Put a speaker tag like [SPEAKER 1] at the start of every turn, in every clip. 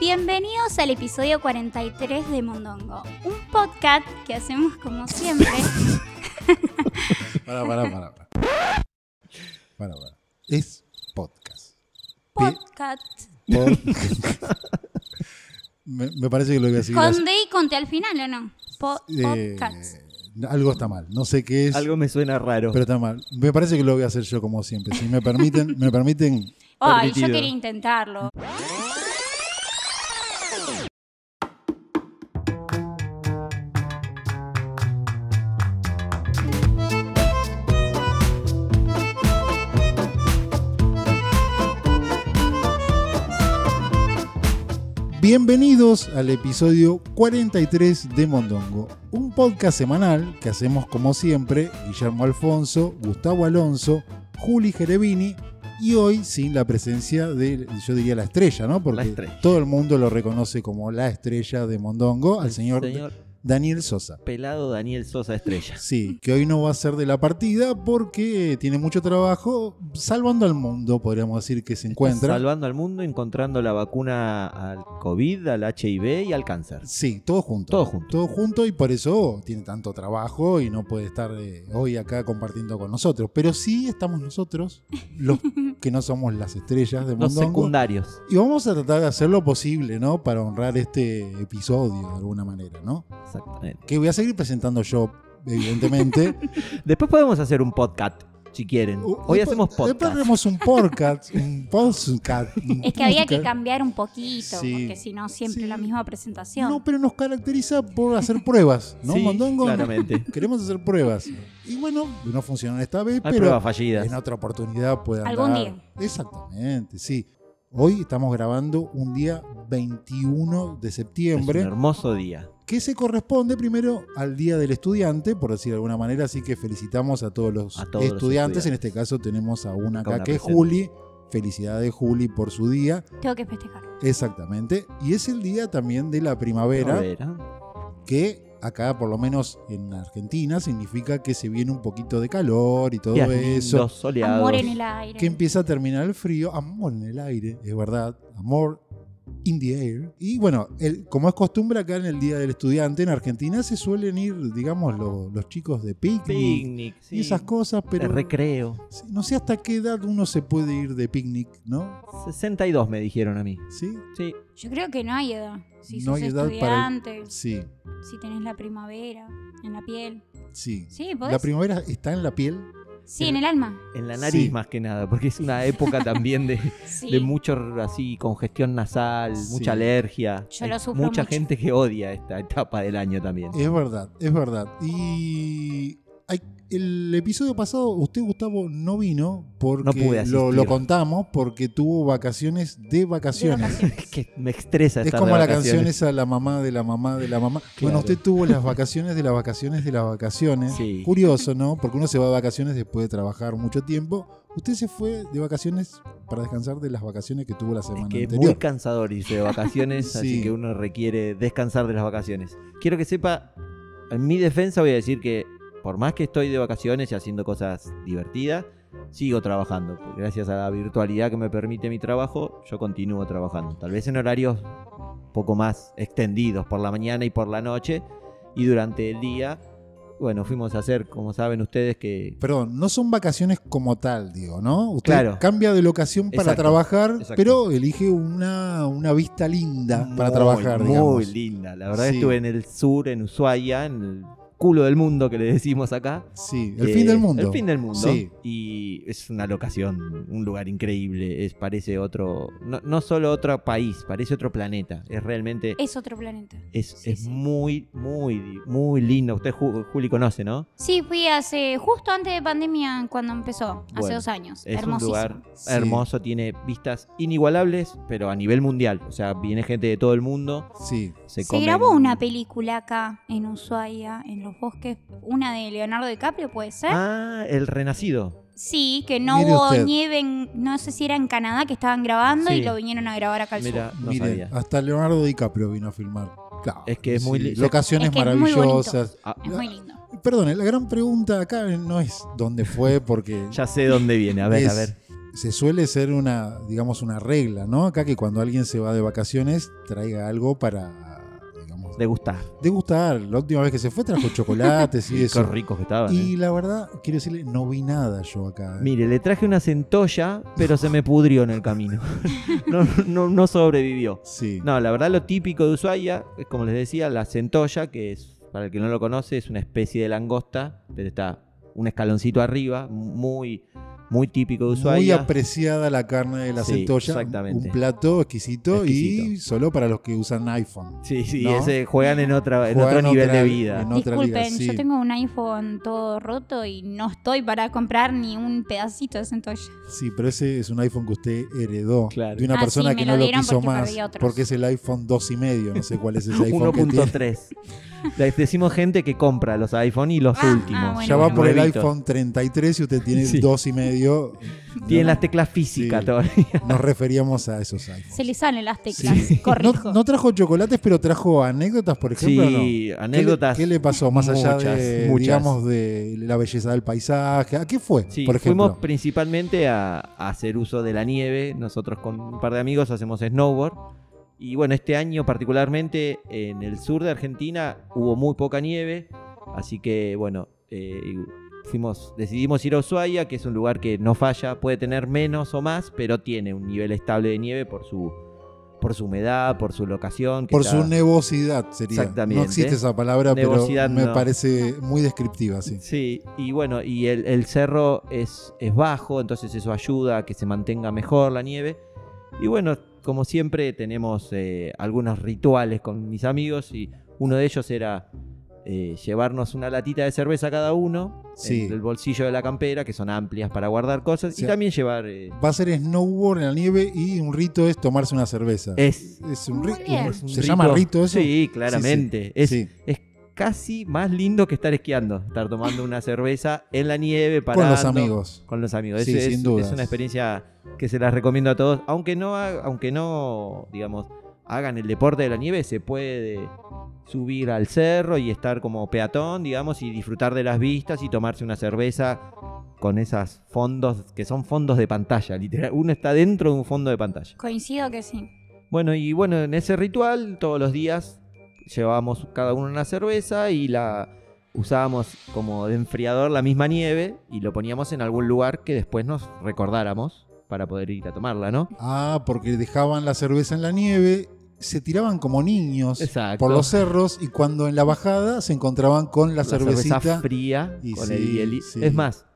[SPEAKER 1] Bienvenidos al episodio 43 de Mondongo, un podcast que hacemos como siempre.
[SPEAKER 2] Pará, pará, pará. Pará, Pará, pará. Es podcast. Pi-
[SPEAKER 1] Podcast.
[SPEAKER 2] pod- me, me parece que lo voy a seguir
[SPEAKER 1] Con
[SPEAKER 2] así.
[SPEAKER 1] D y con T al final, ¿o no? Po-
[SPEAKER 2] Eh,
[SPEAKER 1] podcast.
[SPEAKER 2] algo está mal. No sé qué es,
[SPEAKER 3] Algo me suena raro.
[SPEAKER 2] pero está mal. Me parece que lo voy a hacer yo como siempre. Si me permiten, me permiten.
[SPEAKER 1] Ay, yo
[SPEAKER 3] permitido.
[SPEAKER 1] quería intentarlo.
[SPEAKER 2] Bienvenidos al episodio 43 de Mondongo, un podcast semanal que hacemos como siempre Guillermo Alfonso, Gustavo Alonso, Juli Gerevini y hoy sin la presencia de, yo diría la estrella, ¿no? Porque
[SPEAKER 3] La estrella.
[SPEAKER 2] todo el mundo lo reconoce como la estrella de Mondongo, al señor, Daniel Sosa.
[SPEAKER 3] pelado Daniel Sosa Estrella.
[SPEAKER 2] Sí, que hoy no va a ser de la partida porque tiene mucho trabajo salvando al mundo, podríamos decir que se encuentra.
[SPEAKER 3] Salvando al mundo, encontrando la vacuna al COVID, al HIV y al cáncer.
[SPEAKER 2] Sí, todo junto.
[SPEAKER 3] Todo junto.
[SPEAKER 2] Todo junto y por eso tiene tanto trabajo y no puede estar eh, hoy acá compartiendo con nosotros. Pero sí estamos nosotros, los que no somos las estrellas de
[SPEAKER 3] Los
[SPEAKER 2] Mondongo.
[SPEAKER 3] secundarios.
[SPEAKER 2] Y vamos a tratar de hacer lo posible, ¿no? Para honrar este episodio de alguna manera, ¿no?
[SPEAKER 3] Exactamente.
[SPEAKER 2] Que voy a seguir presentando yo, evidentemente.
[SPEAKER 3] Después podemos hacer un podcast, si quieren. Hoy
[SPEAKER 2] Uh, Después-
[SPEAKER 3] hacemos
[SPEAKER 2] Después
[SPEAKER 3] podcast.
[SPEAKER 2] haremos un podcast. un podcast. un
[SPEAKER 1] Es que había que
[SPEAKER 2] podcast.
[SPEAKER 1] cambiar un poquito,
[SPEAKER 2] Sí.
[SPEAKER 1] porque si no, siempre
[SPEAKER 2] Sí.
[SPEAKER 1] la misma presentación.
[SPEAKER 2] No, pero nos caracteriza por hacer pruebas, ¿no,
[SPEAKER 3] Sí,
[SPEAKER 2] Mondongo?
[SPEAKER 3] claramente.
[SPEAKER 2] Queremos hacer pruebas. Y bueno, no funcionó esta vez,
[SPEAKER 3] Hay
[SPEAKER 2] pero
[SPEAKER 3] pruebas fallidas.
[SPEAKER 2] en otra oportunidad puede andar.
[SPEAKER 1] Algún día.
[SPEAKER 2] Exactamente, sí. Hoy estamos grabando un día 21 de
[SPEAKER 3] Es un
[SPEAKER 2] septiembre,
[SPEAKER 3] hermoso día.
[SPEAKER 2] que se corresponde primero al Día del Estudiante, por decir de alguna manera, así que felicitamos a todos los,
[SPEAKER 3] A todos los
[SPEAKER 2] estudiantes. En
[SPEAKER 3] estudiantes.
[SPEAKER 2] este caso tenemos a una
[SPEAKER 3] Acá
[SPEAKER 2] acá
[SPEAKER 3] una
[SPEAKER 2] que es
[SPEAKER 3] presente.
[SPEAKER 2] Juli. Felicidades Juli por su día,
[SPEAKER 1] Tengo que festejar.
[SPEAKER 2] exactamente. Y es el día también de la primavera,
[SPEAKER 3] Primavera.
[SPEAKER 2] que acá por lo menos en Argentina significa que se viene un poquito de calor y todo
[SPEAKER 3] Días
[SPEAKER 2] eso.
[SPEAKER 3] lindos, soleados.
[SPEAKER 1] Amor en el aire.
[SPEAKER 2] que empieza a terminar el frío, amor en el aire, es verdad, amor in the air. Y bueno, el- como es costumbre acá en el Día del Estudiante en Argentina se suelen ir, digamos, lo- los chicos de picnic
[SPEAKER 3] Picnic, sí.
[SPEAKER 2] y esas cosas, pero
[SPEAKER 3] De recreo.
[SPEAKER 2] sí, no sé hasta qué edad uno se puede ir de picnic, ¿no?
[SPEAKER 3] 62 me dijeron a mí.
[SPEAKER 2] Sí,
[SPEAKER 3] Sí.
[SPEAKER 1] Yo creo que no hay edad. Si
[SPEAKER 2] No
[SPEAKER 1] sos
[SPEAKER 2] hay edad para el-
[SPEAKER 1] estudiante,
[SPEAKER 2] sí,
[SPEAKER 1] si tenés la primavera en la piel.
[SPEAKER 2] sí.
[SPEAKER 1] Sí,
[SPEAKER 2] La
[SPEAKER 1] podés.
[SPEAKER 2] primavera está en la piel.
[SPEAKER 1] Sí, en el alma.
[SPEAKER 3] En la nariz
[SPEAKER 2] Sí.
[SPEAKER 3] más que nada, porque es una época también de,
[SPEAKER 1] Sí.
[SPEAKER 3] de mucho así congestión nasal,
[SPEAKER 2] Sí.
[SPEAKER 3] mucha alergia.
[SPEAKER 1] Yo
[SPEAKER 3] Hay
[SPEAKER 1] lo sufro
[SPEAKER 3] mucha
[SPEAKER 1] mucho.
[SPEAKER 3] gente que odia esta etapa del año también.
[SPEAKER 2] Es verdad, es verdad. Y hay- el episodio pasado, usted, Gustavo, no vino porque
[SPEAKER 3] No pude
[SPEAKER 2] lo,
[SPEAKER 3] asistir.
[SPEAKER 2] lo contamos porque tuvo vacaciones de vacaciones.
[SPEAKER 1] De vacaciones.
[SPEAKER 3] Es que me estresa
[SPEAKER 2] Es
[SPEAKER 3] estar
[SPEAKER 2] como
[SPEAKER 3] de
[SPEAKER 2] la
[SPEAKER 3] vacaciones.
[SPEAKER 2] canción esa, la mamá de la mamá de la mamá. Bueno,
[SPEAKER 3] Claro.
[SPEAKER 2] usted tuvo las vacaciones de las vacaciones de las vacaciones.
[SPEAKER 3] Sí.
[SPEAKER 2] Curioso, ¿no? Porque uno se va de vacaciones después de trabajar mucho tiempo. Usted se fue de vacaciones para descansar de las vacaciones que tuvo la semana
[SPEAKER 3] Es que es muy
[SPEAKER 2] anterior.
[SPEAKER 3] cansador irse de vacaciones,
[SPEAKER 2] Sí.
[SPEAKER 3] así que uno requiere descansar de las vacaciones. Quiero que sepa, en mi defensa voy a decir que por más que estoy de vacaciones y haciendo cosas divertidas, sigo trabajando. Gracias a la virtualidad que me permite mi trabajo, yo continúo trabajando. Tal vez en horarios un poco más extendidos, por la mañana y por la noche, y durante el día, bueno, fuimos a hacer, como saben ustedes, que...
[SPEAKER 2] Perdón, no son vacaciones como tal, digo, ¿no? Usted
[SPEAKER 3] Claro.
[SPEAKER 2] cambia de locación para
[SPEAKER 3] Exacto,
[SPEAKER 2] trabajar,
[SPEAKER 3] exacto.
[SPEAKER 2] pero elige una, una vista linda para
[SPEAKER 3] Muy,
[SPEAKER 2] trabajar,
[SPEAKER 3] Muy
[SPEAKER 2] digamos.
[SPEAKER 3] linda. La verdad
[SPEAKER 2] Sí.
[SPEAKER 3] estuve en el sur, en Ushuaia, en el culo del mundo que le decimos acá.
[SPEAKER 2] Sí, el
[SPEAKER 3] Eh,
[SPEAKER 2] fin del mundo.
[SPEAKER 3] El fin del mundo.
[SPEAKER 2] Sí.
[SPEAKER 3] Y es una locación, un lugar increíble. Es, parece otro, no, no solo otro país, parece otro planeta. Es realmente,
[SPEAKER 1] Es otro planeta.
[SPEAKER 3] es,
[SPEAKER 1] Eh, sí,
[SPEAKER 3] es
[SPEAKER 1] sí.
[SPEAKER 3] muy, muy, muy lindo. Usted, Ju- Juli, conoce, ¿no?
[SPEAKER 1] Sí, fui hace justo antes de pandemia cuando empezó, hace
[SPEAKER 3] Bueno,
[SPEAKER 1] dos años.
[SPEAKER 3] Es un
[SPEAKER 1] Hermosísimo.
[SPEAKER 3] lugar
[SPEAKER 2] Sí.
[SPEAKER 3] hermoso, tiene vistas inigualables, pero a nivel mundial. O sea, viene gente de todo el mundo.
[SPEAKER 2] Sí,
[SPEAKER 3] Se,
[SPEAKER 1] Se
[SPEAKER 3] comen-
[SPEAKER 1] grabó una película acá en Ushuaia, en los bosques, una de Leonardo DiCaprio, puede ser.
[SPEAKER 3] Ah, El Renacido.
[SPEAKER 1] sí, que no
[SPEAKER 2] Mire
[SPEAKER 1] hubo
[SPEAKER 2] usted.
[SPEAKER 1] nieve, en- no sé si era en Canadá que estaban grabando y
[SPEAKER 3] Sí.
[SPEAKER 1] lo vinieron a grabar acá al sur.
[SPEAKER 3] Mira, no
[SPEAKER 2] mire,
[SPEAKER 3] sabía.
[SPEAKER 2] hasta Leonardo DiCaprio vino a filmar. Claro,
[SPEAKER 3] Es que es muy li-
[SPEAKER 2] Locaciones
[SPEAKER 1] Es que es muy bonito.
[SPEAKER 2] maravillosas.
[SPEAKER 3] Ah,
[SPEAKER 1] Es muy lindo.
[SPEAKER 2] Perdón, la gran pregunta acá no es dónde fue, porque
[SPEAKER 3] ya sé dónde viene. A ver,
[SPEAKER 2] es
[SPEAKER 3] a ver.
[SPEAKER 2] se suele ser una, digamos, una regla, ¿no? Acá que cuando alguien se va de vacaciones traiga algo para, digamos,
[SPEAKER 3] Degustar.
[SPEAKER 2] degustar. La última vez que se fue trajo chocolates y
[SPEAKER 3] Y qué
[SPEAKER 2] eso.
[SPEAKER 3] ricos que estaban.
[SPEAKER 2] Y
[SPEAKER 3] eh.
[SPEAKER 2] la verdad, quiero decirle, no vi nada yo acá. ¿eh?
[SPEAKER 3] Mire, le traje una centolla, pero se me pudrió en el camino. no, no, no sobrevivió.
[SPEAKER 2] Sí.
[SPEAKER 3] No, la verdad lo típico de Ushuaia es, como les decía, la centolla, que es, para el que no lo conoce, es una especie de langosta, pero está un escaloncito arriba, muy, muy típico de
[SPEAKER 2] Muy
[SPEAKER 3] Ushuaia.
[SPEAKER 2] apreciada la carne de la
[SPEAKER 3] pues, Sí,
[SPEAKER 2] centolla.
[SPEAKER 3] exactamente.
[SPEAKER 2] Un plato exquisito, y
[SPEAKER 3] Exquisito.
[SPEAKER 2] solo para los que usan iPhone.
[SPEAKER 3] sí, sí,
[SPEAKER 2] ¿no?
[SPEAKER 3] ese, juegan en, otra, en
[SPEAKER 2] Juegan
[SPEAKER 3] otro nivel
[SPEAKER 2] otra-
[SPEAKER 3] de vida.
[SPEAKER 2] en otra liga,
[SPEAKER 1] Disculpen,
[SPEAKER 2] sí.
[SPEAKER 1] yo tengo un iPhone todo roto y no estoy para comprar ni un pedacito de centolla.
[SPEAKER 2] Sí, pero ese es un iPhone que usted heredó
[SPEAKER 3] Claro.
[SPEAKER 2] de una
[SPEAKER 1] Ah,
[SPEAKER 2] persona
[SPEAKER 1] sí, me
[SPEAKER 2] que
[SPEAKER 1] lo
[SPEAKER 2] no lo
[SPEAKER 1] dieron
[SPEAKER 2] quiso
[SPEAKER 1] porque
[SPEAKER 2] más.
[SPEAKER 1] perdí otros.
[SPEAKER 2] Porque es el iPhone 2 y medio, no sé cuál es ese iPhone que tiene.
[SPEAKER 3] 1.3. Le decimos gente que compra los iPhone y los
[SPEAKER 1] Ah, ah,
[SPEAKER 3] últimos.
[SPEAKER 1] bueno,
[SPEAKER 2] ya va
[SPEAKER 1] bueno.
[SPEAKER 2] por el
[SPEAKER 3] Nuevitos.
[SPEAKER 2] iPhone 33 y usted tiene
[SPEAKER 3] Sí.
[SPEAKER 2] el 2 y medio.
[SPEAKER 3] Tienen
[SPEAKER 2] No,
[SPEAKER 3] las teclas físicas
[SPEAKER 2] Sí.
[SPEAKER 3] todavía.
[SPEAKER 2] Nos referíamos a esos iPhones.
[SPEAKER 1] Se le salen las teclas,
[SPEAKER 3] Sí.
[SPEAKER 2] No,
[SPEAKER 1] corrijo.
[SPEAKER 2] no trajo chocolates, pero trajo anécdotas, por ejemplo. ¿no?
[SPEAKER 3] Sí,
[SPEAKER 2] ¿Qué le-
[SPEAKER 3] anécdotas.
[SPEAKER 2] ¿Qué le, pasó más allá
[SPEAKER 3] muchas,
[SPEAKER 2] de,
[SPEAKER 3] muchas.
[SPEAKER 2] digamos, de la belleza del paisaje? ¿A qué fue,
[SPEAKER 3] Sí,
[SPEAKER 2] por ejemplo?
[SPEAKER 3] fuimos principalmente a, a hacer uso de la nieve. Nosotros con un par de amigos hacemos snowboard. Y bueno, este año particularmente en el sur de Argentina hubo muy poca nieve. Así que bueno, eh, fuimos, decidimos ir a Ushuaia, que es un lugar que no falla. Puede tener menos o más, pero tiene un nivel estable de nieve por su, por su humedad, por su locación. que
[SPEAKER 2] Por
[SPEAKER 3] está-
[SPEAKER 2] su nevosidad sería.
[SPEAKER 3] Exactamente.
[SPEAKER 2] No existe esa palabra, pero
[SPEAKER 3] Nevosidad
[SPEAKER 2] me
[SPEAKER 3] no.
[SPEAKER 2] parece muy descriptiva, sí.
[SPEAKER 3] Sí, y bueno, y el, el cerro es, es bajo, entonces eso ayuda a que se mantenga mejor la nieve. Y bueno, como siempre tenemos eh, algunos rituales con mis amigos y uno de ellos era eh, llevarnos una latita de cerveza cada uno
[SPEAKER 2] Sí.
[SPEAKER 3] en el bolsillo de la campera, que son amplias para guardar cosas,
[SPEAKER 2] Sí. Ah.
[SPEAKER 3] y también llevar... eh,
[SPEAKER 2] Va a ser snowboard en la nieve y un rito es tomarse una cerveza.
[SPEAKER 3] es,
[SPEAKER 2] Es un
[SPEAKER 1] Muy
[SPEAKER 2] rito.
[SPEAKER 1] bien.
[SPEAKER 3] es un
[SPEAKER 2] ¿Se llama rito eso?
[SPEAKER 3] Sí, claramente. Es,
[SPEAKER 2] Sí.
[SPEAKER 3] es casi más lindo que estar esquiando, estar tomando una cerveza en la nieve para
[SPEAKER 2] Con los amigos.
[SPEAKER 3] con los amigos.
[SPEAKER 2] Sí,
[SPEAKER 3] es,
[SPEAKER 2] sin
[SPEAKER 3] es-
[SPEAKER 2] dudas.
[SPEAKER 3] es una experiencia que se las recomiendo a todos. Aunque no, ha- aunque no, digamos, hagan el deporte de la nieve, se puede subir al cerro y estar como peatón, digamos, y disfrutar de las vistas y tomarse una cerveza con esas fondos que son fondos de pantalla, literal. Uno está dentro de un fondo de pantalla.
[SPEAKER 1] Coincido que sí.
[SPEAKER 3] Bueno, y bueno, en ese ritual todos los días llevábamos cada uno una cerveza y la usábamos como de enfriador la misma nieve y lo poníamos en algún lugar que después nos recordáramos para poder ir a tomarla, ¿no?
[SPEAKER 2] Ah, porque dejaban la cerveza en la nieve, se tiraban como niños
[SPEAKER 3] Exacto.
[SPEAKER 2] por los cerros y cuando en la bajada se encontraban con la,
[SPEAKER 3] La cerveza
[SPEAKER 2] cervecita.
[SPEAKER 3] fría
[SPEAKER 2] Y
[SPEAKER 3] con
[SPEAKER 2] sí,
[SPEAKER 3] el hieli-
[SPEAKER 2] sí.
[SPEAKER 3] Es más,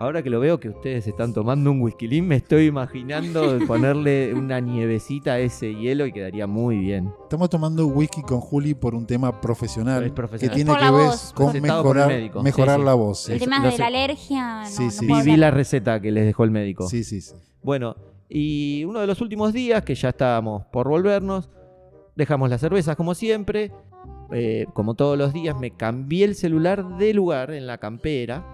[SPEAKER 3] ahora que lo veo que ustedes están tomando un whisky, me estoy imaginando ponerle una nievecita a ese hielo y quedaría muy bien.
[SPEAKER 2] Estamos tomando whisky con Juli por un tema profesional,
[SPEAKER 3] Es profesional.
[SPEAKER 2] que tiene
[SPEAKER 1] Por
[SPEAKER 2] que
[SPEAKER 1] la
[SPEAKER 2] ver
[SPEAKER 1] voz.
[SPEAKER 2] con
[SPEAKER 3] Recetado por el
[SPEAKER 2] mejorar,
[SPEAKER 3] médico.
[SPEAKER 2] mejorar
[SPEAKER 3] Sí, sí.
[SPEAKER 2] la voz. ¿eh? Sí,
[SPEAKER 1] El
[SPEAKER 3] Eso-
[SPEAKER 1] tema
[SPEAKER 3] no
[SPEAKER 1] de
[SPEAKER 3] sé.
[SPEAKER 1] la alergia, no,
[SPEAKER 2] Sí,
[SPEAKER 1] no
[SPEAKER 2] sí.
[SPEAKER 1] puedo
[SPEAKER 3] Viví
[SPEAKER 1] hablar.
[SPEAKER 3] la receta que les dejó el médico.
[SPEAKER 2] sí, sí. sí.
[SPEAKER 3] Bueno, y uno de los últimos días, que ya estábamos por volvernos, dejamos las cervezas como siempre. Eh, como todos los días, me cambié el celular de lugar en la campera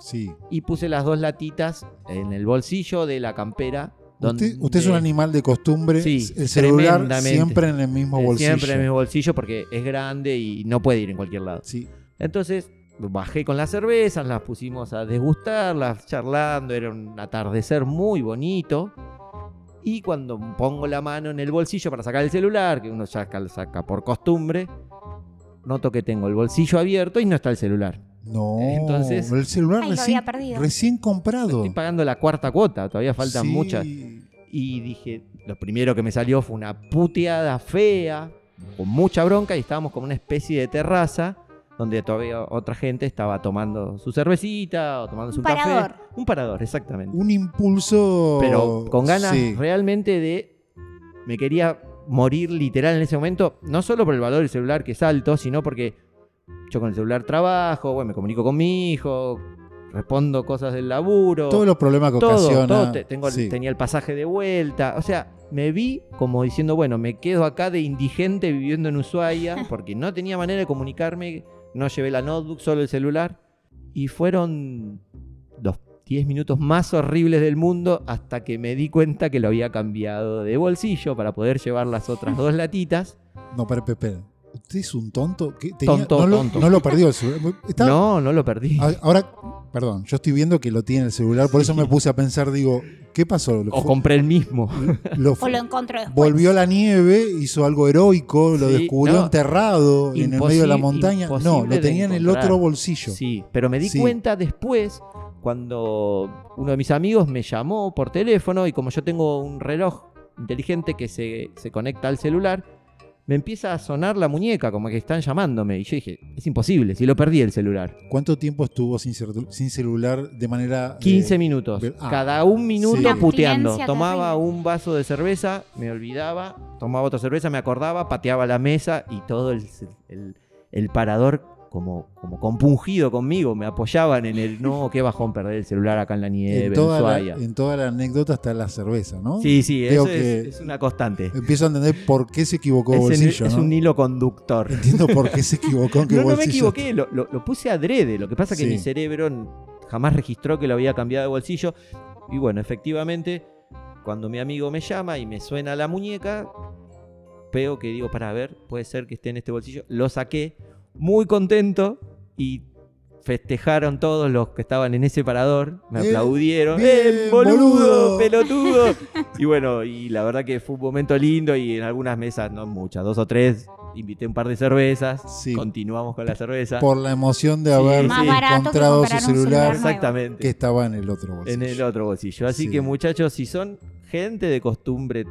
[SPEAKER 2] sí.
[SPEAKER 3] y puse las dos latitas en el bolsillo de la campera.
[SPEAKER 2] Usted, usted es un animal de costumbre,
[SPEAKER 3] Sí,
[SPEAKER 2] el celular
[SPEAKER 3] tremendamente. Eh,
[SPEAKER 2] siempre en el mismo bolsillo.
[SPEAKER 3] Siempre en mi bolsillo porque es grande y no puede ir en cualquier lado.
[SPEAKER 2] Sí,
[SPEAKER 3] Entonces bajé con las cervezas, las pusimos a degustar, las charlando, era un atardecer muy bonito. Y cuando pongo la mano en el bolsillo para sacar el celular, que uno ya ca- lo saca por costumbre, noto que tengo el bolsillo abierto y no está el celular.
[SPEAKER 2] no,
[SPEAKER 3] Entonces-
[SPEAKER 2] el celular
[SPEAKER 1] Ay, lo
[SPEAKER 2] recién,
[SPEAKER 1] había perdido.
[SPEAKER 2] recién comprado.
[SPEAKER 3] Estoy pagando la cuarta cuota, todavía faltan
[SPEAKER 2] Sí.
[SPEAKER 3] muchas. Y dije, lo primero que me salió fue una puteada fea, con mucha bronca, y estábamos como una especie de terraza donde todavía otra gente estaba tomando su cervecita o tomando su
[SPEAKER 1] Un parador.
[SPEAKER 3] café. Un parador, exactamente.
[SPEAKER 2] Un impulso.
[SPEAKER 3] Pero con ganas
[SPEAKER 2] sí.
[SPEAKER 3] realmente de. Me quería morir literal en ese momento, no solo por el valor del celular que es alto, sino porque yo con el celular trabajo, bueno, me comunico con mi hijo, respondo cosas del laburo
[SPEAKER 2] Todos los problemas que
[SPEAKER 3] todo,
[SPEAKER 2] ocasiona.
[SPEAKER 3] todo. Te- tengo el-
[SPEAKER 2] sí.
[SPEAKER 3] Tenía el pasaje de vuelta. O sea, me vi como diciendo, bueno, me quedo acá de indigente viviendo en Ushuaia, porque no tenía manera de comunicarme, no llevé la notebook, solo el celular. Y fueron los 10 minutos más horribles del mundo hasta que me di cuenta que lo había cambiado de bolsillo para poder llevar las otras dos latitas.
[SPEAKER 2] No, pero, pero, usted es un tonto. que
[SPEAKER 3] Tonto,
[SPEAKER 2] no, lo,
[SPEAKER 3] tonto.
[SPEAKER 2] no lo perdió. el celular. Está-
[SPEAKER 3] No, no lo perdí.
[SPEAKER 2] a- Ahora, perdón, yo estoy viendo que lo tiene en el celular, por eso me puse a pensar, digo, ¿qué pasó? Lo
[SPEAKER 3] O
[SPEAKER 2] fu-
[SPEAKER 3] compré el mismo.
[SPEAKER 2] lo
[SPEAKER 1] O
[SPEAKER 2] fu-
[SPEAKER 1] lo encontró después.
[SPEAKER 2] volvió a la nieve, hizo algo heroico, lo
[SPEAKER 3] Sí,
[SPEAKER 2] descubrió
[SPEAKER 3] no.
[SPEAKER 2] enterrado en el medio de la
[SPEAKER 3] Imposi-
[SPEAKER 2] montaña. No,
[SPEAKER 3] imposible
[SPEAKER 2] lo
[SPEAKER 3] de
[SPEAKER 2] tenía en el
[SPEAKER 3] encontrar.
[SPEAKER 2] otro bolsillo.
[SPEAKER 3] Sí, pero me di
[SPEAKER 2] Sí.
[SPEAKER 3] cuenta después cuando uno de mis amigos me llamó por teléfono y como yo tengo un reloj inteligente que se, se conecta al celular, me empieza a sonar la muñeca como que están llamándome. Y yo dije, es imposible, si lo perdí el celular.
[SPEAKER 2] ¿Cuánto tiempo estuvo sin, cer- sin celular de manera... eh,
[SPEAKER 3] 15 minutos.
[SPEAKER 2] ve- ah,
[SPEAKER 3] Cada un
[SPEAKER 2] sí.
[SPEAKER 3] minuto
[SPEAKER 2] La
[SPEAKER 3] puteando.
[SPEAKER 1] abstinencia
[SPEAKER 3] Tomaba
[SPEAKER 1] terrible.
[SPEAKER 3] un vaso de cerveza, me olvidaba, tomaba otra cerveza, me acordaba, pateaba la mesa y todo el, el- el parador como, como compungido conmigo. Me apoyaban en el no, qué bajón perder el celular acá en la nieve,
[SPEAKER 2] en,
[SPEAKER 3] en
[SPEAKER 2] toda
[SPEAKER 3] Ushuaia".
[SPEAKER 2] la, en toda la anécdota está la cerveza, ¿no?
[SPEAKER 3] Sí, sí,
[SPEAKER 2] Creo
[SPEAKER 3] eso es,
[SPEAKER 2] que-
[SPEAKER 3] es una constante.
[SPEAKER 2] Empiezo a entender por qué se equivocó
[SPEAKER 3] Es, en-
[SPEAKER 2] bolsillo,
[SPEAKER 3] es
[SPEAKER 2] ¿no?
[SPEAKER 3] un hilo conductor.
[SPEAKER 2] Entiendo por qué se equivocó en qué
[SPEAKER 3] No, no me
[SPEAKER 2] bolsillo.
[SPEAKER 3] equivoqué, lo, lo- lo puse adrede. Lo que pasa es que
[SPEAKER 2] Sí.
[SPEAKER 3] mi cerebro n- jamás registró que lo había cambiado de bolsillo. Y bueno, efectivamente, cuando mi amigo me llama y me suena la muñeca, veo que digo, para ver, puede ser que esté en este bolsillo. Lo saqué muy contento y festejaron todos los que estaban en ese parador. Me
[SPEAKER 2] Bien,
[SPEAKER 3] aplaudieron.
[SPEAKER 2] bien,
[SPEAKER 3] ¡Eh, boludo!
[SPEAKER 2] boludo!"
[SPEAKER 3] ¡Pelotudo! y bueno, y la verdad que fue un momento lindo y en algunas mesas, no muchas, dos o tres, invité un par de cervezas.
[SPEAKER 2] Sí,
[SPEAKER 3] Continuamos con la cerveza.
[SPEAKER 2] por la emoción de
[SPEAKER 3] Sí,
[SPEAKER 2] haber
[SPEAKER 3] Más
[SPEAKER 1] barato que
[SPEAKER 2] encontrado su
[SPEAKER 1] comprar un celular
[SPEAKER 2] celular
[SPEAKER 1] nuevo.
[SPEAKER 2] que
[SPEAKER 3] Exactamente.
[SPEAKER 2] estaba en el otro bolsillo.
[SPEAKER 3] En el otro bolsillo. Así
[SPEAKER 2] Sí.
[SPEAKER 3] que muchachos, si son gente de costumbre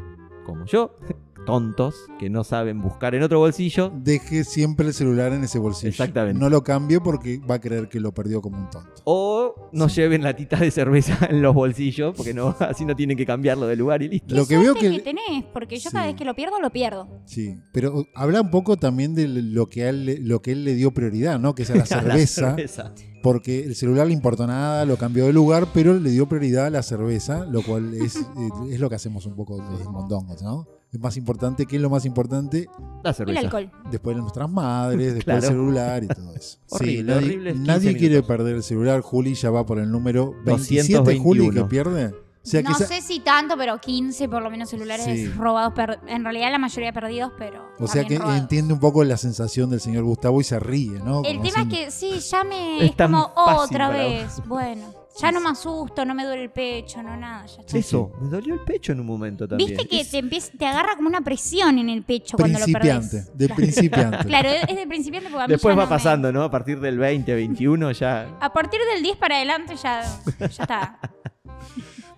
[SPEAKER 3] como yo, tontos, que no saben buscar en otro bolsillo,
[SPEAKER 2] Deje siempre el celular en ese bolsillo.
[SPEAKER 3] Exactamente.
[SPEAKER 2] No lo cambie porque va a creer que lo perdió como un tonto.
[SPEAKER 3] o no
[SPEAKER 2] Sí.
[SPEAKER 3] lleven latitas de cerveza en los bolsillos, porque no, así no tienen que cambiarlo de lugar y listo.
[SPEAKER 1] Qué
[SPEAKER 2] Lo que veo
[SPEAKER 1] suerte
[SPEAKER 2] que-
[SPEAKER 1] tenés, porque yo cada
[SPEAKER 2] Sí.
[SPEAKER 1] vez que lo pierdo, lo pierdo.
[SPEAKER 2] Sí, pero uh, habla un poco también de lo que, a él, le- lo que él le dio prioridad, ¿no? Que es a la
[SPEAKER 3] A la
[SPEAKER 2] cerveza,
[SPEAKER 3] cerveza.
[SPEAKER 2] porque el celular le importó nada, lo cambió de lugar, pero le dio prioridad a la cerveza, lo cual es, eh, es lo que hacemos un poco los mondongos, ¿no? Es más importante, ¿qué es lo más importante?
[SPEAKER 1] Y
[SPEAKER 3] La
[SPEAKER 1] el
[SPEAKER 3] cerveza.
[SPEAKER 1] alcohol.
[SPEAKER 2] Después de nuestras madres, después
[SPEAKER 3] Claro.
[SPEAKER 2] el celular y todo eso.
[SPEAKER 3] Horrible,
[SPEAKER 2] nadie,
[SPEAKER 3] horrible es 15
[SPEAKER 2] nadie quiere
[SPEAKER 3] minutos.
[SPEAKER 2] perder el celular. Juli ya va por el número 27, Juli, que
[SPEAKER 3] 221.
[SPEAKER 2] pierde. O sea,
[SPEAKER 1] no
[SPEAKER 2] quizá-
[SPEAKER 1] sé si tanto, pero 15 por lo menos celulares
[SPEAKER 2] Sí.
[SPEAKER 1] robados. per- En realidad la mayoría perdidos, pero.
[SPEAKER 2] o sea que
[SPEAKER 1] también robados.
[SPEAKER 2] entiende un poco la sensación del señor Gustavo y se ríe, ¿no?
[SPEAKER 1] El
[SPEAKER 2] Como
[SPEAKER 1] tema es
[SPEAKER 2] diciendo,
[SPEAKER 1] que sí, ya me.
[SPEAKER 3] Es
[SPEAKER 1] Es,
[SPEAKER 3] tan
[SPEAKER 1] como
[SPEAKER 3] fácil
[SPEAKER 1] otra
[SPEAKER 3] para
[SPEAKER 1] vez. Bueno, ya no me asusto, no me duele el pecho, no nada. Ya está.
[SPEAKER 2] Sí,
[SPEAKER 3] Eso, me dolió el pecho en un momento también.
[SPEAKER 1] Viste que te, empieza- te agarra como una presión en el pecho cuando lo
[SPEAKER 2] Principiante,
[SPEAKER 1] perdés.
[SPEAKER 2] de principiante.
[SPEAKER 1] Claro, es de principiante porque a mí
[SPEAKER 3] Después
[SPEAKER 1] ya
[SPEAKER 3] va
[SPEAKER 1] no me-
[SPEAKER 3] pasando, ¿no? A partir del 20, 21 ya...
[SPEAKER 1] A partir del 10 para adelante ya, ya está.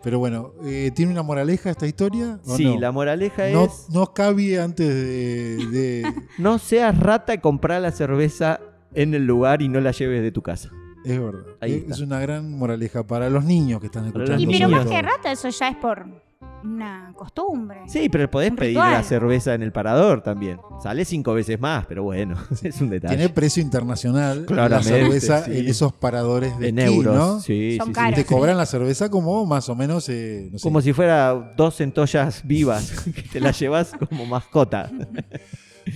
[SPEAKER 2] Pero bueno, eh, ¿tiene una moraleja esta historia? ¿O
[SPEAKER 3] Sí,
[SPEAKER 2] no?
[SPEAKER 3] la moraleja
[SPEAKER 2] no,
[SPEAKER 3] es...
[SPEAKER 2] no cabía antes de, de-
[SPEAKER 3] No seas rata y comprá la cerveza en el lugar y no la lleves de tu casa.
[SPEAKER 2] Es verdad. Eh,
[SPEAKER 3] Ahí
[SPEAKER 2] Es-
[SPEAKER 3] está.
[SPEAKER 2] es una gran moraleja para los niños que están
[SPEAKER 3] Para los
[SPEAKER 2] escuchando.
[SPEAKER 1] Y pero
[SPEAKER 3] Los
[SPEAKER 2] sobre
[SPEAKER 1] más
[SPEAKER 2] todo.
[SPEAKER 1] que rata, eso ya es por una costumbre.
[SPEAKER 3] Sí, pero podés
[SPEAKER 1] Un
[SPEAKER 3] pedir
[SPEAKER 1] ritual.
[SPEAKER 3] la cerveza en el parador también. Sale cinco veces más, pero bueno, es un detalle.
[SPEAKER 2] Tiene precio internacional la
[SPEAKER 3] Claramente,
[SPEAKER 2] cerveza
[SPEAKER 3] sí.
[SPEAKER 2] en esos paradores de
[SPEAKER 3] en
[SPEAKER 2] esquí,
[SPEAKER 3] euros.
[SPEAKER 2] ¿no?
[SPEAKER 3] Sí,
[SPEAKER 1] Son
[SPEAKER 3] sí, sí.
[SPEAKER 1] caros.
[SPEAKER 2] Te cobran la cerveza como más o menos, eh, no sé.
[SPEAKER 3] Como si fuera dos centollas vivas que te las llevas como mascota.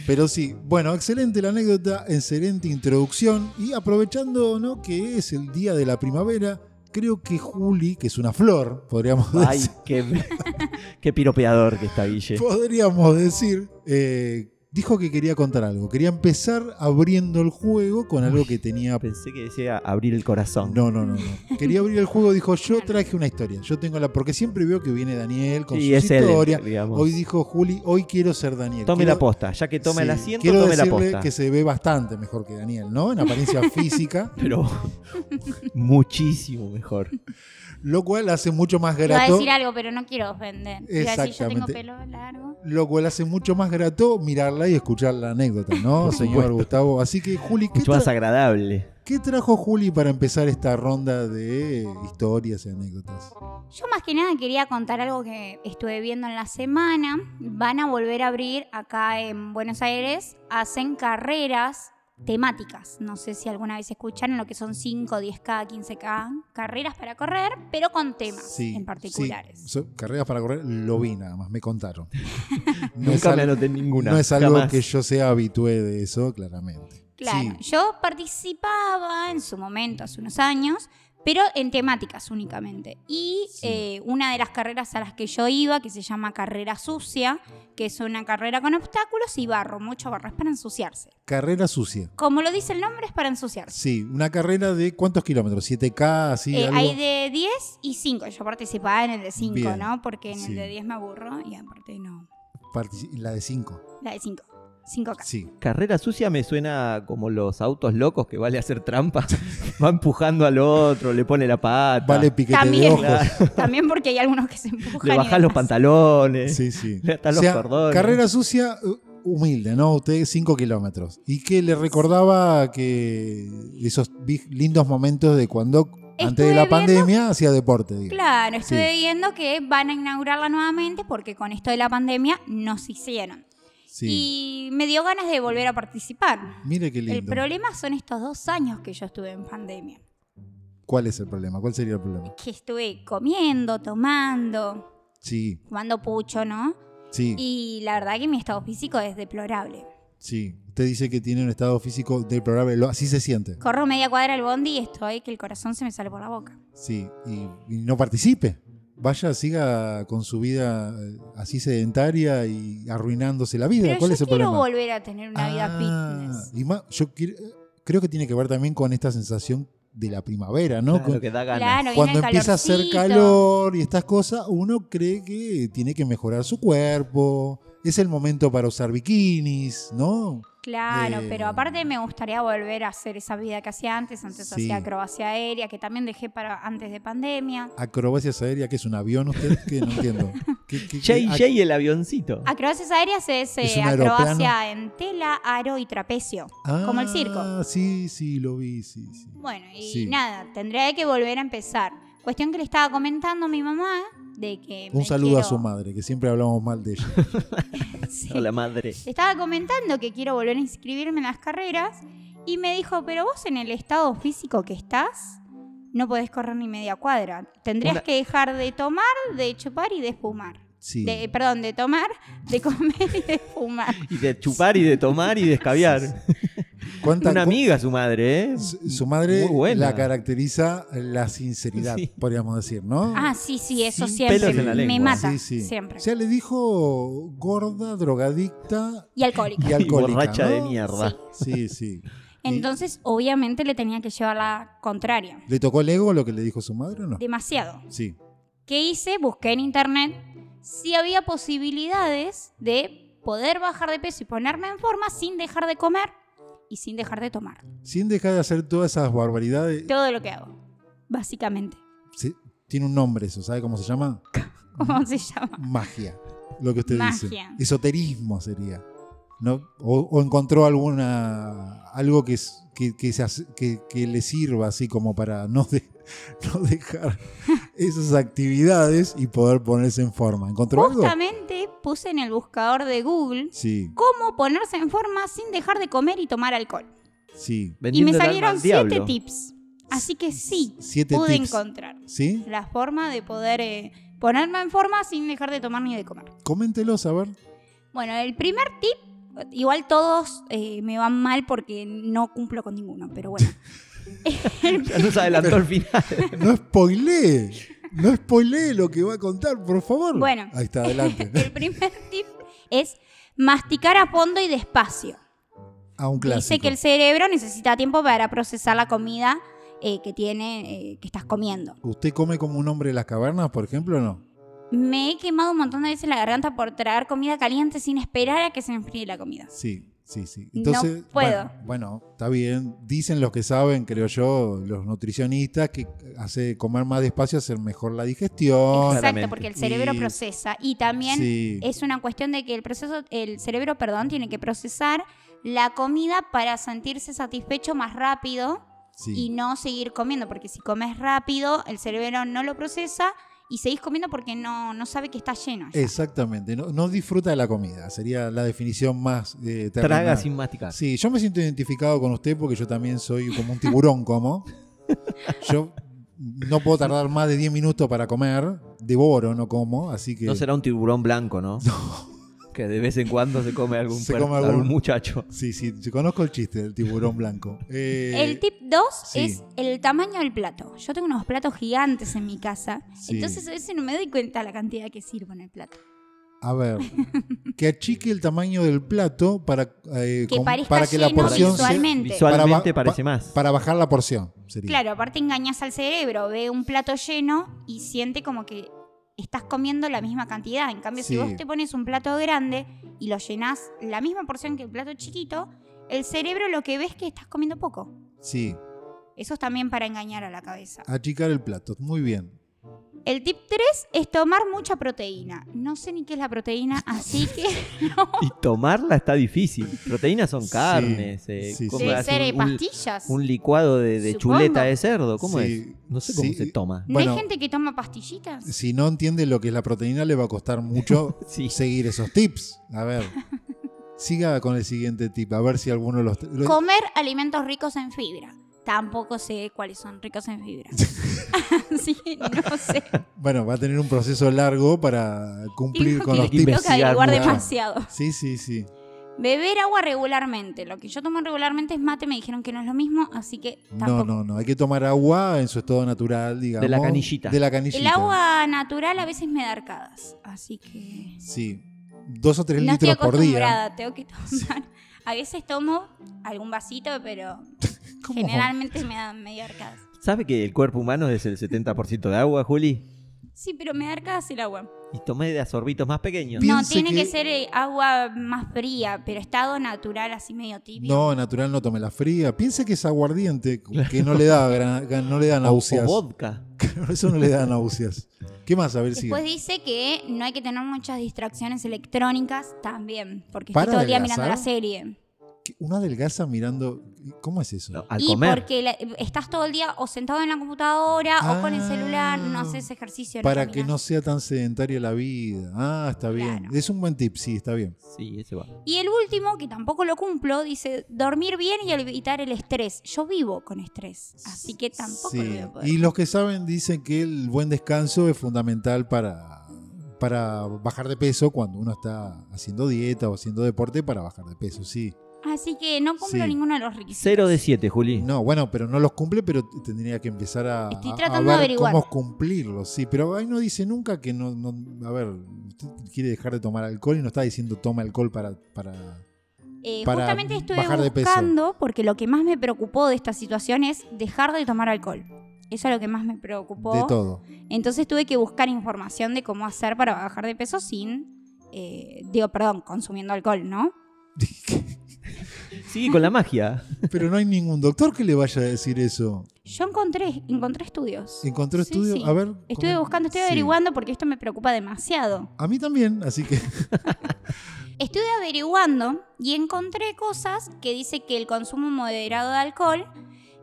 [SPEAKER 2] Pero sí, bueno, excelente la anécdota, excelente introducción y aprovechando ¿no? que es el día de la primavera, creo que Juli, que es una flor, podríamos
[SPEAKER 3] Ay,
[SPEAKER 2] decir,
[SPEAKER 3] qué, qué piropeador que está Guille.
[SPEAKER 2] podríamos decir eh, dijo que quería contar algo, quería empezar abriendo el juego con algo que tenía...
[SPEAKER 3] Pensé que decía abrir el corazón.
[SPEAKER 2] No, no, no, no. Quería abrir el juego, dijo, yo traje una historia, yo tengo la... Porque siempre veo que viene Daniel con
[SPEAKER 3] y
[SPEAKER 2] sus
[SPEAKER 3] es
[SPEAKER 2] historias.
[SPEAKER 3] él, digamos.
[SPEAKER 2] Hoy dijo Juli, hoy quiero ser Daniel.
[SPEAKER 3] tome
[SPEAKER 2] Quiero-
[SPEAKER 3] la posta. Ya que toma el
[SPEAKER 2] Sí,
[SPEAKER 3] asiento,
[SPEAKER 2] Quiero
[SPEAKER 3] tome la
[SPEAKER 2] decirle
[SPEAKER 3] posta.
[SPEAKER 2] que se ve bastante mejor que Daniel, ¿no? En apariencia física,
[SPEAKER 3] Pero muchísimo mejor.
[SPEAKER 2] lo cual hace mucho más
[SPEAKER 1] Iba a
[SPEAKER 2] grato.
[SPEAKER 1] decir algo, pero no quiero ofender. Iba a decir, yo tengo
[SPEAKER 2] Exactamente.
[SPEAKER 1] pelo largo.
[SPEAKER 2] Lo cual hace mucho más grato mirarla y escuchar la anécdota, ¿no,
[SPEAKER 3] Por
[SPEAKER 2] señor
[SPEAKER 3] supuesto.
[SPEAKER 2] Gustavo? Así que, Juli, ¿qué,
[SPEAKER 3] Mucho más
[SPEAKER 2] tra-
[SPEAKER 3] agradable.
[SPEAKER 2] qué trajo Juli para empezar esta ronda de historias y anécdotas?
[SPEAKER 1] Yo más que nada quería contar algo que estuve viendo en la semana. Van a volver a abrir acá en Buenos Aires. Hacen carreras temáticas. No sé si alguna vez escucharon lo que son 5, 10K, 15K. Carreras para correr, pero con temas
[SPEAKER 2] Sí,
[SPEAKER 1] en particulares.
[SPEAKER 2] sí. So- carreras para correr, lo vi nada más, me contaron. No es
[SPEAKER 3] Nunca me
[SPEAKER 2] al-
[SPEAKER 3] anoté ninguna.
[SPEAKER 2] no es algo
[SPEAKER 3] jamás.
[SPEAKER 2] que yo sea habitué de eso, claramente.
[SPEAKER 1] Claro,
[SPEAKER 2] Sí,
[SPEAKER 1] yo participaba en su momento, hace unos años, pero en temáticas únicamente. Y
[SPEAKER 3] Sí.
[SPEAKER 1] eh, una de las carreras a las que yo iba, que se llama carrera sucia, que es una carrera con obstáculos y barro, mucho barro, es para ensuciarse.
[SPEAKER 2] Carrera sucia.
[SPEAKER 1] Como lo dice el nombre, es para ensuciarse.
[SPEAKER 2] Sí, una carrera de cuántos kilómetros, 7K, así.
[SPEAKER 1] Eh,
[SPEAKER 2] algo?
[SPEAKER 1] hay de 10 y 5. Yo participaba en el de 5,
[SPEAKER 2] Bien.
[SPEAKER 1] ¿no? Porque en
[SPEAKER 2] Sí.
[SPEAKER 1] el de 10 me aburro y aparte no.
[SPEAKER 2] Partici- La de 5.
[SPEAKER 1] La de 5. 5K.
[SPEAKER 2] Sí.
[SPEAKER 3] Carrera sucia me suena como los autos locos que vale hacer trampa. Va empujando al otro, le pone la pata,
[SPEAKER 2] Vale piquete de
[SPEAKER 1] También,
[SPEAKER 2] ojos.
[SPEAKER 1] también porque hay algunos que se empujan.
[SPEAKER 3] le
[SPEAKER 1] y
[SPEAKER 3] baja los
[SPEAKER 1] demás.
[SPEAKER 3] pantalones,
[SPEAKER 2] Sí, sí.
[SPEAKER 3] le ata los
[SPEAKER 2] O sea,
[SPEAKER 3] cordones.
[SPEAKER 2] Carrera sucia eh, humilde, ¿no? Usted 5 kilómetros. Y que le recordaba que esos vi- lindos momentos de cuando, antes de
[SPEAKER 1] Estuve
[SPEAKER 2] la
[SPEAKER 1] viendo-
[SPEAKER 2] pandemia, hacía deporte. digo.
[SPEAKER 1] Claro, estuve viendo que van a inaugurarla nuevamente porque con esto de la pandemia nos hicieron.
[SPEAKER 2] Sí.
[SPEAKER 1] Y me dio ganas de volver a participar.
[SPEAKER 2] Mire qué
[SPEAKER 1] El
[SPEAKER 2] lindo.
[SPEAKER 1] problema son estos dos años que yo estuve en pandemia.
[SPEAKER 2] ¿Cuál es el problema? ¿Cuál sería el problema?
[SPEAKER 1] Que estuve comiendo, tomando,
[SPEAKER 2] Sí,
[SPEAKER 1] fumando pucho, ¿no?
[SPEAKER 2] sí,
[SPEAKER 1] Y la verdad que mi estado físico es deplorable.
[SPEAKER 2] sí. Usted dice que tiene un estado físico deplorable. lo- Así se siente.
[SPEAKER 1] Corro media cuadra al bondi y estoy que el corazón se me sale por la boca.
[SPEAKER 2] Sí. Y, y no participe. Vaya, siga con su vida eh, así sedentaria y arruinándose la vida.
[SPEAKER 1] Pero
[SPEAKER 2] ¿Cuál
[SPEAKER 1] yo
[SPEAKER 2] es el
[SPEAKER 1] quiero
[SPEAKER 2] problema?
[SPEAKER 1] volver a tener una vida
[SPEAKER 2] Ah,
[SPEAKER 1] fitness.
[SPEAKER 2] Y más, yo quiero- creo que tiene que ver también con esta sensación de la primavera, ¿no?
[SPEAKER 3] Claro,
[SPEAKER 2] Con-
[SPEAKER 3] Ah, que da ganas.
[SPEAKER 1] Claro,
[SPEAKER 2] cuando
[SPEAKER 1] viene el
[SPEAKER 2] empieza a hacer
[SPEAKER 1] calorcito.
[SPEAKER 2] calor y estas cosas, uno cree que tiene que mejorar su cuerpo. Es el momento para usar bikinis, ¿no?
[SPEAKER 1] Claro,
[SPEAKER 2] Eh,
[SPEAKER 1] pero aparte me gustaría volver a hacer esa vida que hacía antes. Antes
[SPEAKER 2] Sí.
[SPEAKER 1] hacía acrobacia aérea, que también dejé para antes de pandemia.
[SPEAKER 2] Acrobacias aérea, que es un avión, usted, que no entiendo. ¿Qué- qué- qué-
[SPEAKER 3] JJ y el avioncito.
[SPEAKER 1] Acrobacias aéreas es, eh,
[SPEAKER 2] ¿Es un
[SPEAKER 1] acrobacia
[SPEAKER 2] aeroplano?
[SPEAKER 1] en tela, aro y trapecio.
[SPEAKER 2] Ah,
[SPEAKER 1] como el circo.
[SPEAKER 2] Sí, sí, lo vi, sí, sí.
[SPEAKER 1] Bueno, y
[SPEAKER 2] Sí.
[SPEAKER 1] nada, tendré que volver a empezar. Cuestión que le estaba comentando a mi mamá de que.
[SPEAKER 2] Un
[SPEAKER 1] me
[SPEAKER 2] saludo a
[SPEAKER 1] quiero-
[SPEAKER 2] su madre, que siempre hablamos mal de ella.
[SPEAKER 1] Sí.
[SPEAKER 3] A la madre.
[SPEAKER 1] Le estaba comentando que quiero volver a inscribirme en las carreras y me dijo, pero vos en el estado físico que estás, no podés correr ni media cuadra. Tendrías
[SPEAKER 3] Una-
[SPEAKER 1] que dejar de tomar, de chupar y de fumar.
[SPEAKER 2] Sí.
[SPEAKER 1] De- perdón, de tomar, de comer y de fumar.
[SPEAKER 3] Y de chupar y de tomar y de escabiar.
[SPEAKER 2] ¿Cuánta-
[SPEAKER 3] Una
[SPEAKER 2] cu-
[SPEAKER 3] amiga su madre, ¿eh?
[SPEAKER 2] Su su madre
[SPEAKER 3] Muy buena.
[SPEAKER 2] la caracteriza la sinceridad,
[SPEAKER 3] Sí.
[SPEAKER 2] podríamos decir, ¿no?
[SPEAKER 1] Ah, sí, sí, eso
[SPEAKER 2] Sin
[SPEAKER 1] siempre
[SPEAKER 3] pelos en la
[SPEAKER 1] me
[SPEAKER 3] lengua.
[SPEAKER 1] mata.
[SPEAKER 2] Sí, sí.
[SPEAKER 1] Siempre.
[SPEAKER 2] O sea, le dijo gorda, drogadicta
[SPEAKER 1] Y alcohólico.
[SPEAKER 2] y alcohólica.
[SPEAKER 3] borracha de
[SPEAKER 2] ¿no?
[SPEAKER 3] mierda.
[SPEAKER 2] Sí, sí. Y
[SPEAKER 1] Entonces, obviamente le tenía que llevar la contraria.
[SPEAKER 2] ¿Le tocó el ego lo que le dijo su madre o no?
[SPEAKER 1] Demasiado.
[SPEAKER 2] Sí.
[SPEAKER 1] ¿Qué hice? Busqué en internet si había posibilidades de poder bajar de peso y ponerme en forma sin dejar de comer y sin dejar de tomar.
[SPEAKER 2] Sin dejar de hacer todas esas barbaridades.
[SPEAKER 1] Todo lo que hago, básicamente.
[SPEAKER 2] Se- tiene un nombre eso, ¿sabe cómo se llama?
[SPEAKER 1] ¿Cómo se llama?
[SPEAKER 2] Magia. Lo que usted dice.
[SPEAKER 1] Magia.
[SPEAKER 2] Esoterismo sería. ¿No? O, o encontró alguna algo que, es- que, que se hace- que- que le sirva así como para no, de- no dejar esas actividades y poder ponerse en forma. ¿Encontró algo?
[SPEAKER 1] Justamente puse en el buscador de Google
[SPEAKER 2] Sí,
[SPEAKER 1] cómo ponerse en forma sin dejar de comer y tomar alcohol.
[SPEAKER 2] sí.
[SPEAKER 1] Y me
[SPEAKER 3] Vendiendo el alma
[SPEAKER 1] salieron
[SPEAKER 3] al
[SPEAKER 1] siete
[SPEAKER 3] diablo.
[SPEAKER 1] tips. Así que sí,
[SPEAKER 2] Siete
[SPEAKER 1] pude
[SPEAKER 2] tips.
[SPEAKER 1] encontrar
[SPEAKER 2] ¿Sí?
[SPEAKER 1] la forma de poder eh, ponerme en forma sin dejar de tomar ni de comer.
[SPEAKER 2] Coméntelos, a ver.
[SPEAKER 1] Bueno, el primer tip, igual todos eh, me van mal porque no cumplo con ninguno, pero bueno.
[SPEAKER 3] Ya nos adelantó el final.
[SPEAKER 2] No spoilee. No spoilee lo que va a contar, por favor.
[SPEAKER 1] Bueno.
[SPEAKER 2] Ahí está, adelante.
[SPEAKER 1] el primer tip es masticar a fondo y despacio.
[SPEAKER 2] A un clásico.
[SPEAKER 1] Dice que el cerebro necesita tiempo para procesar la comida eh, que tiene, eh, que estás comiendo.
[SPEAKER 2] ¿Usted come como un hombre de las cavernas, por ejemplo, o no?
[SPEAKER 1] Me he quemado un montón de veces la garganta por traer comida caliente sin esperar a que se enfríe la comida.
[SPEAKER 2] Sí, sí, sí.
[SPEAKER 1] No
[SPEAKER 2] Entonces,
[SPEAKER 1] puedo.
[SPEAKER 2] Bueno, bueno, está bien. Dicen los que saben, creo yo, los nutricionistas, que hace comer más despacio, hacer mejor la digestión.
[SPEAKER 1] Exacto,
[SPEAKER 3] Claramente.
[SPEAKER 1] porque el cerebro
[SPEAKER 2] Oh, Y-
[SPEAKER 1] procesa y también
[SPEAKER 2] Sí,
[SPEAKER 1] Es una cuestión de que el proceso, el cerebro, perdón, tiene que procesar la comida para sentirse satisfecho más rápido y
[SPEAKER 2] sí.
[SPEAKER 1] no seguir comiendo, porque si comes rápido, el cerebro no lo procesa y seguís comiendo porque no, no sabe que está lleno. ya.
[SPEAKER 2] Exactamente. No, no disfruta de la comida. Sería la definición más eh,
[SPEAKER 3] Traga
[SPEAKER 2] terrenal.
[SPEAKER 3] sin masticar.
[SPEAKER 2] Sí, yo me siento identificado con usted porque yo también soy como un tiburón, como. Yo no puedo tardar más de 10 minutos para comer, devoro, no como, así que...
[SPEAKER 3] No será un tiburón blanco, ¿no? que de vez en cuando se come algún,
[SPEAKER 2] Se
[SPEAKER 3] per-
[SPEAKER 2] come
[SPEAKER 3] algún
[SPEAKER 2] algún-
[SPEAKER 3] muchacho.
[SPEAKER 2] Sí, sí, yo conozco el chiste del tiburón blanco. Eh,
[SPEAKER 1] El tip 2
[SPEAKER 2] sí.
[SPEAKER 1] es el tamaño del plato. Yo tengo unos platos gigantes en mi casa,
[SPEAKER 2] Sí.
[SPEAKER 1] entonces a veces no me doy cuenta la cantidad que sirvo en el plato.
[SPEAKER 2] A ver, que achique el tamaño del plato para, eh,
[SPEAKER 1] Que
[SPEAKER 2] con-
[SPEAKER 1] parezca
[SPEAKER 2] para que la
[SPEAKER 1] lleno
[SPEAKER 2] porción se-
[SPEAKER 1] visualmente.
[SPEAKER 3] Visualmente
[SPEAKER 2] Para ba-
[SPEAKER 3] parece más.
[SPEAKER 2] para bajar la porción. Sería.
[SPEAKER 1] Claro, aparte engañas al cerebro, ve un plato lleno y siente como que estás comiendo la misma cantidad. En cambio,
[SPEAKER 2] Sí.
[SPEAKER 1] si vos te pones un plato grande y lo llenas la misma porción que el plato chiquito, el cerebro lo que ve es que estás comiendo poco.
[SPEAKER 2] Sí,
[SPEAKER 1] Eso es también para engañar a la cabeza.
[SPEAKER 2] achicar el plato. Muy bien.
[SPEAKER 1] El tip 3 es tomar mucha proteína. No sé ni qué es la proteína, así que
[SPEAKER 3] Y tomarla está difícil. Proteínas son
[SPEAKER 2] Sí,
[SPEAKER 3] carnes. eh,
[SPEAKER 2] sí,
[SPEAKER 3] ¿cómo
[SPEAKER 2] sí.
[SPEAKER 1] debe
[SPEAKER 3] hace
[SPEAKER 1] ser
[SPEAKER 3] un-
[SPEAKER 1] eh,
[SPEAKER 3] un,
[SPEAKER 1] pastillas.
[SPEAKER 3] un licuado de, de
[SPEAKER 1] Supongo.
[SPEAKER 3] chuleta de cerdo? ¿Cómo
[SPEAKER 2] Sí,
[SPEAKER 3] es? No sé cómo
[SPEAKER 2] sí.
[SPEAKER 3] se toma.
[SPEAKER 1] ¿No
[SPEAKER 2] bueno.
[SPEAKER 1] hay gente que toma pastillitas?
[SPEAKER 2] Si no entiende lo que es la proteína, le va a costar mucho
[SPEAKER 3] Sí.
[SPEAKER 2] seguir esos tips. A ver, siga con el siguiente tip, a ver si alguno los... los-
[SPEAKER 1] Comer alimentos ricos en fibra. Tampoco sé cuáles son ricos en fibra. Así que no sé.
[SPEAKER 2] bueno, va a tener un proceso largo para cumplir
[SPEAKER 1] Tengo
[SPEAKER 2] con
[SPEAKER 1] que-
[SPEAKER 2] los
[SPEAKER 1] tengo
[SPEAKER 2] tips.
[SPEAKER 1] que averiguar
[SPEAKER 2] mucho.
[SPEAKER 1] demasiado.
[SPEAKER 2] Sí, sí, sí.
[SPEAKER 1] Beber agua regularmente. Lo que yo tomo regularmente es mate. Me dijeron que no es lo mismo, así que
[SPEAKER 2] No,
[SPEAKER 1] tampoco.
[SPEAKER 2] no, no. Hay que tomar agua en su estado natural, digamos.
[SPEAKER 3] la canillita.
[SPEAKER 2] De la canillita.
[SPEAKER 1] El agua natural a veces me da arcadas. Así que.
[SPEAKER 2] Sí. Dos o tres
[SPEAKER 1] no estoy
[SPEAKER 2] litros por día.
[SPEAKER 1] acostumbrada. Tengo que tomar. A veces tomo algún vasito, pero
[SPEAKER 2] ¿Cómo?
[SPEAKER 1] generalmente me dan medio arcadas.
[SPEAKER 3] ¿Sabe que el cuerpo humano es el 70% de agua, Juli?
[SPEAKER 1] Sí, pero me da arcadas el agua.
[SPEAKER 3] Y tomé de azorbitos más pequeños.
[SPEAKER 2] Bien.
[SPEAKER 1] No,
[SPEAKER 2] Piense
[SPEAKER 1] tiene que,
[SPEAKER 2] que-
[SPEAKER 1] ser eh, agua más fría, pero estado natural, así medio tibio.
[SPEAKER 2] No, natural no tome la fría. Piensa que es aguardiente, que no le da, gran- gan- no le da
[SPEAKER 3] O,
[SPEAKER 2] náuseas.
[SPEAKER 3] o vodka.
[SPEAKER 2] Eso no le da náuseas. ¿Qué más? A ver si.
[SPEAKER 1] Después dice que no hay que tener muchas distracciones electrónicas también, porque
[SPEAKER 2] ¿Para
[SPEAKER 1] estoy todo el día
[SPEAKER 2] adelgazar?
[SPEAKER 1] mirando la serie.
[SPEAKER 2] Una delgaza mirando. ¿Cómo es eso?
[SPEAKER 3] No, al
[SPEAKER 1] y
[SPEAKER 3] comer.
[SPEAKER 1] porque la- estás todo el día o sentado en la computadora o con el
[SPEAKER 2] Ah,
[SPEAKER 1] celular, no haces ejercicio. no
[SPEAKER 2] Para que
[SPEAKER 1] caminas.
[SPEAKER 2] no sea tan sedentaria la vida. Ah, está bien.
[SPEAKER 1] Claro.
[SPEAKER 2] Es un buen tip, sí, está bien.
[SPEAKER 3] Sí, ese va.
[SPEAKER 1] Y el último, que tampoco lo cumplo, dice dormir bien y evitar el estrés. Yo vivo con estrés, así que tampoco
[SPEAKER 2] Sí.
[SPEAKER 1] lo voy a poder.
[SPEAKER 2] Y los que saben dicen que el buen descanso es fundamental para, para bajar de peso cuando uno está haciendo dieta o haciendo deporte para bajar de peso, sí.
[SPEAKER 1] Así que no cumplo
[SPEAKER 2] Sí.
[SPEAKER 1] ninguno de los requisitos.
[SPEAKER 3] Cero de siete, Juli.
[SPEAKER 2] No, bueno, pero no los cumple, pero t- tendría que empezar a,
[SPEAKER 1] Estoy
[SPEAKER 2] a- a
[SPEAKER 1] tratando de
[SPEAKER 2] ver
[SPEAKER 1] averiguar.
[SPEAKER 2] cómo cumplirlos, sí. Pero ahí no dice nunca que no, no- A ver, usted quiere dejar de tomar alcohol y no está diciendo toma alcohol para... para
[SPEAKER 1] Eh,
[SPEAKER 2] para
[SPEAKER 1] justamente estuve
[SPEAKER 2] bajar de peso.
[SPEAKER 1] buscando, porque lo que más me preocupó de esta situación es dejar de tomar alcohol. Eso es lo que más me preocupó.
[SPEAKER 2] de todo.
[SPEAKER 1] Entonces tuve que buscar información de cómo hacer para bajar de peso sin, eh, digo, perdón, consumiendo alcohol, ¿no?
[SPEAKER 3] Sigue con la magia.
[SPEAKER 2] pero no hay ningún doctor que le vaya a decir eso.
[SPEAKER 1] Yo encontré, encontré estudios.
[SPEAKER 2] Encontró
[SPEAKER 1] Sí,
[SPEAKER 2] estudio...
[SPEAKER 1] sí.
[SPEAKER 2] A ver...
[SPEAKER 1] Estuve
[SPEAKER 2] comen-
[SPEAKER 1] buscando, estoy
[SPEAKER 2] sí.
[SPEAKER 1] averiguando porque esto me preocupa demasiado.
[SPEAKER 2] A mí también, así que...
[SPEAKER 1] Estuve averiguando y encontré cosas que dice que el consumo moderado de alcohol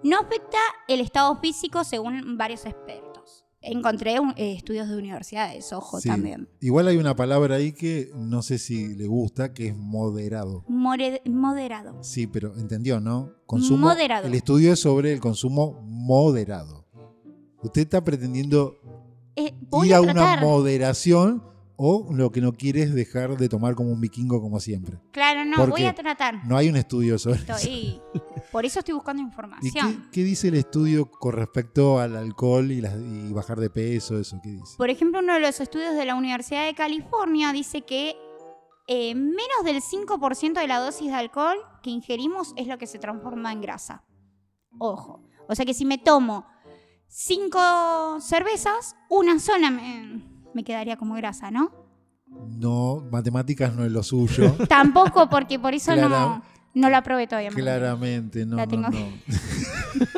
[SPEAKER 1] no afecta el estado físico según varios expertos. Encontré un- eh, estudios de universidades, ojo
[SPEAKER 2] Sí.
[SPEAKER 1] también.
[SPEAKER 2] Igual hay una palabra ahí que no sé si le gusta, que es moderado.
[SPEAKER 1] More- moderado.
[SPEAKER 2] Sí, pero entendió, ¿no? Consumo
[SPEAKER 1] Moderado.
[SPEAKER 2] El estudio es sobre el consumo moderado. Usted está pretendiendo
[SPEAKER 1] Eh, voy
[SPEAKER 2] ir
[SPEAKER 1] a
[SPEAKER 2] a una
[SPEAKER 1] tratar.
[SPEAKER 2] moderación o lo que no quiere es dejar de tomar como un vikingo como siempre.
[SPEAKER 1] Claro, no,
[SPEAKER 2] ¿Por
[SPEAKER 1] voy
[SPEAKER 2] qué?
[SPEAKER 1] a tratar.
[SPEAKER 2] No hay un estudio sobre eso.
[SPEAKER 1] Estoy- por eso estoy buscando
[SPEAKER 2] ¿Y qué,
[SPEAKER 1] información.
[SPEAKER 2] qué dice el estudio con respecto al alcohol y, las- y bajar de peso? Eso, ¿qué dice?
[SPEAKER 1] Por ejemplo, uno de los estudios de la Universidad de California dice que eh, menos del 5% de la dosis de alcohol que ingerimos es lo que se transforma en grasa. Ojo. O sea que si me tomo 5 cervezas, una sola me, me quedaría como grasa, ¿no?
[SPEAKER 2] No, matemáticas no es lo suyo.
[SPEAKER 1] Tampoco porque por eso
[SPEAKER 2] Clara-
[SPEAKER 1] no, no lo aprobé todavía. María.
[SPEAKER 2] Claramente, no,
[SPEAKER 1] La
[SPEAKER 2] no,
[SPEAKER 1] tengo-
[SPEAKER 2] no.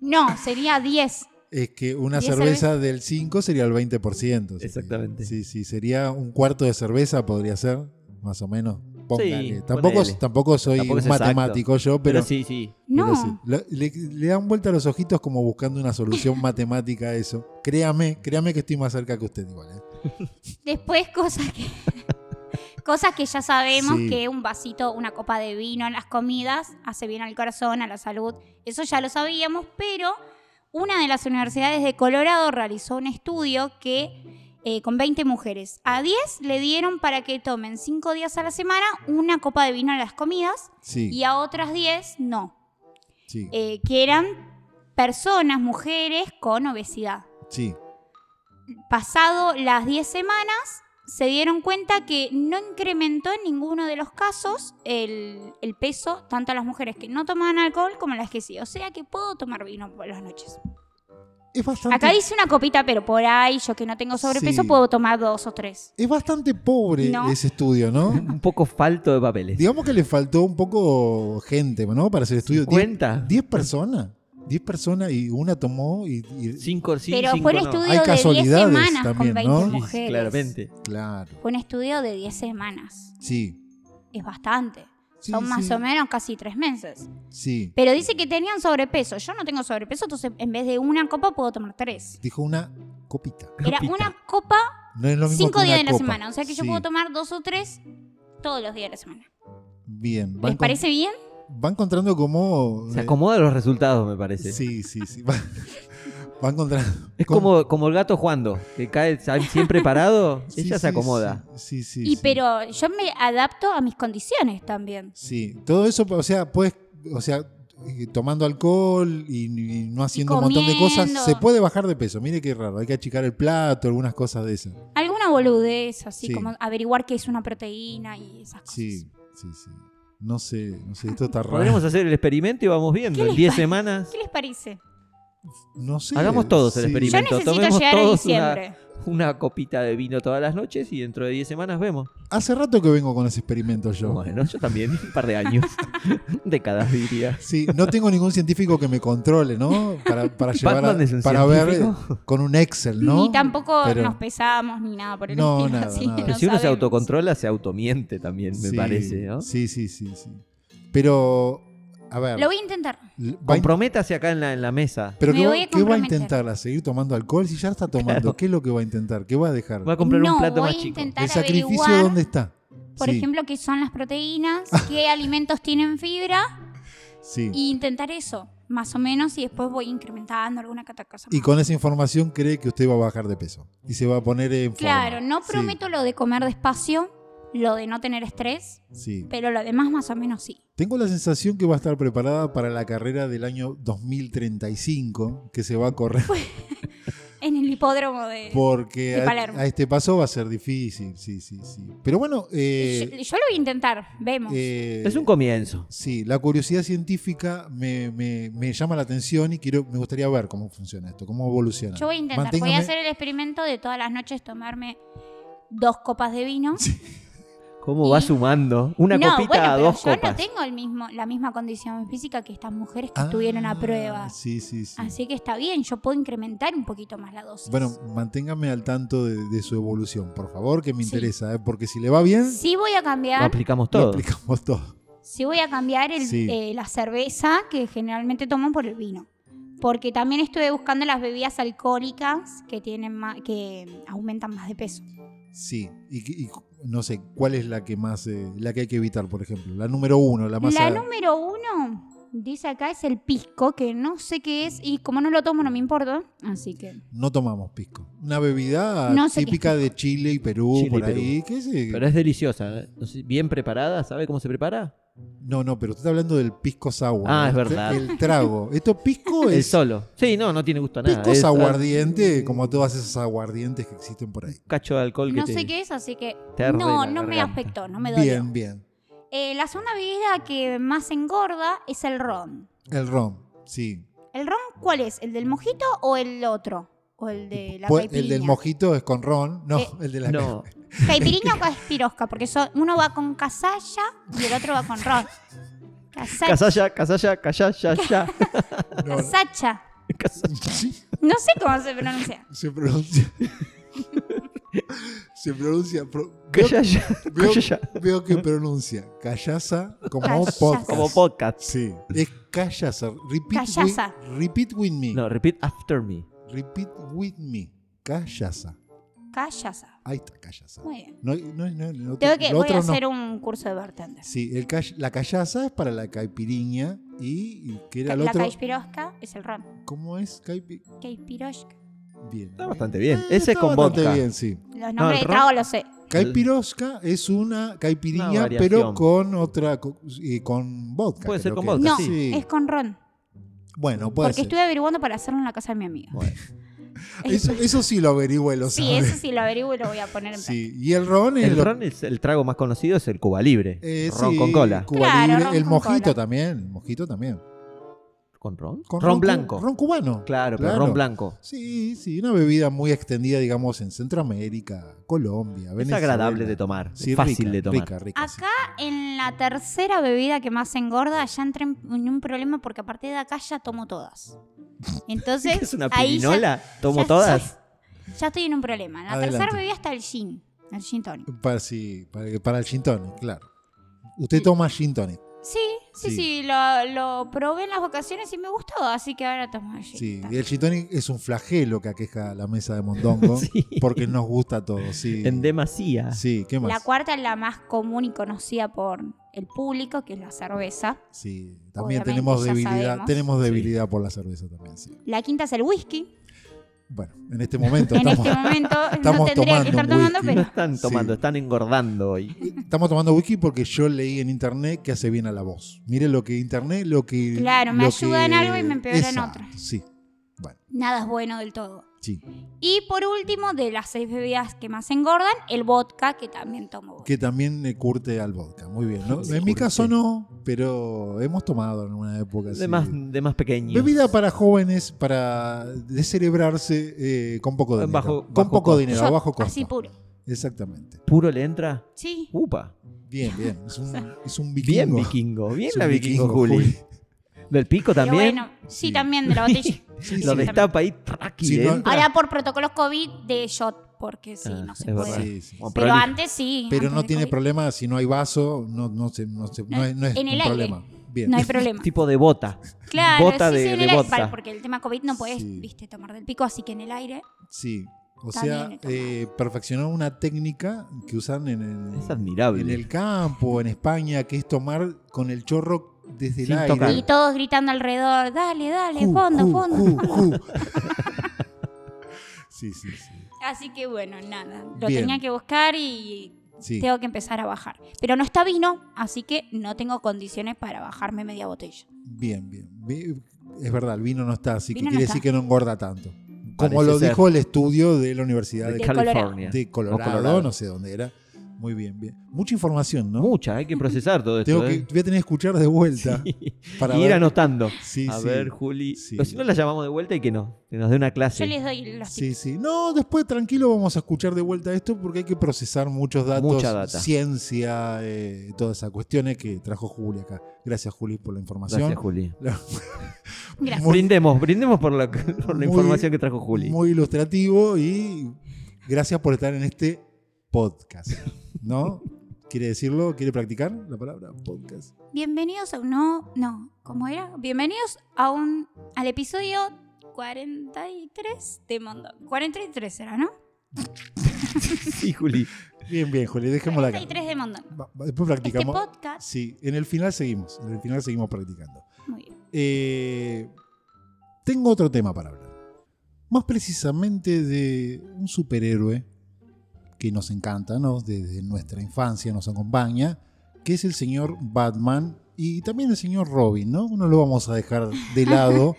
[SPEAKER 1] No, sería 10.
[SPEAKER 2] Es que una
[SPEAKER 1] ¿Diez
[SPEAKER 2] cerveza del 5 sería el 20%. así
[SPEAKER 3] Exactamente.
[SPEAKER 2] que, Sí, sí, sería un cuarto de cerveza, podría ser, más o menos. Póngale.
[SPEAKER 3] Sí,
[SPEAKER 2] tampoco,
[SPEAKER 3] ponele.
[SPEAKER 2] tampoco soy
[SPEAKER 3] Tampoco es
[SPEAKER 2] un matemático yo,
[SPEAKER 3] Pero
[SPEAKER 2] pero,
[SPEAKER 3] sí, sí.
[SPEAKER 1] No.
[SPEAKER 2] pero sí. La- Le, le dan vuelta a los ojitos como buscando una solución matemática a eso. Créame, créame que estoy más cerca que usted igual. ¿eh?
[SPEAKER 1] Después cosas que cosas que ya sabemos
[SPEAKER 2] Sí.
[SPEAKER 1] que un vasito, una copa de vino en las comidas hace bien al corazón, a la salud. Eso ya lo sabíamos, pero una de las universidades de Colorado realizó un estudio que eh, con 20 mujeres. A 10 le dieron para que tomen 5 días a la semana una copa de vino en las comidas
[SPEAKER 2] Sí,
[SPEAKER 1] y a otras 10 no,
[SPEAKER 2] sí,
[SPEAKER 1] eh, que eran personas, mujeres con obesidad.
[SPEAKER 2] sí.
[SPEAKER 1] Pasado las 10 semanas, se dieron cuenta que no incrementó en ninguno de los casos el, el peso, tanto a las mujeres que no tomaban alcohol como las que sí. O sea que puedo tomar vino por las noches.
[SPEAKER 2] Es bastante,
[SPEAKER 1] Acá dice una copita, pero por ahí, yo que no tengo sobrepeso,
[SPEAKER 2] Sí.
[SPEAKER 1] puedo tomar dos o tres.
[SPEAKER 2] es bastante pobre
[SPEAKER 1] No.
[SPEAKER 2] ese estudio, ¿no?
[SPEAKER 3] Un poco falto de papeles.
[SPEAKER 2] Digamos que le faltó un poco gente, ¿no? Para hacer el estudio. Diez-
[SPEAKER 3] 50.
[SPEAKER 2] 10 personas. 10 personas y una tomó y, y-
[SPEAKER 3] 5 sí,
[SPEAKER 1] Pero
[SPEAKER 3] cinco
[SPEAKER 1] fue un
[SPEAKER 2] Hay
[SPEAKER 3] no.
[SPEAKER 1] estudio de 10
[SPEAKER 2] casualidades
[SPEAKER 1] semanas
[SPEAKER 2] también,
[SPEAKER 1] con 20
[SPEAKER 2] ¿no?
[SPEAKER 3] Sí,
[SPEAKER 1] mujeres.
[SPEAKER 3] claramente.
[SPEAKER 2] claro.
[SPEAKER 1] Fue un estudio de 10 semanas.
[SPEAKER 2] Sí.
[SPEAKER 1] Es bastante.
[SPEAKER 2] Sí,
[SPEAKER 1] Son más
[SPEAKER 2] sí,
[SPEAKER 1] o menos casi tres meses.
[SPEAKER 2] Sí.
[SPEAKER 1] Pero dice que tenían sobrepeso. Yo no tengo sobrepeso, entonces en vez de una copa puedo tomar tres.
[SPEAKER 2] Dijo una copita.
[SPEAKER 1] Era
[SPEAKER 3] Copita.
[SPEAKER 1] una copa
[SPEAKER 2] No es lo mismo
[SPEAKER 1] cinco
[SPEAKER 2] que una
[SPEAKER 1] días de la
[SPEAKER 2] copa.
[SPEAKER 1] semana. O sea que yo
[SPEAKER 2] Sí.
[SPEAKER 1] puedo tomar dos o tres todos los días de la semana.
[SPEAKER 2] Bien. Va,
[SPEAKER 1] ¿Les
[SPEAKER 2] encon-
[SPEAKER 1] parece bien?
[SPEAKER 2] va encontrando como.
[SPEAKER 3] Se acomoda los resultados, me parece.
[SPEAKER 2] Sí, sí, sí. Va, va encontrando.
[SPEAKER 3] Es
[SPEAKER 2] como-
[SPEAKER 3] como, como el gato jugando, que cae siempre parado,
[SPEAKER 2] Sí,
[SPEAKER 3] ella
[SPEAKER 2] sí,
[SPEAKER 3] se acomoda.
[SPEAKER 2] Sí, sí.
[SPEAKER 1] y
[SPEAKER 2] sí.
[SPEAKER 1] pero yo me adapto a mis condiciones también.
[SPEAKER 2] Sí, todo eso, o sea, puedes, o sea, eh, tomando alcohol y, y no haciendo un montón de cosas,
[SPEAKER 1] comiendo.
[SPEAKER 2] se puede bajar de peso. Mire qué raro, hay que achicar el plato, algunas cosas de esas.
[SPEAKER 1] Alguna boludez, así
[SPEAKER 2] Sí.
[SPEAKER 1] como averiguar qué es una proteína y esas cosas.
[SPEAKER 2] Sí, sí, sí. No sé, no sé, esto está raro.
[SPEAKER 3] Podremos hacer el experimento y vamos viendo.
[SPEAKER 1] ¿Qué
[SPEAKER 3] En
[SPEAKER 1] les
[SPEAKER 3] 10
[SPEAKER 1] parece?
[SPEAKER 3] semanas.
[SPEAKER 1] ¿Qué les parece?
[SPEAKER 2] No sé.
[SPEAKER 3] Hagamos todos el
[SPEAKER 2] sí.
[SPEAKER 1] Yo
[SPEAKER 3] experimento.
[SPEAKER 1] necesito
[SPEAKER 3] Tomemos
[SPEAKER 1] llegar a
[SPEAKER 3] todos una-
[SPEAKER 1] diciembre.
[SPEAKER 3] Una copita de vino todas las noches y dentro de 10 semanas vemos.
[SPEAKER 2] Hace rato que vengo con ese experimento yo.
[SPEAKER 3] Bueno, yo también, un par de años. Décadas, diría.
[SPEAKER 2] Sí, no tengo ningún científico que me controle, ¿no? Para, para llevar a-
[SPEAKER 3] Batman es un
[SPEAKER 2] para ver
[SPEAKER 3] científico.
[SPEAKER 2] eh, con un Excel, ¿no?
[SPEAKER 1] Ni tampoco
[SPEAKER 2] Pero-
[SPEAKER 1] nos pesamos ni nada por el
[SPEAKER 2] No,
[SPEAKER 1] estilo.
[SPEAKER 2] nada,
[SPEAKER 1] así
[SPEAKER 2] nada.
[SPEAKER 1] que
[SPEAKER 2] Pero
[SPEAKER 3] Pero
[SPEAKER 1] no
[SPEAKER 3] si uno se
[SPEAKER 1] sabemos.
[SPEAKER 3] autocontrola, se automiente también, me
[SPEAKER 2] Sí,
[SPEAKER 3] parece. ¿no?
[SPEAKER 2] Sí, sí, sí, sí. Pero, a ver,
[SPEAKER 1] Lo voy a intentar.
[SPEAKER 2] va a
[SPEAKER 3] Comprométase acá en la, en la mesa.
[SPEAKER 2] Pero
[SPEAKER 1] Me
[SPEAKER 2] ¿qué, va,
[SPEAKER 1] voy a
[SPEAKER 2] qué va a
[SPEAKER 1] comprometer.
[SPEAKER 2] intentar? ¿A seguir tomando alcohol? Si ya está tomando,
[SPEAKER 3] Claro.
[SPEAKER 2] ¿qué es lo que va a intentar? ¿Qué va a dejar?
[SPEAKER 3] Voy a comprar
[SPEAKER 1] No,
[SPEAKER 3] un plato
[SPEAKER 1] voy
[SPEAKER 3] más
[SPEAKER 1] a
[SPEAKER 3] chico.
[SPEAKER 1] intentar-
[SPEAKER 2] ¿El
[SPEAKER 1] intentar
[SPEAKER 2] sacrificio
[SPEAKER 1] averiguar,
[SPEAKER 2] dónde está?
[SPEAKER 1] Por
[SPEAKER 2] sí,
[SPEAKER 1] ejemplo, qué son las proteínas, qué alimentos tienen fibra
[SPEAKER 2] sí.
[SPEAKER 1] y intentar eso, más o menos, y después voy incrementando alguna cata- cosa.
[SPEAKER 2] Y
[SPEAKER 1] más.
[SPEAKER 2] con esa información cree que usted va a bajar de peso y se va a poner en forma.
[SPEAKER 1] Claro, no
[SPEAKER 2] Sí,
[SPEAKER 1] prometo lo de comer despacio, lo de no tener estrés,
[SPEAKER 2] Sí,
[SPEAKER 1] pero lo demás más o menos sí.
[SPEAKER 2] Tengo la sensación que va a estar preparada para la carrera del año 2035 que se va a correr
[SPEAKER 1] En el hipódromo de...
[SPEAKER 2] porque
[SPEAKER 1] Pues, de
[SPEAKER 2] a,
[SPEAKER 1] Palermo.
[SPEAKER 2] a este paso va a ser difícil. Sí, sí, sí. Pero bueno, eh,
[SPEAKER 1] yo, yo lo voy a intentar, vemos.
[SPEAKER 2] eh,
[SPEAKER 3] Es un comienzo.
[SPEAKER 2] Sí, la curiosidad científica me, me- me llama la atención y quiero, me gustaría ver cómo funciona esto, cómo evoluciona.
[SPEAKER 1] yo voy a intentar, voy
[SPEAKER 2] Manténgame-
[SPEAKER 1] a hacer el experimento de todas las noches tomarme dos copas de vino.
[SPEAKER 3] ¿Cómo
[SPEAKER 1] Y-
[SPEAKER 3] va sumando? Una
[SPEAKER 1] no,
[SPEAKER 3] copita
[SPEAKER 1] bueno,
[SPEAKER 3] a
[SPEAKER 1] pero
[SPEAKER 3] dos
[SPEAKER 1] yo
[SPEAKER 3] copas.
[SPEAKER 1] no tengo el mismo, la misma condición física que estas mujeres que
[SPEAKER 2] Ah,
[SPEAKER 1] estuvieron a prueba.
[SPEAKER 2] Sí, sí, sí.
[SPEAKER 1] Así que está bien, yo puedo incrementar un poquito más la dosis.
[SPEAKER 2] Bueno, manténgame al tanto de, de su evolución, por favor, que me
[SPEAKER 1] Sí.
[SPEAKER 2] interesa, ¿eh? porque si le va bien,
[SPEAKER 1] sí voy a
[SPEAKER 3] Lo
[SPEAKER 1] cambiar,
[SPEAKER 2] Ah,
[SPEAKER 3] aplicamos
[SPEAKER 2] lo
[SPEAKER 3] todo.
[SPEAKER 2] aplicamos todo.
[SPEAKER 1] sí voy a cambiar el-
[SPEAKER 2] Sí.
[SPEAKER 1] eh, la cerveza que generalmente tomo por el vino. Porque también estuve buscando las bebidas alcohólicas que tienen ma- que aumentan más de peso.
[SPEAKER 2] Sí, y, que- y no sé, ¿cuál es la que más, eh, la que hay que evitar, por ejemplo? La número uno, la más...
[SPEAKER 1] La
[SPEAKER 2] a-
[SPEAKER 1] número uno, dice acá, es el pisco, que no sé qué es, y como no lo tomo no me importa, así que...
[SPEAKER 2] No tomamos pisco. Una bebida
[SPEAKER 1] No sé qué es
[SPEAKER 2] típica de Chile y Perú,
[SPEAKER 3] Chile y
[SPEAKER 2] por
[SPEAKER 3] Perú.
[SPEAKER 2] ahí. ¿Qué es? eh?
[SPEAKER 3] Pero es deliciosa. ¿eh? No sé, Bien preparada, ¿sabe cómo se prepara?
[SPEAKER 2] No, no, pero usted está hablando del pisco sour.
[SPEAKER 3] Ah,
[SPEAKER 2] ¿no?
[SPEAKER 3] es verdad.
[SPEAKER 2] El trago. Esto pisco
[SPEAKER 3] El
[SPEAKER 2] es
[SPEAKER 3] solo. Sí, no, no tiene gusto a nada.
[SPEAKER 2] Pisco
[SPEAKER 3] es
[SPEAKER 2] aguardiente, como todas esas aguardientes que existen por ahí.
[SPEAKER 3] Un cacho de alcohol que
[SPEAKER 1] No
[SPEAKER 3] te-
[SPEAKER 1] sé qué es, así que...
[SPEAKER 3] te arde
[SPEAKER 1] No,
[SPEAKER 3] la
[SPEAKER 1] no me
[SPEAKER 3] garganta.
[SPEAKER 1] afectó, no me dolió.
[SPEAKER 2] Bien, bien.
[SPEAKER 1] Eh, la segunda bebida que más engorda es el ron.
[SPEAKER 2] El ron, sí.
[SPEAKER 1] ¿El ron cuál es? ¿El del mojito o el otro? ¿O el de Eh, la
[SPEAKER 2] Pues,
[SPEAKER 1] caipirinha?
[SPEAKER 2] el del mojito es con ron. No,
[SPEAKER 1] Eh,
[SPEAKER 2] el de la
[SPEAKER 3] No,
[SPEAKER 1] ¿Caipirinha o caspirosca? Porque so- uno va con casalla y el otro va con ron. Casalla.
[SPEAKER 3] casalla, casalla, casalla, ya.
[SPEAKER 2] no, no.
[SPEAKER 1] Casacha.
[SPEAKER 3] Casalla.
[SPEAKER 2] Sí,
[SPEAKER 1] No sé cómo se pronuncia.
[SPEAKER 2] se pronuncia. se pronuncia. pro- veo,
[SPEAKER 3] Casalla,
[SPEAKER 2] veo-
[SPEAKER 3] casalla.
[SPEAKER 2] veo que pronuncia. Callaza como
[SPEAKER 1] Callaza.
[SPEAKER 2] podcast.
[SPEAKER 3] Como podcast.
[SPEAKER 2] Sí, es callaza. Repeat,
[SPEAKER 1] Callaza.
[SPEAKER 2] With, repeat with me.
[SPEAKER 3] No, repeat after me.
[SPEAKER 2] Repeat with me. Callaza.
[SPEAKER 1] Callaza.
[SPEAKER 2] Ahí está, callaza.
[SPEAKER 1] Muy bien.
[SPEAKER 2] No, no, no, no,
[SPEAKER 1] Tengo que,
[SPEAKER 2] lo
[SPEAKER 1] voy a
[SPEAKER 2] otro no.
[SPEAKER 1] hacer un curso de bartender.
[SPEAKER 2] Sí, el call- la callaza es para la caipiriña y, y que era el
[SPEAKER 1] la
[SPEAKER 2] otro.
[SPEAKER 1] caipirosca es el ron.
[SPEAKER 2] ¿Cómo es? Caipi-
[SPEAKER 1] Caipirosca.
[SPEAKER 2] bien.
[SPEAKER 3] Está bastante bien.
[SPEAKER 2] Eh,
[SPEAKER 3] Ese es
[SPEAKER 2] está
[SPEAKER 3] con
[SPEAKER 2] bastante
[SPEAKER 3] vodka.
[SPEAKER 2] bien, sí.
[SPEAKER 1] Los nombres
[SPEAKER 3] No, el
[SPEAKER 1] de
[SPEAKER 3] ron-
[SPEAKER 1] trago los sé.
[SPEAKER 2] Caipirosca es una
[SPEAKER 3] Una
[SPEAKER 2] caipirinha,
[SPEAKER 3] variación.
[SPEAKER 2] pero con otra, co- y con vodka.
[SPEAKER 3] Puede ser
[SPEAKER 2] creo
[SPEAKER 3] con
[SPEAKER 2] que
[SPEAKER 3] vodka,
[SPEAKER 2] es.
[SPEAKER 1] No, Es con ron.
[SPEAKER 2] Bueno, puede
[SPEAKER 1] Porque
[SPEAKER 2] ser.
[SPEAKER 1] estuve averiguando para hacerlo en la casa de mi amiga.
[SPEAKER 3] Bueno,
[SPEAKER 2] Eso, eso sí lo averigüé, lo
[SPEAKER 1] sí,
[SPEAKER 2] sabe.
[SPEAKER 1] eso sí lo averiguo y lo voy a poner en
[SPEAKER 2] Sí, Y el ron es
[SPEAKER 3] el
[SPEAKER 2] lo-
[SPEAKER 3] ron es el trago más conocido, es el Cuba Libre.
[SPEAKER 2] eh,
[SPEAKER 3] ron
[SPEAKER 2] sí,
[SPEAKER 3] con cola.
[SPEAKER 2] Cuba
[SPEAKER 1] Claro,
[SPEAKER 2] Libre.
[SPEAKER 1] ron
[SPEAKER 2] el
[SPEAKER 1] con
[SPEAKER 2] mojito
[SPEAKER 1] cola.
[SPEAKER 2] también. El mojito también.
[SPEAKER 3] ¿Con ron?
[SPEAKER 2] Con
[SPEAKER 3] ron,
[SPEAKER 2] cu-
[SPEAKER 3] blanco.
[SPEAKER 2] Ron cubano.
[SPEAKER 3] claro, pero
[SPEAKER 2] claro.
[SPEAKER 3] ron blanco.
[SPEAKER 2] Sí, sí, una bebida muy extendida, digamos, en Centroamérica, Colombia,
[SPEAKER 3] Es
[SPEAKER 2] Venezuela.
[SPEAKER 3] agradable de tomar, es
[SPEAKER 2] Sí,
[SPEAKER 3] fácil
[SPEAKER 2] rica,
[SPEAKER 3] de tomar.
[SPEAKER 2] Rica, rica, sí.
[SPEAKER 1] Acá en la tercera bebida que más engorda ya entré en en un problema porque a partir de acá ya tomo todas. Entonces,
[SPEAKER 3] ¿Es una
[SPEAKER 1] ahí ya-
[SPEAKER 3] pirinola? ¿Tomo
[SPEAKER 1] ya-
[SPEAKER 3] todas?
[SPEAKER 1] Ya, ya estoy en un problema. La
[SPEAKER 2] Adelante.
[SPEAKER 1] tercera bebida está el gin, el gin tonic.
[SPEAKER 2] Para, sí, para, para el gin tonic, claro. Usted toma gin tonic.
[SPEAKER 1] Sí, sí,
[SPEAKER 2] Sí.
[SPEAKER 1] sí, lo, lo probé en las vacaciones y me gustó, así que ahora tomo el gin.
[SPEAKER 2] Sí, y
[SPEAKER 1] tonic.
[SPEAKER 2] el gin tonic es un flagelo que aqueja a la mesa de Mondongo
[SPEAKER 3] Sí.
[SPEAKER 2] porque nos gusta a todos. Sí,
[SPEAKER 3] En demasía.
[SPEAKER 2] sí ¿qué más?
[SPEAKER 1] La cuarta es la más común y conocida por el público, que es la cerveza.
[SPEAKER 2] sí, también
[SPEAKER 1] Obviamente,
[SPEAKER 2] tenemos
[SPEAKER 1] ya
[SPEAKER 2] debilidad,
[SPEAKER 1] sabemos.
[SPEAKER 2] tenemos debilidad por la cerveza también, sí.
[SPEAKER 1] La quinta es el whisky.
[SPEAKER 2] Bueno, en este momento
[SPEAKER 1] En
[SPEAKER 2] estamos,
[SPEAKER 1] este momento no
[SPEAKER 2] estamos
[SPEAKER 1] tendría que
[SPEAKER 2] tomando
[SPEAKER 1] estar
[SPEAKER 2] un
[SPEAKER 1] tomando,
[SPEAKER 2] whisky.
[SPEAKER 3] No
[SPEAKER 1] pero
[SPEAKER 3] están tomando,
[SPEAKER 2] Sí.
[SPEAKER 3] están engordando hoy.
[SPEAKER 2] estamos tomando whisky porque yo leí en internet que hace bien a la voz. Mire lo que internet, lo que...
[SPEAKER 1] Claro, me
[SPEAKER 2] lo
[SPEAKER 1] ayuda
[SPEAKER 2] que-
[SPEAKER 1] en algo y me empeora en
[SPEAKER 2] Exacto,
[SPEAKER 1] otra.
[SPEAKER 2] Sí, bueno,
[SPEAKER 1] nada es bueno del todo.
[SPEAKER 2] sí.
[SPEAKER 1] Y por último, de las seis bebidas que más engordan, el vodka, que también tomo. vodka.
[SPEAKER 2] Que también eh, curte al vodka, muy bien. ¿no?
[SPEAKER 3] Sí,
[SPEAKER 2] en mi
[SPEAKER 3] curte.
[SPEAKER 2] caso no, pero hemos tomado en una época
[SPEAKER 3] De
[SPEAKER 2] sí.
[SPEAKER 3] más, de más pequeños.
[SPEAKER 2] Bebida para jóvenes, para descerebrarse eh, con poco dinero.
[SPEAKER 3] Bajo-
[SPEAKER 2] con
[SPEAKER 3] bajo
[SPEAKER 2] poco
[SPEAKER 3] costo.
[SPEAKER 2] dinero, a
[SPEAKER 1] Shot,
[SPEAKER 2] bajo costo.
[SPEAKER 1] Así puro.
[SPEAKER 2] Exactamente.
[SPEAKER 3] ¿Puro le entra?
[SPEAKER 1] Sí.
[SPEAKER 3] Upa.
[SPEAKER 2] Bien, bien. Es un, es un
[SPEAKER 3] Bien
[SPEAKER 2] vikingo.
[SPEAKER 3] vikingo. Bien
[SPEAKER 2] Es un
[SPEAKER 3] la vikingo, Juli. ¿Del pico
[SPEAKER 1] Pero
[SPEAKER 3] también?
[SPEAKER 1] bueno, sí,
[SPEAKER 2] Sí.
[SPEAKER 1] también de la botella.
[SPEAKER 2] Sí,
[SPEAKER 3] Lo
[SPEAKER 2] sí.
[SPEAKER 3] destapa ahí, ¿eh? trac, y
[SPEAKER 2] Sí,
[SPEAKER 3] le
[SPEAKER 2] no-
[SPEAKER 3] entra.
[SPEAKER 1] Ahora por protocolos COVID de shot, porque sí,
[SPEAKER 3] Ah,
[SPEAKER 1] no se
[SPEAKER 3] es
[SPEAKER 1] puede.
[SPEAKER 3] verdad.
[SPEAKER 2] Sí, sí.
[SPEAKER 3] Bueno,
[SPEAKER 1] Pero
[SPEAKER 3] prolijo.
[SPEAKER 1] antes sí.
[SPEAKER 2] Pero
[SPEAKER 1] antes
[SPEAKER 2] no
[SPEAKER 1] de
[SPEAKER 2] tiene
[SPEAKER 1] COVID.
[SPEAKER 2] problema si no hay vaso, no, no, se- no, se- no es, no es
[SPEAKER 1] Ah, En el
[SPEAKER 2] un
[SPEAKER 1] aire.
[SPEAKER 2] problema. Bien.
[SPEAKER 1] No hay problema.
[SPEAKER 3] tipo de bota.
[SPEAKER 1] Claro,
[SPEAKER 3] bota
[SPEAKER 1] sí,
[SPEAKER 3] de-
[SPEAKER 1] sí, en
[SPEAKER 3] de
[SPEAKER 1] el aire.
[SPEAKER 3] vodka.
[SPEAKER 1] Vale, porque el tema COVID no puedes,
[SPEAKER 2] Sí.
[SPEAKER 1] viste, tomar del pico, así que en el aire.
[SPEAKER 2] Sí. O
[SPEAKER 1] También
[SPEAKER 2] sea,
[SPEAKER 1] he tomado.
[SPEAKER 2] eh, perfeccionó una técnica que usan en el,
[SPEAKER 3] Es admirable.
[SPEAKER 2] en el campo, en España, que es tomar con el chorro desde
[SPEAKER 3] Sin
[SPEAKER 2] el aire.
[SPEAKER 3] tocar. Claro.
[SPEAKER 1] Y todos gritando alrededor, dale, dale,
[SPEAKER 2] Ju,
[SPEAKER 1] fondo,
[SPEAKER 2] ju,
[SPEAKER 1] fondo.
[SPEAKER 2] ju, ju. sí, sí, sí.
[SPEAKER 1] Así que bueno, nada. Lo
[SPEAKER 2] Bien.
[SPEAKER 1] tenía que buscar y
[SPEAKER 2] Sí.
[SPEAKER 1] tengo que empezar a bajar. Pero no está vino, así que no tengo condiciones para bajarme media botella.
[SPEAKER 2] Bien, bien. Vi- Es verdad, el vino no está, así que
[SPEAKER 1] Vino no
[SPEAKER 2] quiere
[SPEAKER 1] está.
[SPEAKER 2] decir que no engorda tanto. Como
[SPEAKER 3] Parece
[SPEAKER 2] lo
[SPEAKER 3] ser.
[SPEAKER 2] dijo el estudio de la Universidad
[SPEAKER 3] de
[SPEAKER 2] de,
[SPEAKER 1] De
[SPEAKER 3] California.
[SPEAKER 2] de Colorado,
[SPEAKER 3] O Colorado.
[SPEAKER 2] no sé dónde era. Muy bien, bien. Mucha información, ¿no?
[SPEAKER 3] Mucha, hay que procesar todo esto.
[SPEAKER 2] Tengo que,
[SPEAKER 3] ¿eh?
[SPEAKER 2] voy a tener que escuchar de vuelta para
[SPEAKER 3] y ir
[SPEAKER 2] ver.
[SPEAKER 3] anotando.
[SPEAKER 2] Sí,
[SPEAKER 3] a
[SPEAKER 2] sí.
[SPEAKER 3] ver, Juli.
[SPEAKER 2] Sí.
[SPEAKER 3] O si no, la llamamos de vuelta y que, no, que nos dé una clase.
[SPEAKER 1] Yo les doy los tips.
[SPEAKER 2] Sí, sí. No, después tranquilo vamos a escuchar de vuelta esto porque hay que procesar muchos datos,
[SPEAKER 3] Mucha data.
[SPEAKER 2] ciencia, eh, todas esas cuestiones que trajo Juli acá. Gracias Juli por la información.
[SPEAKER 3] Gracias, Juli.
[SPEAKER 1] Gracias.
[SPEAKER 2] Muy-
[SPEAKER 3] brindemos, brindemos por la, por la
[SPEAKER 2] Muy-
[SPEAKER 3] información que trajo Juli.
[SPEAKER 2] Muy ilustrativo y gracias por estar en este podcast. ¿No? ¿Quiere decirlo? ¿Quiere practicar la palabra podcast?
[SPEAKER 1] Bienvenidos a un no, no, ¿cómo era? Bienvenidos a un al episodio 43 de Mondo. 43 era, ¿no?
[SPEAKER 3] Sí, Juli.
[SPEAKER 2] Bien, bien, Juli, dejémosla acá.
[SPEAKER 1] 43 de Mondo.
[SPEAKER 2] Va- va- Después
[SPEAKER 1] Este
[SPEAKER 2] practicamos.
[SPEAKER 1] podcast.
[SPEAKER 2] Sí, en el final seguimos. En el final seguimos practicando.
[SPEAKER 1] Muy bien.
[SPEAKER 2] Eh, tengo otro tema para hablar. Más precisamente de un superhéroe que nos encanta, ¿no? Desde nuestra infancia nos acompaña, que es el señor Batman y también el señor Robin, ¿no? No lo vamos a dejar de lado.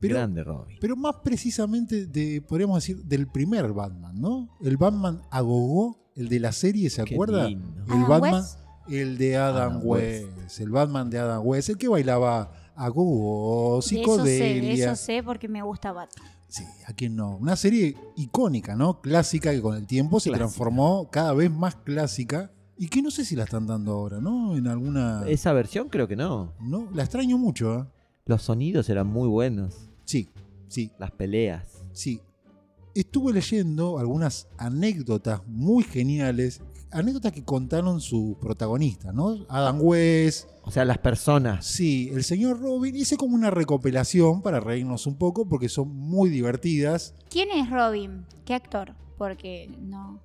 [SPEAKER 2] Pero,
[SPEAKER 3] Grande, Robin.
[SPEAKER 2] pero más precisamente, de, podríamos decir, del primer Batman, ¿no? El Batman Agogó, el de la serie, ¿se
[SPEAKER 3] Qué
[SPEAKER 2] acuerda?
[SPEAKER 3] lindo.
[SPEAKER 2] El
[SPEAKER 1] Adam
[SPEAKER 2] Batman,
[SPEAKER 1] West.
[SPEAKER 2] el de Adam,
[SPEAKER 3] Adam
[SPEAKER 2] West.
[SPEAKER 3] West.
[SPEAKER 2] el Batman de Adam West, el que bailaba a Gogo,
[SPEAKER 1] De eso sé, de
[SPEAKER 2] psicodelia.
[SPEAKER 1] eso sé porque me gusta Batman.
[SPEAKER 2] Sí, a quién no. Una serie icónica, ¿no? Clásica que con el tiempo se
[SPEAKER 3] Clásica.
[SPEAKER 2] transformó cada vez más clásica y que no sé si la están dando ahora, ¿no? En alguna.
[SPEAKER 3] Esa versión creo que no.
[SPEAKER 2] No, la extraño mucho, ¿eh?
[SPEAKER 3] Los sonidos eran muy buenos.
[SPEAKER 2] Sí, sí,
[SPEAKER 3] Las peleas.
[SPEAKER 2] sí. Estuve leyendo algunas anécdotas muy geniales, anécdotas que contaron sus protagonistas, ¿no? Adam West,
[SPEAKER 3] O sea, las personas.
[SPEAKER 2] Sí, el señor Robin hice como una recopilación para reírnos un poco porque son muy divertidas.
[SPEAKER 1] ¿Quién es Robin? ¿Qué actor? Porque no.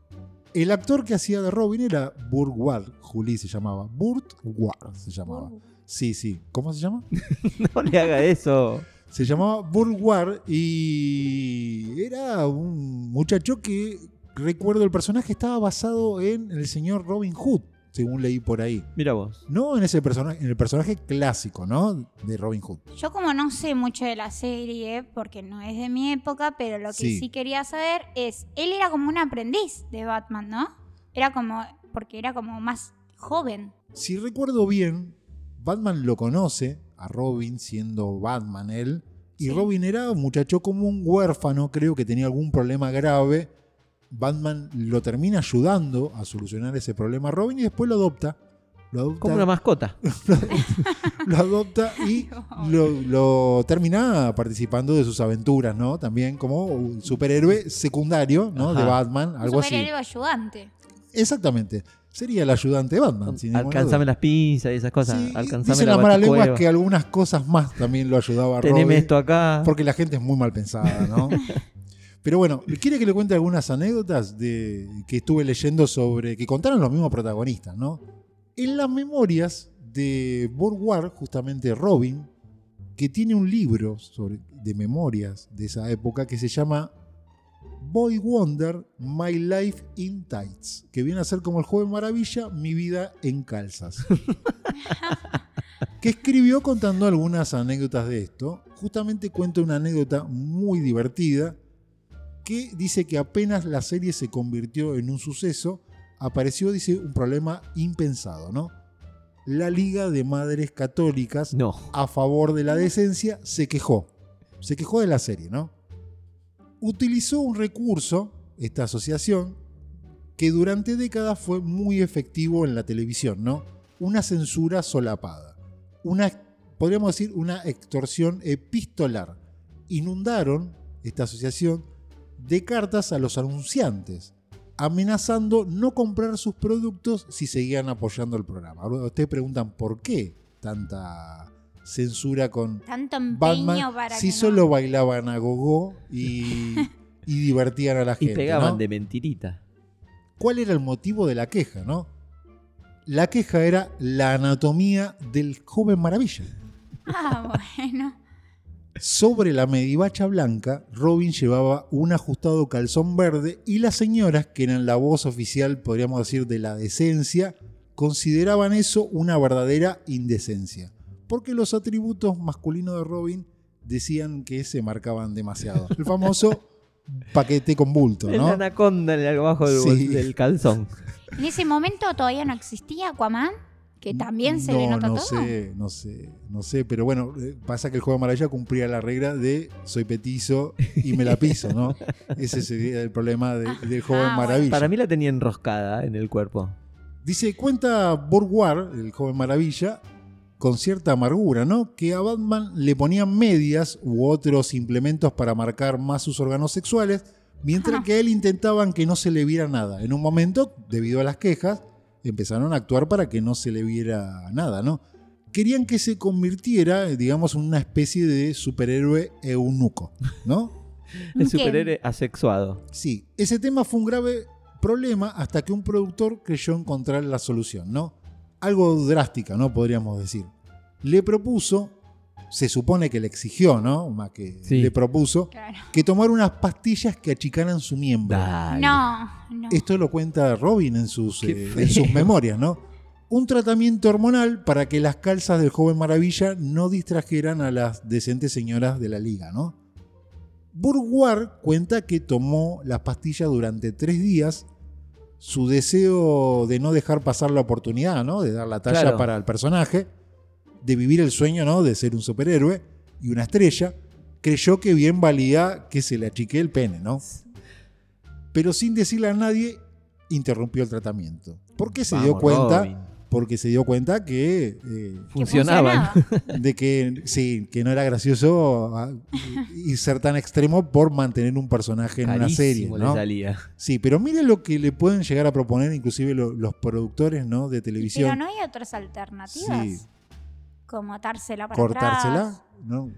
[SPEAKER 2] El actor que hacía de Robin era Burt Ward, Juli se llamaba. Burt Ward se llamaba. Sí, sí. ¿Cómo se llama?
[SPEAKER 3] No le haga eso.
[SPEAKER 2] Se llamaba Burwar y era un muchacho que, recuerdo el personaje, estaba basado en el señor Robin Hood, según leí por ahí.
[SPEAKER 3] Mira vos.
[SPEAKER 2] No en ese personaje, en el personaje clásico, ¿no? De Robin Hood.
[SPEAKER 1] Yo como no sé mucho de la serie, porque no es de mi época, pero lo que
[SPEAKER 2] Sí.
[SPEAKER 1] sí, quería saber es, él era como un aprendiz de Batman, ¿no? Era como, porque era como más joven.
[SPEAKER 2] Si recuerdo bien, Batman lo conoce a Robin, siendo Batman él. Y
[SPEAKER 1] Sí.
[SPEAKER 2] Robin era un muchacho como un huérfano, creo que tenía algún problema grave. Batman lo termina ayudando a solucionar ese problema a Robin y después lo adopta. Lo adopta,
[SPEAKER 3] Como una mascota.
[SPEAKER 2] lo adopta y lo, lo termina participando de sus aventuras, ¿no? También como un superhéroe secundario, ¿no?
[SPEAKER 3] Ajá.
[SPEAKER 2] De Batman, algo
[SPEAKER 1] un
[SPEAKER 2] así.
[SPEAKER 1] superhéroe ayudante.
[SPEAKER 2] Exactamente. Sería el ayudante de Batman. sin ninguna duda.
[SPEAKER 3] Alcanzame las pinzas y esas cosas.
[SPEAKER 2] Sí,
[SPEAKER 3] Alcanzame
[SPEAKER 2] dicen
[SPEAKER 3] la
[SPEAKER 2] las malas lenguas
[SPEAKER 3] baticueva.
[SPEAKER 2] que algunas cosas más también lo ayudaba a
[SPEAKER 3] Teneme
[SPEAKER 2] Robin,
[SPEAKER 3] esto acá.
[SPEAKER 2] Porque la gente es muy mal pensada, ¿no? Pero bueno, ¿quiere que le cuente algunas anécdotas de, que estuve leyendo sobre. que contaron los mismos protagonistas, ¿no? En las memorias de Borwar, justamente Robin, que tiene un libro sobre, de memorias de esa época que se llama Boy Wonder My Life in Tights, que viene a ser como el joven maravilla, mi vida en calzas. que escribió contando algunas anécdotas de esto. Justamente cuenta una anécdota muy divertida que dice que apenas la serie se convirtió en un suceso, apareció, dice, un problema impensado, ¿no? La Liga de Madres Católicas
[SPEAKER 3] No.
[SPEAKER 2] a favor de la decencia, se quejó. Se quejó de la serie, ¿no? Utilizó un recurso, esta asociación, que durante décadas fue muy efectivo en la televisión, ¿no? Una censura solapada. Una, podríamos decir, una extorsión epistolar. Inundaron esta asociación de cartas a los anunciantes, amenazando no comprar sus productos si seguían apoyando el programa. Ahora ustedes preguntan por qué tanta censura con
[SPEAKER 1] Tanto empeño
[SPEAKER 2] Batman
[SPEAKER 1] para
[SPEAKER 2] si
[SPEAKER 1] que no-
[SPEAKER 2] solo bailaban a gogo y, y divertían a la
[SPEAKER 3] Y
[SPEAKER 2] gente.
[SPEAKER 3] pegaban
[SPEAKER 2] ¿no?
[SPEAKER 3] de mentirita.
[SPEAKER 2] ¿Cuál era el motivo de la queja, no? La queja era la anatomía del joven maravilla.
[SPEAKER 1] Ah, bueno.
[SPEAKER 2] Sobre la medivacha blanca, Robin llevaba un ajustado calzón verde y las señoras, que eran la voz oficial, podríamos decir, de la decencia, consideraban eso una verdadera indecencia. Porque los atributos masculinos de Robin decían que se marcaban demasiado. El famoso paquete con bulto,
[SPEAKER 3] El
[SPEAKER 2] ¿no?
[SPEAKER 3] anaconda en el abajo del, bol-
[SPEAKER 2] Sí.
[SPEAKER 3] del calzón.
[SPEAKER 1] En ese momento todavía no existía Aquaman, que también se le
[SPEAKER 2] No,
[SPEAKER 1] nota
[SPEAKER 2] no
[SPEAKER 1] todo.
[SPEAKER 2] sé, no sé, no sé, pero bueno, eh, pasa que el juego de maravilla cumplía la regla de soy petizo y me la piso, ¿no? Ese sería el problema de- del joven
[SPEAKER 1] Ah, bueno.
[SPEAKER 2] maravilla.
[SPEAKER 3] Para mí la tenía enroscada en el cuerpo.
[SPEAKER 2] Dice, cuenta Borguar, el joven maravilla, con cierta amargura, ¿no? Que a Batman le ponían medias u otros implementos para marcar más sus órganos sexuales, mientras que a él intentaban que no se le viera nada. En un momento, debido a las quejas, empezaron a actuar para que no se le viera nada, ¿no? Querían que se convirtiera, digamos, en una especie de superhéroe eunuco, ¿no?
[SPEAKER 1] ¿Qué?
[SPEAKER 3] El superhéroe asexuado.
[SPEAKER 2] Sí, ese tema fue un grave problema hasta que un productor creyó encontrar la solución, ¿no? Algo drástica, ¿no? Podríamos decir. Le propuso, se supone que le exigió, ¿no? Más que
[SPEAKER 3] Sí.
[SPEAKER 2] le propuso,
[SPEAKER 1] Claro.
[SPEAKER 2] que tomara unas pastillas que achicaran su miembro.
[SPEAKER 3] Dale.
[SPEAKER 1] No, no.
[SPEAKER 2] Esto lo cuenta Robin en sus,
[SPEAKER 3] Qué
[SPEAKER 2] eh,
[SPEAKER 3] feo.
[SPEAKER 2] en sus memorias, ¿no? Un tratamiento hormonal para que las calzas del joven maravilla no distrajeran a las decentes señoras de la liga, ¿no? Burguard cuenta que tomó las pastillas durante tres días. Su deseo de no dejar pasar la oportunidad, ¿no? De dar la talla
[SPEAKER 3] Claro.
[SPEAKER 2] para el personaje, de vivir el sueño, ¿no? De ser un superhéroe y una estrella, creyó que bien valía que se le achique el pene, ¿no? pero sin decirle a nadie, interrumpió el tratamiento. ¿Por qué se dio
[SPEAKER 3] Vamos,
[SPEAKER 2] cuenta?
[SPEAKER 3] Robin.
[SPEAKER 2] Porque se dio cuenta que, eh,
[SPEAKER 1] Que
[SPEAKER 3] Funcionaban.
[SPEAKER 1] funcionaba.
[SPEAKER 2] de que sí, que no era gracioso ah, y ser tan extremo por mantener un personaje en una serie,
[SPEAKER 3] Carísimo
[SPEAKER 2] ¿no?
[SPEAKER 3] le salía.
[SPEAKER 2] Sí, pero mire lo que le pueden llegar a proponer inclusive lo- los productores, ¿no? De
[SPEAKER 1] Pero
[SPEAKER 2] televisión,
[SPEAKER 1] no hay otras alternativas.
[SPEAKER 2] Sí.
[SPEAKER 1] Como atársela para atrás.
[SPEAKER 2] cortársela, ¿no?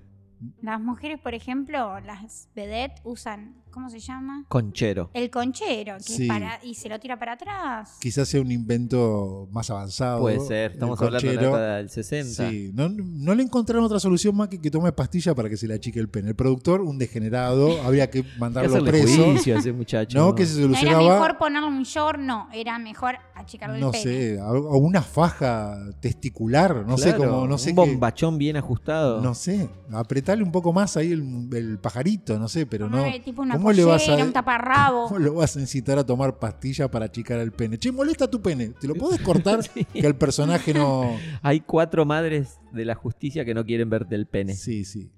[SPEAKER 1] Las mujeres, por ejemplo, las vedettes usan ¿Cómo se llama?
[SPEAKER 3] Conchero.
[SPEAKER 1] El conchero, que es
[SPEAKER 2] Sí.
[SPEAKER 1] para, y se lo tira para atrás.
[SPEAKER 2] Quizás sea un invento más avanzado.
[SPEAKER 3] Puede ser, estamos
[SPEAKER 2] El
[SPEAKER 3] hablando de la
[SPEAKER 2] cochero.
[SPEAKER 3] década del 60.
[SPEAKER 2] Sí, no, no le encontraron otra solución más que que tome pastilla para que se le achique el pene. El productor, un degenerado, habría que
[SPEAKER 3] Hay
[SPEAKER 2] mandarlo
[SPEAKER 3] que hacerle
[SPEAKER 2] preso.
[SPEAKER 3] juicio a ese muchacho.
[SPEAKER 2] No, que se
[SPEAKER 1] ¿No era mejor
[SPEAKER 2] solucionaba,
[SPEAKER 1] ponerle un short? No, era mejor achicarle
[SPEAKER 2] no
[SPEAKER 1] el pene.
[SPEAKER 2] sé, a, a una faja testicular, no sé
[SPEAKER 3] Claro,
[SPEAKER 2] cómo, no sé
[SPEAKER 3] Un
[SPEAKER 2] qué-
[SPEAKER 3] bombachón bien ajustado.
[SPEAKER 2] No sé, apretarle un poco más ahí el, el pajarito, no sé, pero no.
[SPEAKER 1] Ponerle tipo una
[SPEAKER 2] ¿Cómo le vas a-
[SPEAKER 1] pollera, un taparrabo.
[SPEAKER 2] ¿Cómo lo vas a incitar a tomar pastillas para achicar el pene? Che, molesta tu pene, ¿te lo podés cortar?
[SPEAKER 3] Sí.
[SPEAKER 2] Que el personaje no.
[SPEAKER 3] Hay cuatro madres de la justicia que no quieren verte el pene.
[SPEAKER 2] Sí, sí.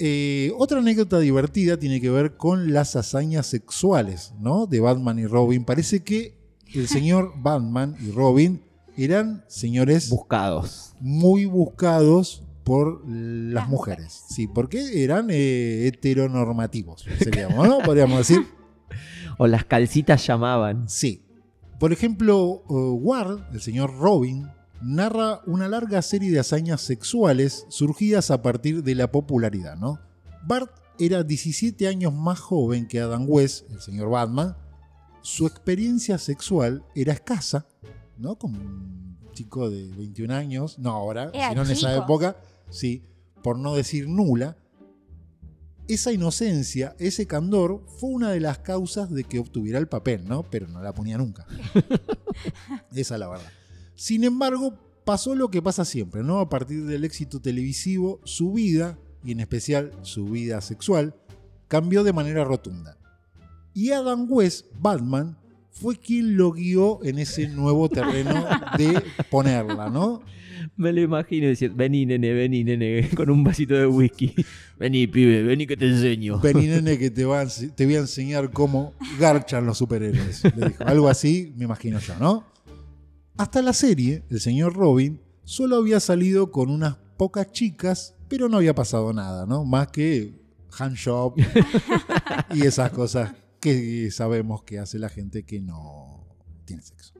[SPEAKER 2] Eh, otra anécdota divertida tiene que ver con las hazañas sexuales, ¿no? De Batman y Robin. Parece que el señor Batman y Robin eran señores
[SPEAKER 3] Buscados.
[SPEAKER 2] muy buscados por las
[SPEAKER 1] Las
[SPEAKER 2] mujeres. Sí, porque eran eh, heteronormativos, seríamos, ¿no? Podríamos decir.
[SPEAKER 3] O las calcitas llamaban.
[SPEAKER 2] Sí. Por ejemplo, eh, Ward, el señor Robin, narra una larga serie de hazañas sexuales surgidas a partir de la popularidad, ¿no? Bart era 17 años más joven que Adam West, el señor Batman. Su experiencia sexual era escasa, ¿no? Con un chico de 21 años, no ahora,
[SPEAKER 1] Era
[SPEAKER 2] sino en esa
[SPEAKER 1] chico.
[SPEAKER 2] época, sí, por no decir nula. Esa inocencia, ese candor, fue una de las causas de que obtuviera el papel, ¿no? Pero no la ponía nunca. Esa es la verdad. Sin embargo, pasó lo que pasa siempre, ¿no? A partir del éxito televisivo, su vida, y en especial su vida sexual, cambió de manera rotunda. Y Adam West, Batman, fue quien lo guió en ese nuevo terreno de ponerla, ¿no?
[SPEAKER 3] Me lo imagino decir, vení nene, vení nene, con un vasito de whisky. Vení pibe, vení que te enseño.
[SPEAKER 2] Vení, nene, que te, va a ense- te voy a enseñar cómo garchan los superhéroes. Le dijo. Algo así, me imagino yo, ¿no? Hasta la serie, el señor Robin solo había salido con unas pocas chicas, pero no había pasado nada, ¿no? Más que handshop y esas cosas que sabemos que hace la gente que no tiene sexo.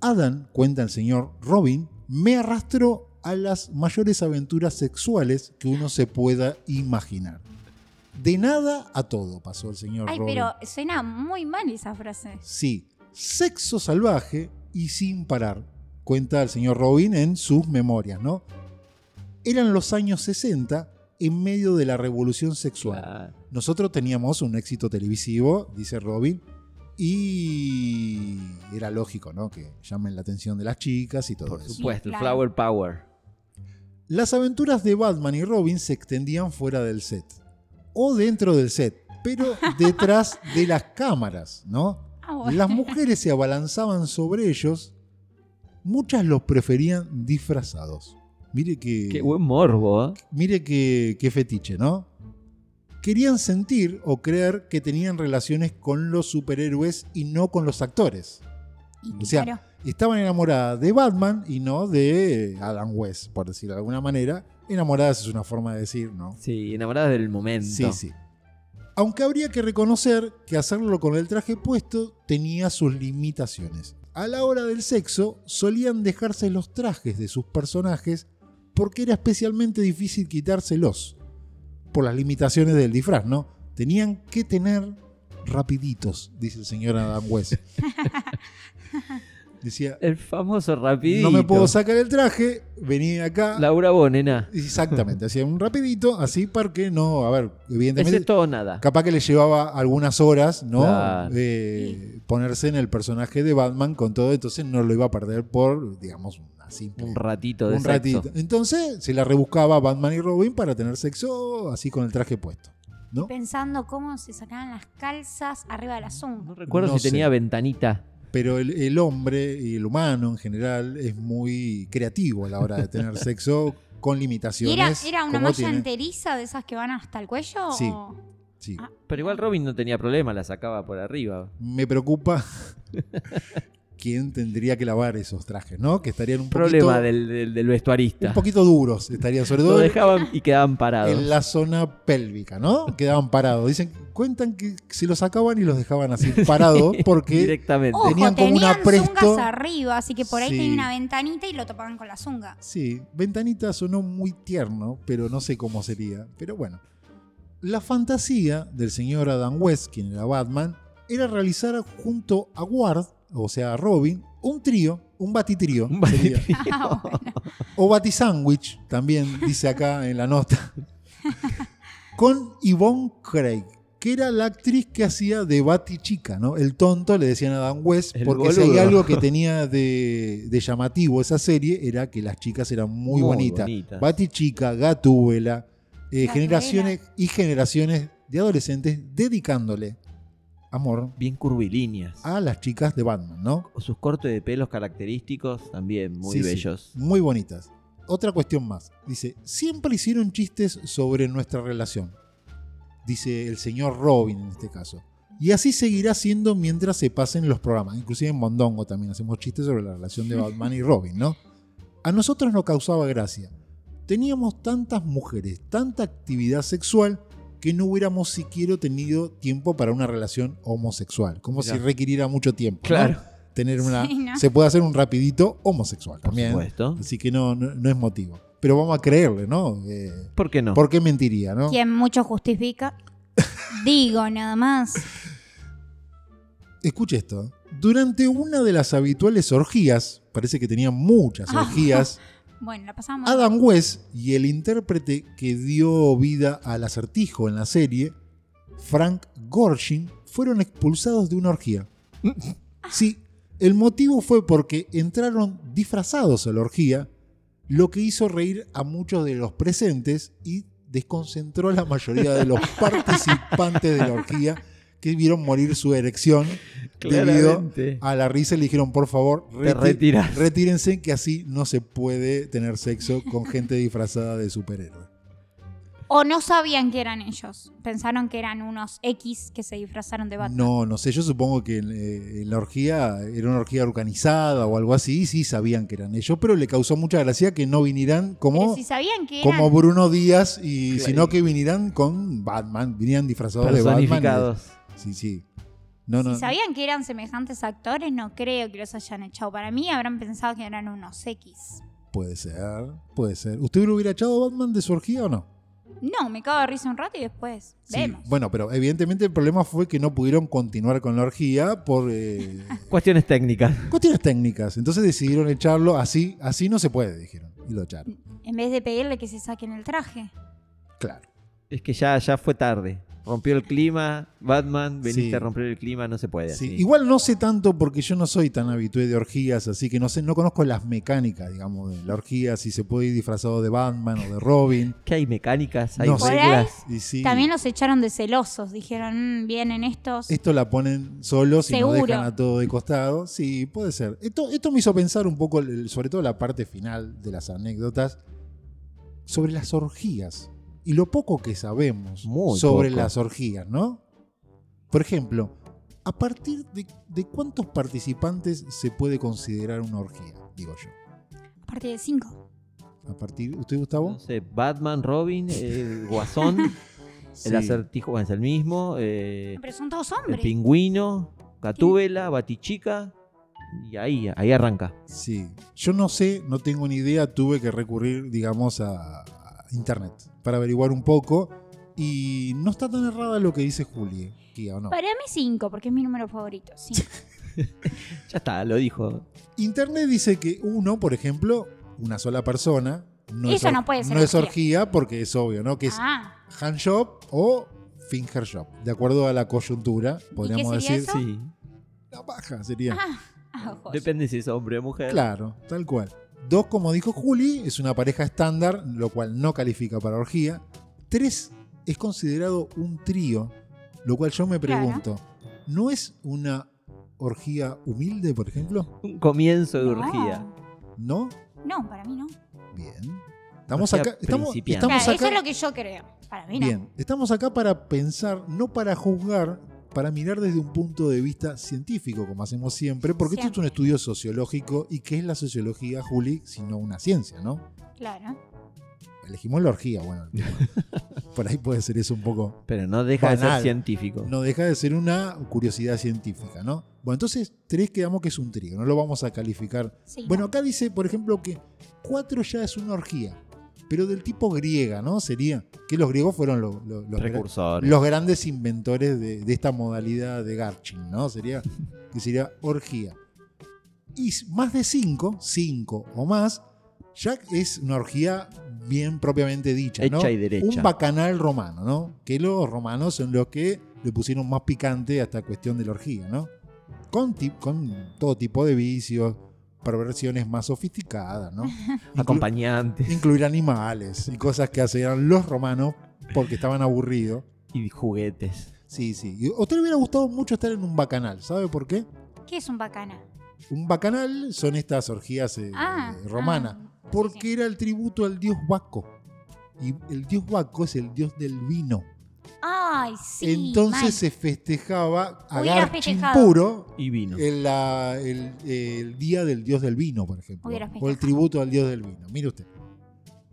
[SPEAKER 2] Adam, cuenta el señor Robin, me arrastró a las mayores aventuras sexuales que uno se pueda imaginar. De nada a todo pasó el señor
[SPEAKER 1] Ay,
[SPEAKER 2] Robin.
[SPEAKER 1] pero suena muy mal esa frase.
[SPEAKER 2] Sí, sexo salvaje y sin parar, cuenta el señor Robin en sus memorias, ¿no? Eran los años 60 en medio de la revolución sexual.
[SPEAKER 3] Claro.
[SPEAKER 2] Nosotros teníamos un éxito televisivo, dice Robin, y era lógico, ¿no? Que llamen la atención de las chicas y todo
[SPEAKER 3] Por
[SPEAKER 2] eso.
[SPEAKER 3] supuesto,
[SPEAKER 1] claro.
[SPEAKER 3] Flower Power.
[SPEAKER 2] Las aventuras de Batman y Robin se extendían fuera del set, o dentro del set, pero detrás de las cámaras, ¿no?
[SPEAKER 1] Ah, bueno.
[SPEAKER 2] Las mujeres se abalanzaban sobre ellos, muchas los preferían disfrazados. Mire que...
[SPEAKER 3] Qué buen morbo, ¿eh?
[SPEAKER 2] Mire qué, qué fetiche, ¿no? Querían sentir o creer que tenían relaciones con los superhéroes y no con los actores.
[SPEAKER 1] Y
[SPEAKER 2] O sea,
[SPEAKER 1] claro,
[SPEAKER 2] Estaban enamoradas de Batman y no de Adam West, por decirlo de alguna manera. Enamoradas es una forma de decir, ¿no?
[SPEAKER 3] Sí, enamoradas del momento.
[SPEAKER 2] Sí, sí. Aunque habría que reconocer que hacerlo con el traje puesto tenía sus limitaciones. A la hora del sexo solían dejarse los trajes de sus personajes porque era especialmente difícil quitárselos. Por las limitaciones del disfraz, ¿no? Tenían que tener rapiditos, dice el señor Adam West. Decía,
[SPEAKER 3] El famoso rapidito.
[SPEAKER 2] no me puedo sacar el traje, vení acá.
[SPEAKER 3] Laura Bonena.
[SPEAKER 2] Exactamente, hacía un rapidito, así porque no, a ver,
[SPEAKER 3] ¿Es
[SPEAKER 2] evidentemente
[SPEAKER 3] esto o nada?
[SPEAKER 2] Capaz que le llevaba algunas horas, ¿no?
[SPEAKER 3] Claro.
[SPEAKER 2] Eh, ponerse en el personaje de Batman con todo, entonces no lo iba a perder por, digamos, una simple.
[SPEAKER 3] Un ratito de
[SPEAKER 2] un
[SPEAKER 3] sexo.
[SPEAKER 2] ratito. Entonces se la rebuscaba Batman y Robin para tener sexo así con el traje puesto, ¿no?
[SPEAKER 1] pensando cómo se sacaban las calzas arriba de la
[SPEAKER 3] No
[SPEAKER 1] zunga.
[SPEAKER 3] recuerdo
[SPEAKER 2] No
[SPEAKER 3] si tenía
[SPEAKER 2] sé.
[SPEAKER 3] ventanita.
[SPEAKER 2] Pero el, el hombre y el humano en general es muy creativo a la hora de tener sexo con
[SPEAKER 1] ¿Y era,
[SPEAKER 2] limitaciones.
[SPEAKER 1] era una
[SPEAKER 2] como
[SPEAKER 1] malla
[SPEAKER 2] tiene.
[SPEAKER 1] enteriza de esas que van hasta el cuello?
[SPEAKER 2] Sí.
[SPEAKER 1] o-
[SPEAKER 2] Sí.
[SPEAKER 1] Ah.
[SPEAKER 3] Pero igual Robin no tenía problema, la sacaba por arriba.
[SPEAKER 2] Me preocupa quién tendría que lavar esos trajes, ¿no? Que estarían un
[SPEAKER 3] Problema
[SPEAKER 2] poquito-
[SPEAKER 3] del, del- del vestuarista.
[SPEAKER 2] un poquito duros estarían, sobre
[SPEAKER 3] Lo
[SPEAKER 2] todo
[SPEAKER 3] dejaban y quedaban parados.
[SPEAKER 2] en la zona pélvica, ¿no? Quedaban parados. Dicen, cuentan que se los sacaban y los dejaban así parados porque Oh,
[SPEAKER 3] Directamente.
[SPEAKER 1] Ojo,
[SPEAKER 2] Tenían
[SPEAKER 1] tenían,
[SPEAKER 2] como un apresto.
[SPEAKER 1] zungas arriba, así que por ahí
[SPEAKER 2] Sí.
[SPEAKER 1] tenían una ventanita y lo topaban con la zunga.
[SPEAKER 2] sí, ventanita sonó muy tierno, pero no sé cómo sería, pero bueno. La fantasía del señor Adam West, quien era Batman, era realizar junto a Ward, o sea, a Robin, un trío, un batitrío,
[SPEAKER 3] Un
[SPEAKER 2] sería.
[SPEAKER 3] batido.
[SPEAKER 1] Ah, bueno.
[SPEAKER 2] o batisandwich, también dice acá en la nota, con Yvonne Craig, que era la actriz que hacía de Batichica, ¿no? El tonto, le decían a Dan West,
[SPEAKER 3] El
[SPEAKER 2] porque si hay
[SPEAKER 3] boludo.
[SPEAKER 2] algo que tenía de, de llamativo esa serie era que las chicas eran muy, bonitas.
[SPEAKER 3] bonitas.
[SPEAKER 2] Batichica, Gatúbela, eh,
[SPEAKER 1] Gatúbela.
[SPEAKER 2] generaciones y generaciones de adolescentes dedicándole amor
[SPEAKER 3] Bien curvilíneas.
[SPEAKER 2] a las chicas de Batman, ¿no?
[SPEAKER 3] Sus cortes de pelos característicos también muy
[SPEAKER 2] Sí, sí,
[SPEAKER 3] bellos.
[SPEAKER 2] muy bonitas. Otra cuestión más. Dice, siempre hicieron chistes sobre nuestra relación. Dice el señor Robin en este caso. Y así seguirá siendo mientras se pasen los programas. Inclusive en Mondongo también hacemos chistes sobre la relación de Batman y Robin, ¿no? A nosotros nos causaba gracia. Teníamos tantas mujeres, tanta actividad sexual, que no hubiéramos siquiera tenido tiempo para una relación homosexual. Como
[SPEAKER 3] Mirá.
[SPEAKER 2] si requiriera mucho tiempo. ¿no?
[SPEAKER 3] Claro.
[SPEAKER 2] Tener una...
[SPEAKER 1] Sí, ¿no?
[SPEAKER 2] Se puede hacer un rapidito homosexual
[SPEAKER 3] Por
[SPEAKER 2] también.
[SPEAKER 3] supuesto.
[SPEAKER 2] Así que no, no, no es motivo. Pero vamos a creerle, ¿no? Eh,
[SPEAKER 3] ¿Por qué no?
[SPEAKER 2] ¿Por qué mentiría, no?
[SPEAKER 1] Quien mucho justifica. Digo nada más.
[SPEAKER 2] Escuche esto. Durante una de las habituales orgías, parece que tenían muchas
[SPEAKER 1] Ah.
[SPEAKER 2] orgías,
[SPEAKER 1] Bueno, la pasamos.
[SPEAKER 2] Adam West y el intérprete que dio vida al acertijo en la serie, Frank Gorshin, fueron expulsados de una orgía. Sí, el motivo fue porque entraron disfrazados a la orgía, lo que hizo reír a muchos de los presentes y desconcentró a la mayoría de los participantes de la orgía que vieron morir su erección
[SPEAKER 3] Claramente.
[SPEAKER 2] a la risa y le dijeron, por favor,
[SPEAKER 3] Te
[SPEAKER 2] reti-
[SPEAKER 3] retiras.
[SPEAKER 2] retírense, que así no se puede tener sexo con gente disfrazada de superhéroe.
[SPEAKER 1] O no sabían que eran ellos. Pensaron que eran unos X que se disfrazaron de Batman.
[SPEAKER 2] No, no sé, yo supongo que eh, la orgía era una orgía organizada o algo así, y sí sabían que eran ellos, pero le causó mucha gracia que no vinieran
[SPEAKER 1] Pero
[SPEAKER 2] como,
[SPEAKER 1] si sabían que eran.
[SPEAKER 2] como Bruno Díaz, y
[SPEAKER 3] Claro.
[SPEAKER 2] sino que vinieran con Batman, vinieran disfrazados de Batman.
[SPEAKER 3] Personificados.
[SPEAKER 2] Sí, sí. No,
[SPEAKER 1] si
[SPEAKER 2] no.
[SPEAKER 1] sabían que eran semejantes actores, no creo que los hayan echado. Para mí habrán pensado que eran unos X.
[SPEAKER 2] Puede ser, puede ser. ¿Usted lo hubiera echado a Batman de su orgía o no?
[SPEAKER 1] No, me cago de risa un rato y después
[SPEAKER 2] Sí,
[SPEAKER 1] vemos.
[SPEAKER 2] Bueno, pero evidentemente el problema fue que no pudieron continuar con la orgía por eh,
[SPEAKER 3] Cuestiones técnicas.
[SPEAKER 2] cuestiones técnicas. Entonces decidieron echarlo así, así no se puede, dijeron. Y lo echaron.
[SPEAKER 1] En vez de pedirle que se saquen el traje.
[SPEAKER 2] Claro.
[SPEAKER 3] Es que ya, ya fue tarde. Rompió el clima. Batman, veniste
[SPEAKER 2] Sí.
[SPEAKER 3] a romper el clima, no se puede.
[SPEAKER 2] Sí,
[SPEAKER 3] así.
[SPEAKER 2] Igual no sé tanto porque yo no soy tan habitué de orgías, así que no sé, no conozco las mecánicas, digamos, de la orgía, si se puede ir disfrazado de Batman o de Robin.
[SPEAKER 3] Que hay mecánicas, hay
[SPEAKER 2] No sé.
[SPEAKER 3] reglas.
[SPEAKER 2] Y sí,
[SPEAKER 1] También los echaron de celosos. Dijeron, "Mm, vienen estos.
[SPEAKER 2] Esto la ponen solos y no
[SPEAKER 1] Seguro.
[SPEAKER 2] dejan a todo de costado. Sí, puede ser. Esto, esto me hizo pensar un poco, el- sobre todo la parte final de las anécdotas, sobre las orgías y lo poco que sabemos
[SPEAKER 3] Muy
[SPEAKER 2] sobre
[SPEAKER 3] poco.
[SPEAKER 2] las orgías, ¿no? Por ejemplo, ¿a partir de, de cuántos participantes se puede considerar una orgía? Digo yo.
[SPEAKER 1] A partir de cinco.
[SPEAKER 2] ¿A partir, usted, Gustavo?
[SPEAKER 3] No sé, Batman, Robin, el Guasón,
[SPEAKER 2] Sí.
[SPEAKER 3] el acertijo, bueno, es el mismo. eh,
[SPEAKER 1] Pero son todos
[SPEAKER 3] el
[SPEAKER 1] hombres.
[SPEAKER 3] pingüino, Gatúbela, Batichica. Y ahí, ahí arranca.
[SPEAKER 2] Sí. Yo no sé, no tengo ni idea, tuve que recurrir, digamos, a, a internet para averiguar un poco. Y no está tan errada lo que dice Juli, Kia, ¿o no?
[SPEAKER 1] Para mí cinco, porque es mi número favorito. cinco.
[SPEAKER 3] Ya está, lo dijo.
[SPEAKER 2] Internet dice que uno, por ejemplo, una sola persona, no,
[SPEAKER 1] Eso
[SPEAKER 2] es, or-
[SPEAKER 1] no puede ser
[SPEAKER 2] no es
[SPEAKER 1] orgía.
[SPEAKER 2] orgía porque es obvio, ¿no? Que es
[SPEAKER 1] ah,
[SPEAKER 2] hand job o finger job, de acuerdo a la coyuntura, podríamos
[SPEAKER 1] sería
[SPEAKER 2] decir.
[SPEAKER 1] eso?
[SPEAKER 3] Sí.
[SPEAKER 2] La baja sería.
[SPEAKER 1] ah, ah, joya.
[SPEAKER 3] Depende si es hombre o mujer.
[SPEAKER 2] Claro, tal cual. Dos, como dijo Juli, es una pareja estándar, lo cual no califica para orgía. Tres, es considerado un trío, lo cual yo me
[SPEAKER 1] Claro.
[SPEAKER 2] pregunto, ¿no es una orgía humilde, por ejemplo?
[SPEAKER 3] Un comienzo de
[SPEAKER 1] No.
[SPEAKER 3] orgía.
[SPEAKER 2] ¿No?
[SPEAKER 1] No, para mí no.
[SPEAKER 2] Bien. Estamos
[SPEAKER 3] Orgía
[SPEAKER 2] acá, estamos,
[SPEAKER 3] principiante.
[SPEAKER 1] Claro,
[SPEAKER 2] estamos
[SPEAKER 1] eso es
[SPEAKER 2] acá,
[SPEAKER 1] lo que yo creo. Para mí no.
[SPEAKER 2] bien, estamos acá para pensar, no para juzgar, para mirar desde un punto de vista científico, como hacemos siempre, porque esto es un
[SPEAKER 1] Siempre.
[SPEAKER 2] estudio sociológico y qué es la sociología, Juli, sino una ciencia, ¿no?
[SPEAKER 1] Claro.
[SPEAKER 2] Elegimos la orgía, bueno. Por ahí puede ser eso un poco.
[SPEAKER 3] Pero no deja de
[SPEAKER 2] Banal.
[SPEAKER 3] ser científico.
[SPEAKER 2] No deja de ser una curiosidad científica, ¿no? Bueno, entonces tres quedamos que es un trío, no lo vamos a calificar.
[SPEAKER 1] Sí,
[SPEAKER 2] Bueno,
[SPEAKER 1] no.
[SPEAKER 2] acá dice, por ejemplo, que cuatro ya es una orgía. pero del tipo griega, ¿no? Sería que los griegos fueron lo- lo- los, gra-
[SPEAKER 3] Precursores.
[SPEAKER 2] los grandes inventores de, de esta modalidad de garching, ¿no? Sería, que sería orgía. Y s- más de cinco, cinco o más, ya es una orgía bien propiamente dicha, ¿no?
[SPEAKER 3] Hecha y derecha.
[SPEAKER 2] Un bacanal romano, ¿no? Que los romanos son los que le pusieron más picante a esta cuestión de la orgía, ¿no? Con, ti- con todo tipo de vicios, perversiones más sofisticadas, ¿no? Inclu-
[SPEAKER 3] Acompañantes
[SPEAKER 2] incluir animales y cosas que hacían los romanos porque estaban aburridos.
[SPEAKER 3] y juguetes.
[SPEAKER 2] Sí, sí. Y A usted le hubiera gustado mucho estar en un bacanal, ¿sabe por qué?
[SPEAKER 1] ¿Qué es un bacana?
[SPEAKER 2] eh, Un bacanal son estas orgías eh,
[SPEAKER 1] Ah,
[SPEAKER 2] eh, romanas,
[SPEAKER 1] ah,
[SPEAKER 2] porque
[SPEAKER 1] sí,
[SPEAKER 2] era el tributo al dios Baco. Y el dios Baco es el dios del vino.
[SPEAKER 1] sí. ah. Ay, sí.
[SPEAKER 2] Entonces
[SPEAKER 1] mal.
[SPEAKER 2] se festejaba a
[SPEAKER 1] Hubiera
[SPEAKER 2] Garchin
[SPEAKER 1] festejado.
[SPEAKER 2] puro
[SPEAKER 3] Y vino.
[SPEAKER 2] el, la- el- el día del dios del vino, por ejemplo.
[SPEAKER 1] Hubiera
[SPEAKER 2] O el
[SPEAKER 1] festejado.
[SPEAKER 2] tributo al dios del vino. Mire usted.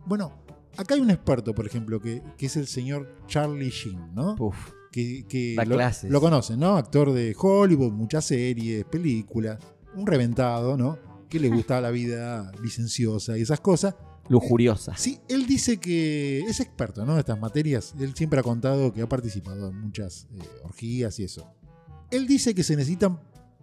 [SPEAKER 2] Bueno, acá hay un experto, por ejemplo, que, que es el señor Charlie Sheen, ¿no?
[SPEAKER 3] Uf,
[SPEAKER 2] que, que
[SPEAKER 3] Da
[SPEAKER 2] lo,
[SPEAKER 3] clases.
[SPEAKER 2] lo conocen, ¿no? Actor de Hollywood, muchas series, películas, un reventado, ¿no? Que le gusta la vida licenciosa y esas cosas.
[SPEAKER 3] lujuriosa.
[SPEAKER 2] Sí, él dice que es experto, ¿no? En estas materias. Él siempre ha contado que ha participado en muchas eh, orgías y eso. Él dice que se necesitan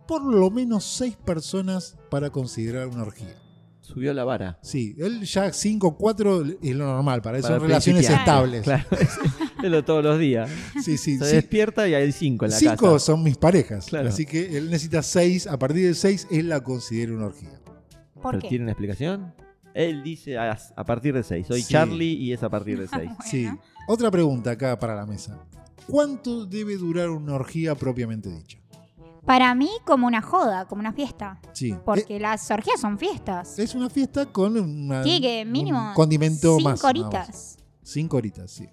[SPEAKER 2] por lo menos seis personas para considerar una orgía.
[SPEAKER 3] Subió la vara.
[SPEAKER 2] Sí, él ya cinco o cuatro es lo normal, para él
[SPEAKER 3] Para
[SPEAKER 2] son relaciones
[SPEAKER 3] principiantes.
[SPEAKER 2] estables.
[SPEAKER 3] Claro, es lo todos los días.
[SPEAKER 2] Sí, sí,
[SPEAKER 3] Se
[SPEAKER 2] sí.
[SPEAKER 3] despierta y hay cinco en la
[SPEAKER 2] cinco
[SPEAKER 3] casa.
[SPEAKER 2] son mis parejas.
[SPEAKER 3] Claro.
[SPEAKER 2] Así que él necesita seis. A partir de seis, él la considera una orgía.
[SPEAKER 1] ¿Por
[SPEAKER 3] ¿Pero
[SPEAKER 1] qué?
[SPEAKER 3] tiene una explicación? Él dice a, a partir de seis. Soy
[SPEAKER 2] Sí.
[SPEAKER 3] Charlie y es a partir de seis.
[SPEAKER 1] Bueno.
[SPEAKER 2] Sí. Otra pregunta acá para la mesa. ¿Cuánto debe durar una orgía propiamente dicha?
[SPEAKER 1] Para mí, como una joda, como una fiesta.
[SPEAKER 2] Sí.
[SPEAKER 1] Porque las orgías son fiestas.
[SPEAKER 2] Eh, Es una fiesta con una,
[SPEAKER 1] Tiene que
[SPEAKER 2] un
[SPEAKER 1] mínimo
[SPEAKER 2] condimento
[SPEAKER 1] cinco
[SPEAKER 2] más. nada más.
[SPEAKER 1] horitas. Ah,
[SPEAKER 2] Cinco horitas, sí.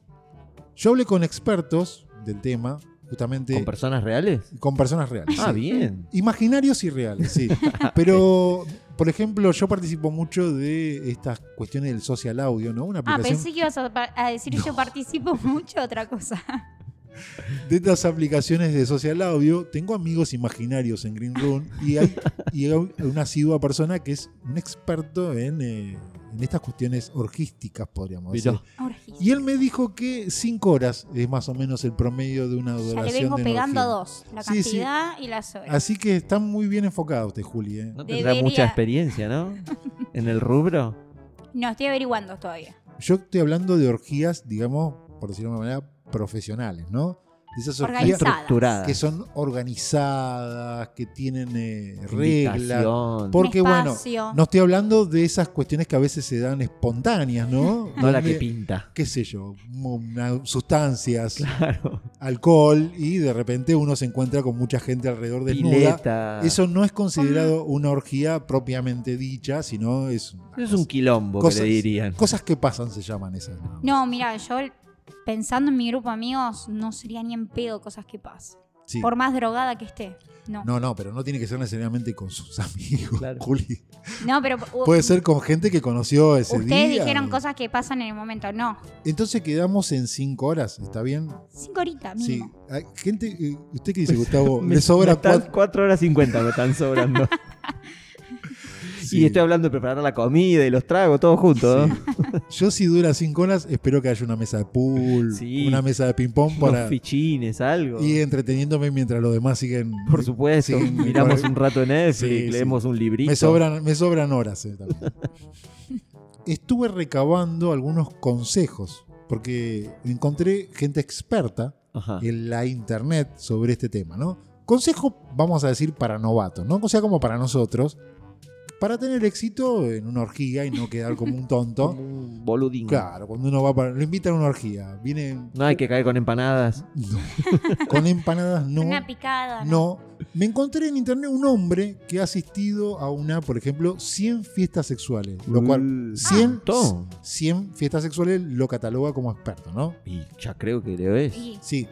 [SPEAKER 2] Yo hablé con expertos del tema, justamente
[SPEAKER 3] ¿Con
[SPEAKER 2] con,
[SPEAKER 3] personas reales?
[SPEAKER 2] personas reales.
[SPEAKER 3] Ah,
[SPEAKER 2] sí.
[SPEAKER 3] bien. Ah,
[SPEAKER 2] Imaginarios y reales, sí. Pero, por ejemplo, yo participo mucho de estas cuestiones del social audio, ¿no? Una
[SPEAKER 1] Ah,
[SPEAKER 2] aplicación
[SPEAKER 1] pensé que ibas a, pa- a decir yo participo mucho otra cosa.
[SPEAKER 2] de estas aplicaciones de social audio, tengo amigos imaginarios en Green Room y hay, y hay una asidua persona que es un experto en, eh, en estas cuestiones orgísticas, podríamos decir.
[SPEAKER 3] Mirá.
[SPEAKER 1] Orgías.
[SPEAKER 2] Y él me dijo que 5 horas es más o menos el promedio de una
[SPEAKER 1] Ya
[SPEAKER 2] duración.
[SPEAKER 1] le vengo
[SPEAKER 2] de una
[SPEAKER 1] pegando a
[SPEAKER 2] orgía.
[SPEAKER 1] dos. La
[SPEAKER 2] Sí, sí.
[SPEAKER 1] cantidad y las horas.
[SPEAKER 2] Así que está muy bien enfocado usted, Juli. ¿eh?
[SPEAKER 3] No tendrá
[SPEAKER 1] Debería.
[SPEAKER 3] mucha experiencia, ¿no? En el rubro.
[SPEAKER 1] No, estoy averiguando todavía.
[SPEAKER 2] Yo estoy hablando de orgías, digamos, por decirlo de una manera, profesionales, ¿no? De esas orgías
[SPEAKER 1] Organizadas.
[SPEAKER 3] Estructurada.
[SPEAKER 2] que son organizadas, que tienen eh, reglas,
[SPEAKER 3] Invitación.
[SPEAKER 2] Por- Porque,
[SPEAKER 1] Un
[SPEAKER 2] bueno,
[SPEAKER 1] espacio.
[SPEAKER 2] No estoy hablando de esas cuestiones que a veces se dan espontáneas, ¿no?
[SPEAKER 3] No la
[SPEAKER 2] Donde,
[SPEAKER 3] que pinta.
[SPEAKER 2] qué sé yo, una- sustancias,
[SPEAKER 3] Claro.
[SPEAKER 2] alcohol, y de repente uno se encuentra con mucha gente alrededor desnuda.
[SPEAKER 3] Pileta.
[SPEAKER 2] Eso no es considerado una orgía propiamente dicha, sino es,
[SPEAKER 3] Es un quilombo,
[SPEAKER 2] Cosas-
[SPEAKER 3] que le dirían.
[SPEAKER 2] cosas que pasan se llaman esas. ¿no?
[SPEAKER 1] No, mira, yo pensando en mi grupo de amigos, no sería ni en pedo cosas que pasen.
[SPEAKER 2] Sí.
[SPEAKER 1] Por más drogada que esté. No. No,
[SPEAKER 2] No, no, pero no tiene que ser necesariamente con sus amigos,
[SPEAKER 3] Claro.
[SPEAKER 2] Juli.
[SPEAKER 1] pero u-
[SPEAKER 2] Puede ser con gente que conoció ese día. eh.
[SPEAKER 1] ustedes dijeron cosas que pasan en el momento. No.
[SPEAKER 2] Entonces quedamos en cinco horas, ¿está bien?
[SPEAKER 1] Cinco horitas
[SPEAKER 2] Sí,
[SPEAKER 1] mínimo.
[SPEAKER 2] hay gente, eh, ¿usted qué dice, Gustavo?
[SPEAKER 3] Me-
[SPEAKER 2] ¿Le sobra
[SPEAKER 3] me están
[SPEAKER 2] cuatro?
[SPEAKER 3] 4 horas 50 me están sobrando.
[SPEAKER 2] Sí.
[SPEAKER 3] Y estoy hablando de preparar la comida y los tragos, todo junto. ¿no?
[SPEAKER 2] Yo si dura cinco horas, espero que haya una mesa de pool,
[SPEAKER 3] Sí.
[SPEAKER 2] una mesa de ping-pong
[SPEAKER 3] Unos
[SPEAKER 2] para
[SPEAKER 3] fichines, algo.
[SPEAKER 2] ir entreteniéndome mientras los demás siguen.
[SPEAKER 3] Por supuesto.
[SPEAKER 2] Sí,
[SPEAKER 3] Miramos
[SPEAKER 2] claro.
[SPEAKER 3] un rato en Netflix,
[SPEAKER 2] Sí, sí.
[SPEAKER 3] leemos un librito.
[SPEAKER 2] me, sobran, me sobran horas. eh, también. Estuve recabando algunos consejos, porque encontré gente experta
[SPEAKER 3] Ajá.
[SPEAKER 2] en la internet sobre este tema, ¿no? Consejos, vamos a decir, para novatos, ¿no? O sea, como para nosotros, para tener éxito en una orgía y no quedar como un tonto.
[SPEAKER 3] Como un boludín.
[SPEAKER 2] Claro, cuando uno va para. Lo invitan a una orgía. Viene.
[SPEAKER 3] No hay que caer con empanadas.
[SPEAKER 2] no, con empanadas no.
[SPEAKER 1] Una picada. ¿no?
[SPEAKER 2] No. Me encontré en internet un hombre que ha asistido a una, por ejemplo, 100 fiestas sexuales. Lo cual.
[SPEAKER 3] Uh,
[SPEAKER 2] 100,
[SPEAKER 3] montón.
[SPEAKER 2] 100 fiestas sexuales lo cataloga como experto, ¿no?
[SPEAKER 3] Y ya creo que le ves.
[SPEAKER 1] Y-
[SPEAKER 2] Sí.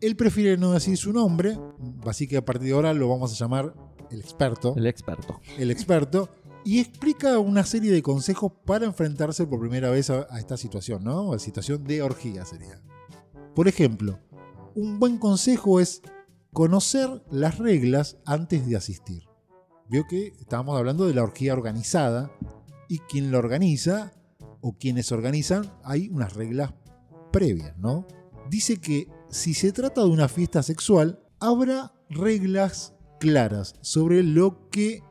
[SPEAKER 2] Él prefiere no decir su nombre, así que a partir de ahora lo vamos a llamar el experto.
[SPEAKER 3] El experto.
[SPEAKER 2] el experto, y explica una serie de consejos para enfrentarse por primera vez a, a esta situación, ¿no? A situación de orgía sería. Por ejemplo, un buen consejo es conocer las reglas antes de asistir. Vio que estábamos hablando de la orgía organizada y quien la organiza o quienes organizan, hay unas reglas previas, ¿no? Dice que si se trata de una fiesta sexual, habrá reglas claras sobre lo que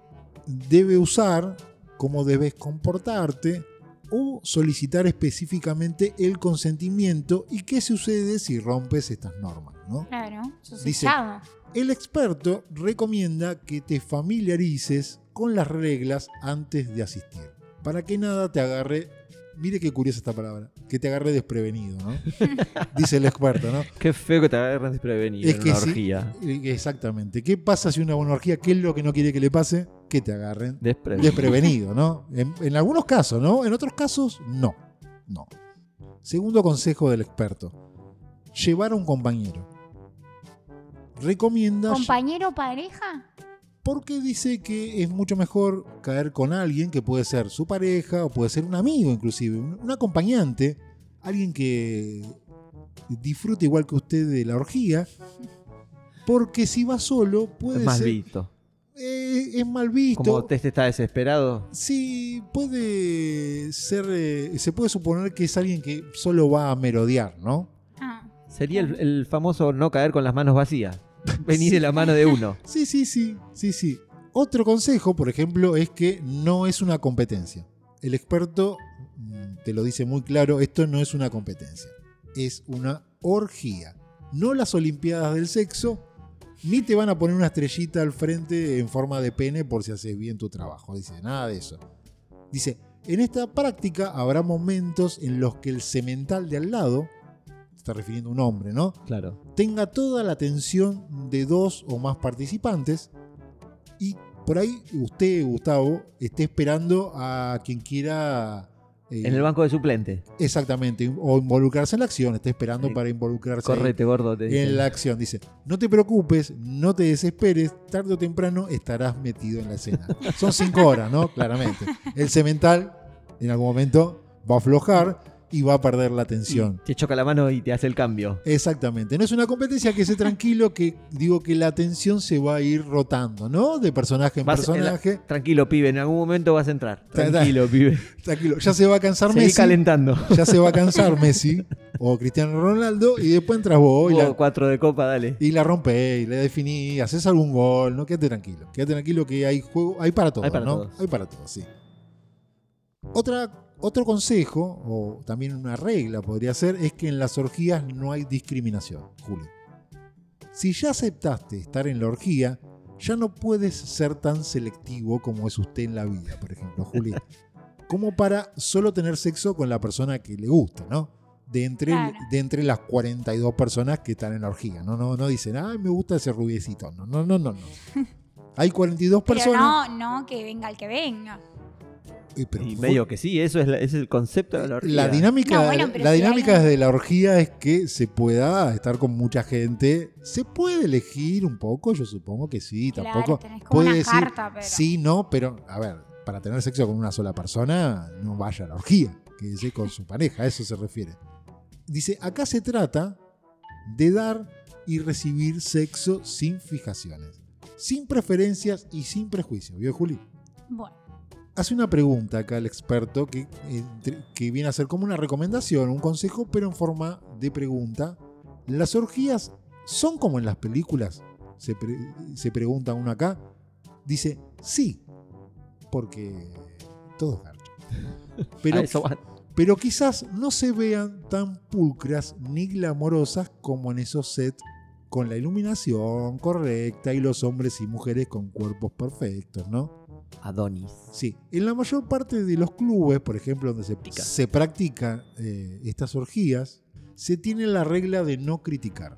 [SPEAKER 2] debe usar, cómo debes comportarte o solicitar específicamente el consentimiento y qué sucede si rompes estas normas, ¿no?
[SPEAKER 1] Claro, eso se
[SPEAKER 2] Dice-
[SPEAKER 1] sabe.
[SPEAKER 2] El experto recomienda que te familiarices con las reglas antes de asistir, para que nada te agarre, mire qué curiosa esta palabra, que te agarre desprevenido, ¿no? Dice el experto, ¿no?
[SPEAKER 3] Qué feo que te agarren desprevenido
[SPEAKER 2] Es
[SPEAKER 3] en
[SPEAKER 2] que
[SPEAKER 3] una
[SPEAKER 2] sí.
[SPEAKER 3] orgía.
[SPEAKER 2] Eh, Exactamente. ¿Qué pasa si una buena orgía, qué es lo que no quiere que le pase? Que te agarren
[SPEAKER 3] Desprevenido.
[SPEAKER 2] desprevenido, ¿no? En, en algunos casos, ¿no? En otros casos, no. No. Segundo consejo del experto. Llevar a un compañero. Recomienda...
[SPEAKER 1] ¿Compañero o pareja?
[SPEAKER 2] porque dice que es mucho mejor caer con alguien que puede ser su pareja o puede ser un amigo inclusive, un un acompañante, alguien que disfrute igual que usted de la orgía, porque si va solo puede
[SPEAKER 3] Es más
[SPEAKER 2] ser
[SPEAKER 3] visto.
[SPEAKER 2] eh, es mal visto.
[SPEAKER 3] Como usted está desesperado,
[SPEAKER 2] Sí, puede ser, eh, se puede suponer que es alguien que solo va a merodear, ¿no?
[SPEAKER 1] Ah,
[SPEAKER 3] sería el, el famoso no caer con las manos vacías. Venir de la mano de uno.
[SPEAKER 2] Sí, sí, sí, sí, sí. Otro consejo, por ejemplo, es que no es una competencia. El experto mm, te lo dice muy claro, esto no es una competencia, es una orgía. No las Olimpiadas del Sexo, ni te van a poner una estrellita al frente en forma de pene por si haces bien tu trabajo. Dice, nada de eso. Dice, en esta práctica habrá momentos en los que el semental de al lado, se está refiriendo a un hombre, ¿no?
[SPEAKER 3] Claro.
[SPEAKER 2] tenga toda la atención de dos o más participantes y por ahí usted, Gustavo, esté esperando a quien quiera... eh,
[SPEAKER 3] En el banco de suplente.
[SPEAKER 2] Exactamente, o involucrarse en la acción, esté esperando
[SPEAKER 3] Eh,
[SPEAKER 2] para involucrarse
[SPEAKER 3] Correte, gordo. Te
[SPEAKER 2] en
[SPEAKER 3] dicen.
[SPEAKER 2] la acción. Dice, no te preocupes, no te desesperes, tarde o temprano estarás metido en la escena. Son cinco horas, ¿no? Claramente. El cemental en algún momento va a aflojar y va a perder la atención.
[SPEAKER 3] Te choca la mano y te hace el cambio.
[SPEAKER 2] Exactamente, no es una competencia que se tranquilo, que digo que la atención se va a ir rotando, ¿no? De personaje en
[SPEAKER 3] Vas en la-
[SPEAKER 2] personaje.
[SPEAKER 3] Tranquilo, pibe, en algún momento vas a entrar.
[SPEAKER 2] Ta, ta.
[SPEAKER 3] Tranquilo, pibe.
[SPEAKER 2] Tranquilo, ya se va a cansar
[SPEAKER 3] Seguí
[SPEAKER 2] Messi.
[SPEAKER 3] calentando.
[SPEAKER 2] Ya se va a cansar Messi o Cristiano Ronaldo y después entras vos y
[SPEAKER 3] Vos,
[SPEAKER 2] la,
[SPEAKER 3] cuatro de copa, dale.
[SPEAKER 2] y la rompés y la definís, haces algún gol, ¿no? Quédate tranquilo, quédate tranquilo que hay juego, hay para todo,
[SPEAKER 3] Hay para
[SPEAKER 2] ¿no?
[SPEAKER 3] todos.
[SPEAKER 2] Hay para todo, sí. Otra, otro consejo, o también una regla podría ser, es que en las orgías no hay discriminación, Julio. Si ya aceptaste estar en la orgía, ya no puedes ser tan selectivo como es usted en la vida, por ejemplo, Juli. Como para solo tener sexo con la persona que le gusta, ¿no? De entre,
[SPEAKER 1] Claro.
[SPEAKER 2] de entre las 42 personas que están en la orgía. No, no, no dicen, ay, me gusta ese rubiecito. No, no, no, no. no. Hay 42
[SPEAKER 1] pero
[SPEAKER 2] personas.
[SPEAKER 1] no, no que venga el que venga.
[SPEAKER 2] Eh, pero
[SPEAKER 3] Y
[SPEAKER 2] Ju-
[SPEAKER 3] medio que sí, eso es, la- es el concepto de la orgía.
[SPEAKER 2] La dinámica,
[SPEAKER 1] No, bueno, pero
[SPEAKER 2] la
[SPEAKER 1] si
[SPEAKER 2] dinámica
[SPEAKER 1] hay-
[SPEAKER 2] desde la orgía es que se pueda estar con mucha gente. Se puede elegir un poco, yo supongo que sí,
[SPEAKER 1] claro,
[SPEAKER 2] tampoco.
[SPEAKER 1] tenés como una
[SPEAKER 2] puede decir,
[SPEAKER 1] carta, pero.
[SPEAKER 2] Sí, no, pero a ver, para tener sexo con una sola persona, no vaya a la orgía, quédese con su pareja, a eso se refiere. Dice, acá se trata de dar y recibir sexo sin fijaciones, sin preferencias y sin prejuicios, ¿vio Juli?
[SPEAKER 1] Bueno,
[SPEAKER 2] Hace una pregunta acá el experto que, entre- que viene a ser como una recomendación, un consejo, pero en forma de pregunta. ¿Las orgías son como en las películas? Se, pre- se pregunta uno acá. Dice, sí, porque todo es garcha.
[SPEAKER 3] A
[SPEAKER 2] Pero,
[SPEAKER 3] eso va.
[SPEAKER 2] pero quizás no se vean tan pulcras ni glamorosas como en esos sets con la iluminación correcta y los hombres y mujeres con cuerpos perfectos, ¿no?
[SPEAKER 3] Adonis.
[SPEAKER 2] Sí, en la mayor parte de los clubes, por ejemplo, donde se,
[SPEAKER 3] Practica.
[SPEAKER 2] se practican eh, estas orgías, se tiene la regla de no criticar.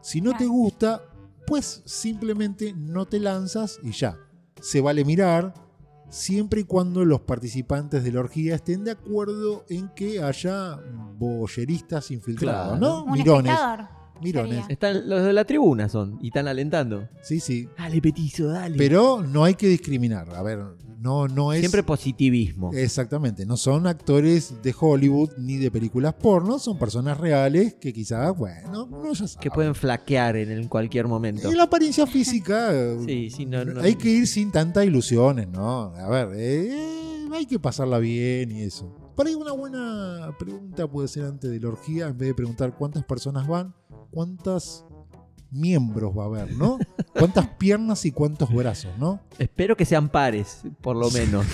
[SPEAKER 2] Si no te
[SPEAKER 1] Claro.
[SPEAKER 2] gusta, pues simplemente no te lanzas y ya. Se vale mirar siempre y cuando los participantes de la orgía estén de acuerdo en que haya boyeristas infiltrados,
[SPEAKER 3] Claro.
[SPEAKER 2] ¿no?
[SPEAKER 1] un
[SPEAKER 2] Mirones,
[SPEAKER 1] espectador.
[SPEAKER 2] mirones.
[SPEAKER 1] sería.
[SPEAKER 3] Están los de la tribuna son y están alentando.
[SPEAKER 2] Sí, sí.
[SPEAKER 3] Dale, petizo, dale.
[SPEAKER 2] Pero no hay que discriminar. A ver, no, no es... Eh,
[SPEAKER 3] Siempre positivismo.
[SPEAKER 2] Exactamente, no son actores de Hollywood ni de películas porno, son personas reales que quizás, bueno, no ya sabe.
[SPEAKER 3] que pueden flaquear en el- cualquier momento.
[SPEAKER 2] Y la apariencia física, eh,
[SPEAKER 3] Sí, sí, no, no-
[SPEAKER 2] hay que ir sin tantas ilusiones, ¿no? A ver, eh, hay que pasarla bien y eso. Por ahí una buena pregunta puede ser antes de la orgía, en vez de preguntar cuántas personas van, cuántas miembros va a haber, ¿no? ¿Cuántas piernas y cuántos brazos, ¿no?
[SPEAKER 3] Espero que sean pares, por lo menos,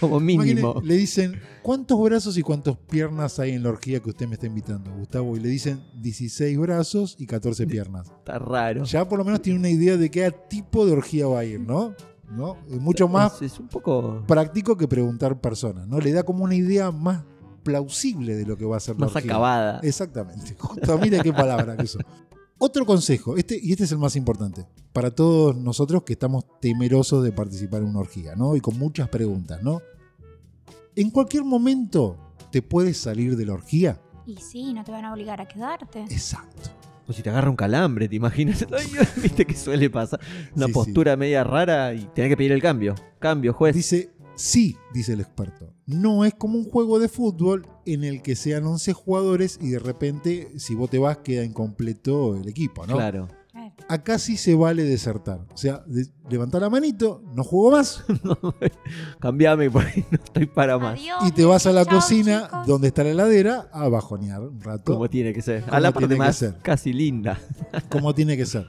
[SPEAKER 3] como mínimo.
[SPEAKER 2] Imaginen, Le dicen, ¿cuántos brazos y cuántas piernas hay en la orgía que usted me está invitando, Gustavo? Y le dicen 16 brazos y 14 piernas.
[SPEAKER 3] Está raro.
[SPEAKER 2] Ya por lo menos tiene una idea de qué tipo de orgía va a ir, ¿no? ¿No? Es mucho más
[SPEAKER 3] Es, es un poco
[SPEAKER 2] práctico que preguntar personas, ¿no? Le da como una idea más plausible de lo que va a ser la
[SPEAKER 3] más
[SPEAKER 2] orgía.
[SPEAKER 3] acabada.
[SPEAKER 2] Exactamente. Justo, mira qué palabra que usó. Otro consejo, este, y este es el más importante, para todos nosotros que estamos temerosos de participar en una orgía, ¿no? Y con muchas preguntas, ¿no? En cualquier momento te puedes salir de la orgía.
[SPEAKER 1] Y sí, no te van a obligar a quedarte.
[SPEAKER 2] Exacto.
[SPEAKER 3] O si te agarra un calambre, ¿te imaginas? Ay, Dios, Viste que suele pasar. Una
[SPEAKER 2] Sí, sí.
[SPEAKER 3] postura media rara y tenés que pedir el cambio. Cambio, juez.
[SPEAKER 2] Dice, sí, dice el experto. No es como un juego de fútbol en el que sean 11 jugadores y de repente, si vos te vas, queda incompleto el equipo, ¿no?
[SPEAKER 3] Claro.
[SPEAKER 1] Claro.
[SPEAKER 2] Acá sí se vale desertar. O sea, de- levantá la manito, no juego más,
[SPEAKER 3] Cambiame porque no estoy para más.
[SPEAKER 1] Adiós,
[SPEAKER 2] Y te vas a la
[SPEAKER 1] chao,
[SPEAKER 2] cocina
[SPEAKER 1] chicos.
[SPEAKER 2] donde está la heladera a bajonear un rato,
[SPEAKER 3] Como
[SPEAKER 2] como,
[SPEAKER 3] tiene que ser. A
[SPEAKER 2] Como
[SPEAKER 3] la parte
[SPEAKER 2] tiene que
[SPEAKER 3] más
[SPEAKER 2] ser.
[SPEAKER 3] casi linda.
[SPEAKER 2] tiene que ser.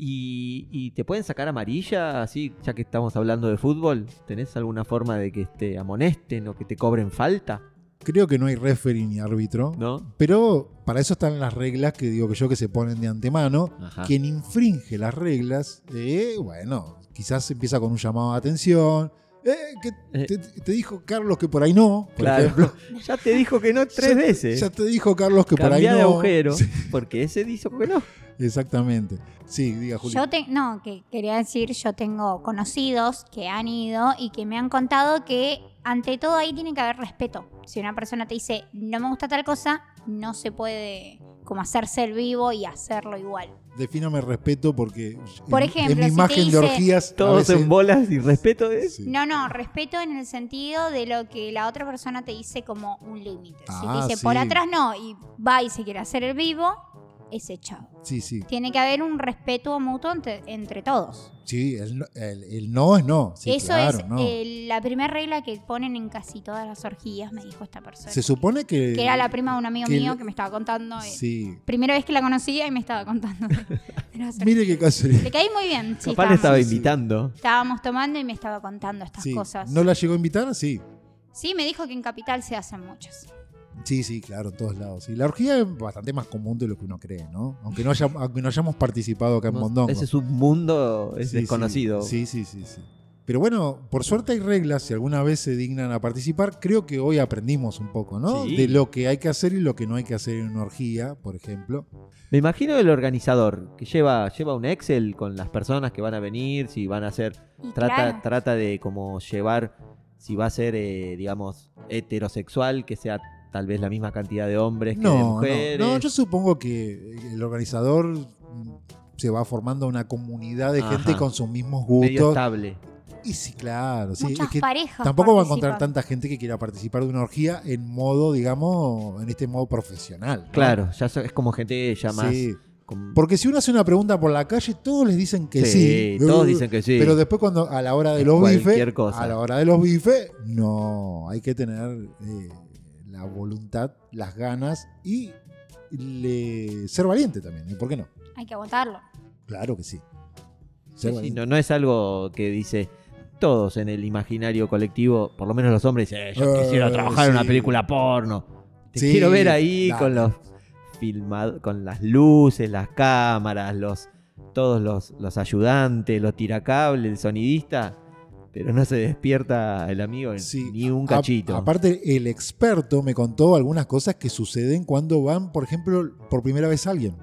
[SPEAKER 3] ¿Y, y te pueden sacar amarilla así, ya que estamos hablando de fútbol? ¿Tenés alguna forma de que te amonesten o que te cobren falta?
[SPEAKER 2] Creo que no hay referee ni árbitro,
[SPEAKER 3] ¿No?
[SPEAKER 2] pero para eso están las reglas que digo que yo que se ponen de antemano.
[SPEAKER 3] Ajá.
[SPEAKER 2] Quien infringe las reglas, eh, bueno, quizás empieza con un llamado de atención. Eh, que
[SPEAKER 3] Eh.
[SPEAKER 2] te, te dijo Carlos que por ahí no, por
[SPEAKER 3] Claro.
[SPEAKER 2] ejemplo.
[SPEAKER 3] Ya te dijo que no tres
[SPEAKER 2] Ya-
[SPEAKER 3] veces.
[SPEAKER 2] Ya te dijo Carlos que por ahí
[SPEAKER 3] Cambiá
[SPEAKER 2] no.
[SPEAKER 3] de agujero,
[SPEAKER 2] Sí,
[SPEAKER 3] porque ese dijo que no.
[SPEAKER 2] exactamente. Sí, diga Julio.
[SPEAKER 1] Yo te- no, que quería decir, yo tengo conocidos que han ido y que me han contado que ante todo ahí tiene que haber respeto. Si una persona te dice, no me gusta tal cosa, no se puede como hacerse el vivo y hacerlo igual.
[SPEAKER 2] Defíname respeto porque
[SPEAKER 1] Por
[SPEAKER 2] en-
[SPEAKER 1] ejemplo,
[SPEAKER 2] en mi
[SPEAKER 1] si te
[SPEAKER 2] imagen
[SPEAKER 1] dice-
[SPEAKER 2] de orgías a
[SPEAKER 3] Todos
[SPEAKER 2] veces-
[SPEAKER 3] en bolas y respeto es.
[SPEAKER 2] Sí.
[SPEAKER 1] No, no, respeto en el sentido de lo que la otra persona te dice como un límite. Si
[SPEAKER 2] Ah,
[SPEAKER 1] te dice
[SPEAKER 2] sí.
[SPEAKER 1] por atrás no y va y se quiere hacer el vivo, es echado.
[SPEAKER 2] Sí, sí.
[SPEAKER 1] Tiene que haber un respeto mutuo entre, entre todos.
[SPEAKER 2] Sí, el, no- el- el no es no. Sí,
[SPEAKER 1] Eso
[SPEAKER 2] claro,
[SPEAKER 1] es
[SPEAKER 2] no.
[SPEAKER 1] eh, la primera regla que ponen en casi todas las orgías, me dijo esta persona.
[SPEAKER 2] Se supone que.
[SPEAKER 1] que era la prima de un amigo
[SPEAKER 2] que el-
[SPEAKER 1] mío que me estaba contando. eh,
[SPEAKER 2] Sí.
[SPEAKER 1] Primera vez que la conocía y me estaba contando. de- de las orgías.
[SPEAKER 2] Mire qué casualidad.
[SPEAKER 1] Le caí muy bien, sí.
[SPEAKER 3] Capaz le estaba
[SPEAKER 1] Estábamos,
[SPEAKER 2] sí.
[SPEAKER 3] invitando.
[SPEAKER 1] estábamos tomando y me estaba contando estas
[SPEAKER 2] Sí.
[SPEAKER 1] cosas.
[SPEAKER 2] ¿No la llegó a invitar? Sí.
[SPEAKER 1] Sí, me dijo que en Capital se hacen muchas.
[SPEAKER 2] Sí, sí, claro, en todos lados. Y la orgía es bastante más común de lo que uno cree, ¿no? Aunque no, haya- aunque no hayamos participado acá en
[SPEAKER 3] No,
[SPEAKER 2] Mondongo.
[SPEAKER 3] Ese es un mundo es
[SPEAKER 2] Sí, sí.
[SPEAKER 3] desconocido.
[SPEAKER 2] Sí, sí, sí, sí. Pero bueno, por suerte hay reglas. Si alguna vez se dignan a participar, creo que hoy aprendimos un poco, ¿no?
[SPEAKER 3] Sí.
[SPEAKER 2] De lo que hay que hacer y lo que no hay que hacer en una orgía, por ejemplo.
[SPEAKER 3] Me imagino el organizador que lleva, lleva un Excel con las personas que van a venir, si van a hacer.
[SPEAKER 1] Y
[SPEAKER 3] Trata,
[SPEAKER 1] claro,
[SPEAKER 3] trata de como llevar, si va a ser, eh, digamos, heterosexual, que sea tal vez la misma cantidad de hombres que de mujeres.
[SPEAKER 2] No, yo supongo que el organizador mm, se va formando una comunidad de
[SPEAKER 3] Ajá.
[SPEAKER 2] gente con sus mismos
[SPEAKER 3] medio
[SPEAKER 2] gustos.
[SPEAKER 3] estable.
[SPEAKER 2] Y sí, claro, sí.
[SPEAKER 1] muchas
[SPEAKER 2] es que
[SPEAKER 1] parejas.
[SPEAKER 2] tampoco va a encontrar
[SPEAKER 1] participan.
[SPEAKER 2] tanta gente que quiera participar de una orgía en modo, digamos, en este modo profesional. ¿no?
[SPEAKER 3] Claro, ya so- es como gente ya más.
[SPEAKER 2] Sí.
[SPEAKER 3] con-
[SPEAKER 2] Porque si uno hace una pregunta por la calle, todos les dicen que sí.
[SPEAKER 3] Sí, todos dicen que sí.
[SPEAKER 2] Pero después cuando a la hora de los
[SPEAKER 3] Cualquier
[SPEAKER 2] bifes,
[SPEAKER 3] cosa.
[SPEAKER 2] a la hora de los bifes, no, hay que tener eh, la voluntad, las ganas y le- ser valiente también, ¿eh? ¿por qué no?
[SPEAKER 1] Hay que aguantarlo.
[SPEAKER 2] Claro que sí.
[SPEAKER 3] Sí,
[SPEAKER 2] Ser
[SPEAKER 3] sí,
[SPEAKER 2] valiente.
[SPEAKER 3] no, no es algo que dice todos en el imaginario colectivo, por lo menos los hombres, dicen, "Eh, yo
[SPEAKER 2] Eh,
[SPEAKER 3] quisiera trabajar en una
[SPEAKER 2] sí.
[SPEAKER 3] película porno. Te
[SPEAKER 2] Sí,
[SPEAKER 3] quiero ver ahí
[SPEAKER 2] dale.
[SPEAKER 3] con los filmado, con las luces, las cámaras, los todos los, los ayudantes, los tiracables, el sonidista, pero no se despierta el amigo en
[SPEAKER 2] Sí,
[SPEAKER 3] ni un
[SPEAKER 2] a-
[SPEAKER 3] cachito.
[SPEAKER 2] aparte, el experto me contó algunas cosas que suceden cuando van, por ejemplo, por primera vez a alguien.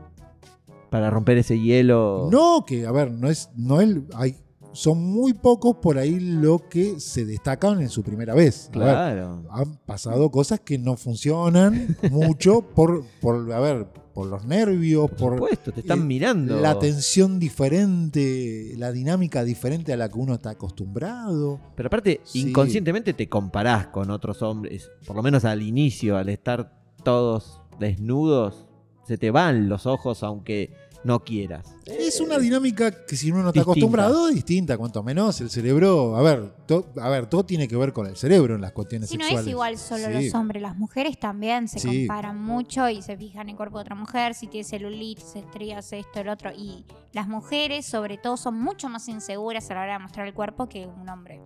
[SPEAKER 3] para romper ese hielo.
[SPEAKER 2] No, que a ver, no es, no es, hay, son muy pocos por ahí lo que se destacan en su primera vez. A ver,
[SPEAKER 3] claro.
[SPEAKER 2] han pasado cosas que no funcionan mucho por, por a ver, por los nervios,
[SPEAKER 3] Por
[SPEAKER 2] por
[SPEAKER 3] supuesto, te están
[SPEAKER 2] eh,
[SPEAKER 3] mirando.
[SPEAKER 2] la tensión diferente, la dinámica diferente a la que uno está acostumbrado.
[SPEAKER 3] Pero aparte,
[SPEAKER 2] Sí.
[SPEAKER 3] inconscientemente te comparás con otros hombres, por lo menos al inicio, al estar todos desnudos, se te van los ojos, aunque no quieras.
[SPEAKER 2] Es una dinámica que si uno no está
[SPEAKER 3] Eh, Distinta.
[SPEAKER 2] acostumbrado, es distinta, cuanto menos. El cerebro, a ver, to- a ver, todo tiene que ver con el cerebro en las cuestiones
[SPEAKER 1] Si no
[SPEAKER 2] sexuales.
[SPEAKER 1] es igual solo
[SPEAKER 2] Sí.
[SPEAKER 1] los hombres, las mujeres también se
[SPEAKER 2] Sí.
[SPEAKER 1] comparan mucho y se fijan en el cuerpo de otra mujer, si tiene celulitis, estrías, esto, el otro. Y las mujeres, sobre todo, son mucho más inseguras a la hora de mostrar el cuerpo que un hombre.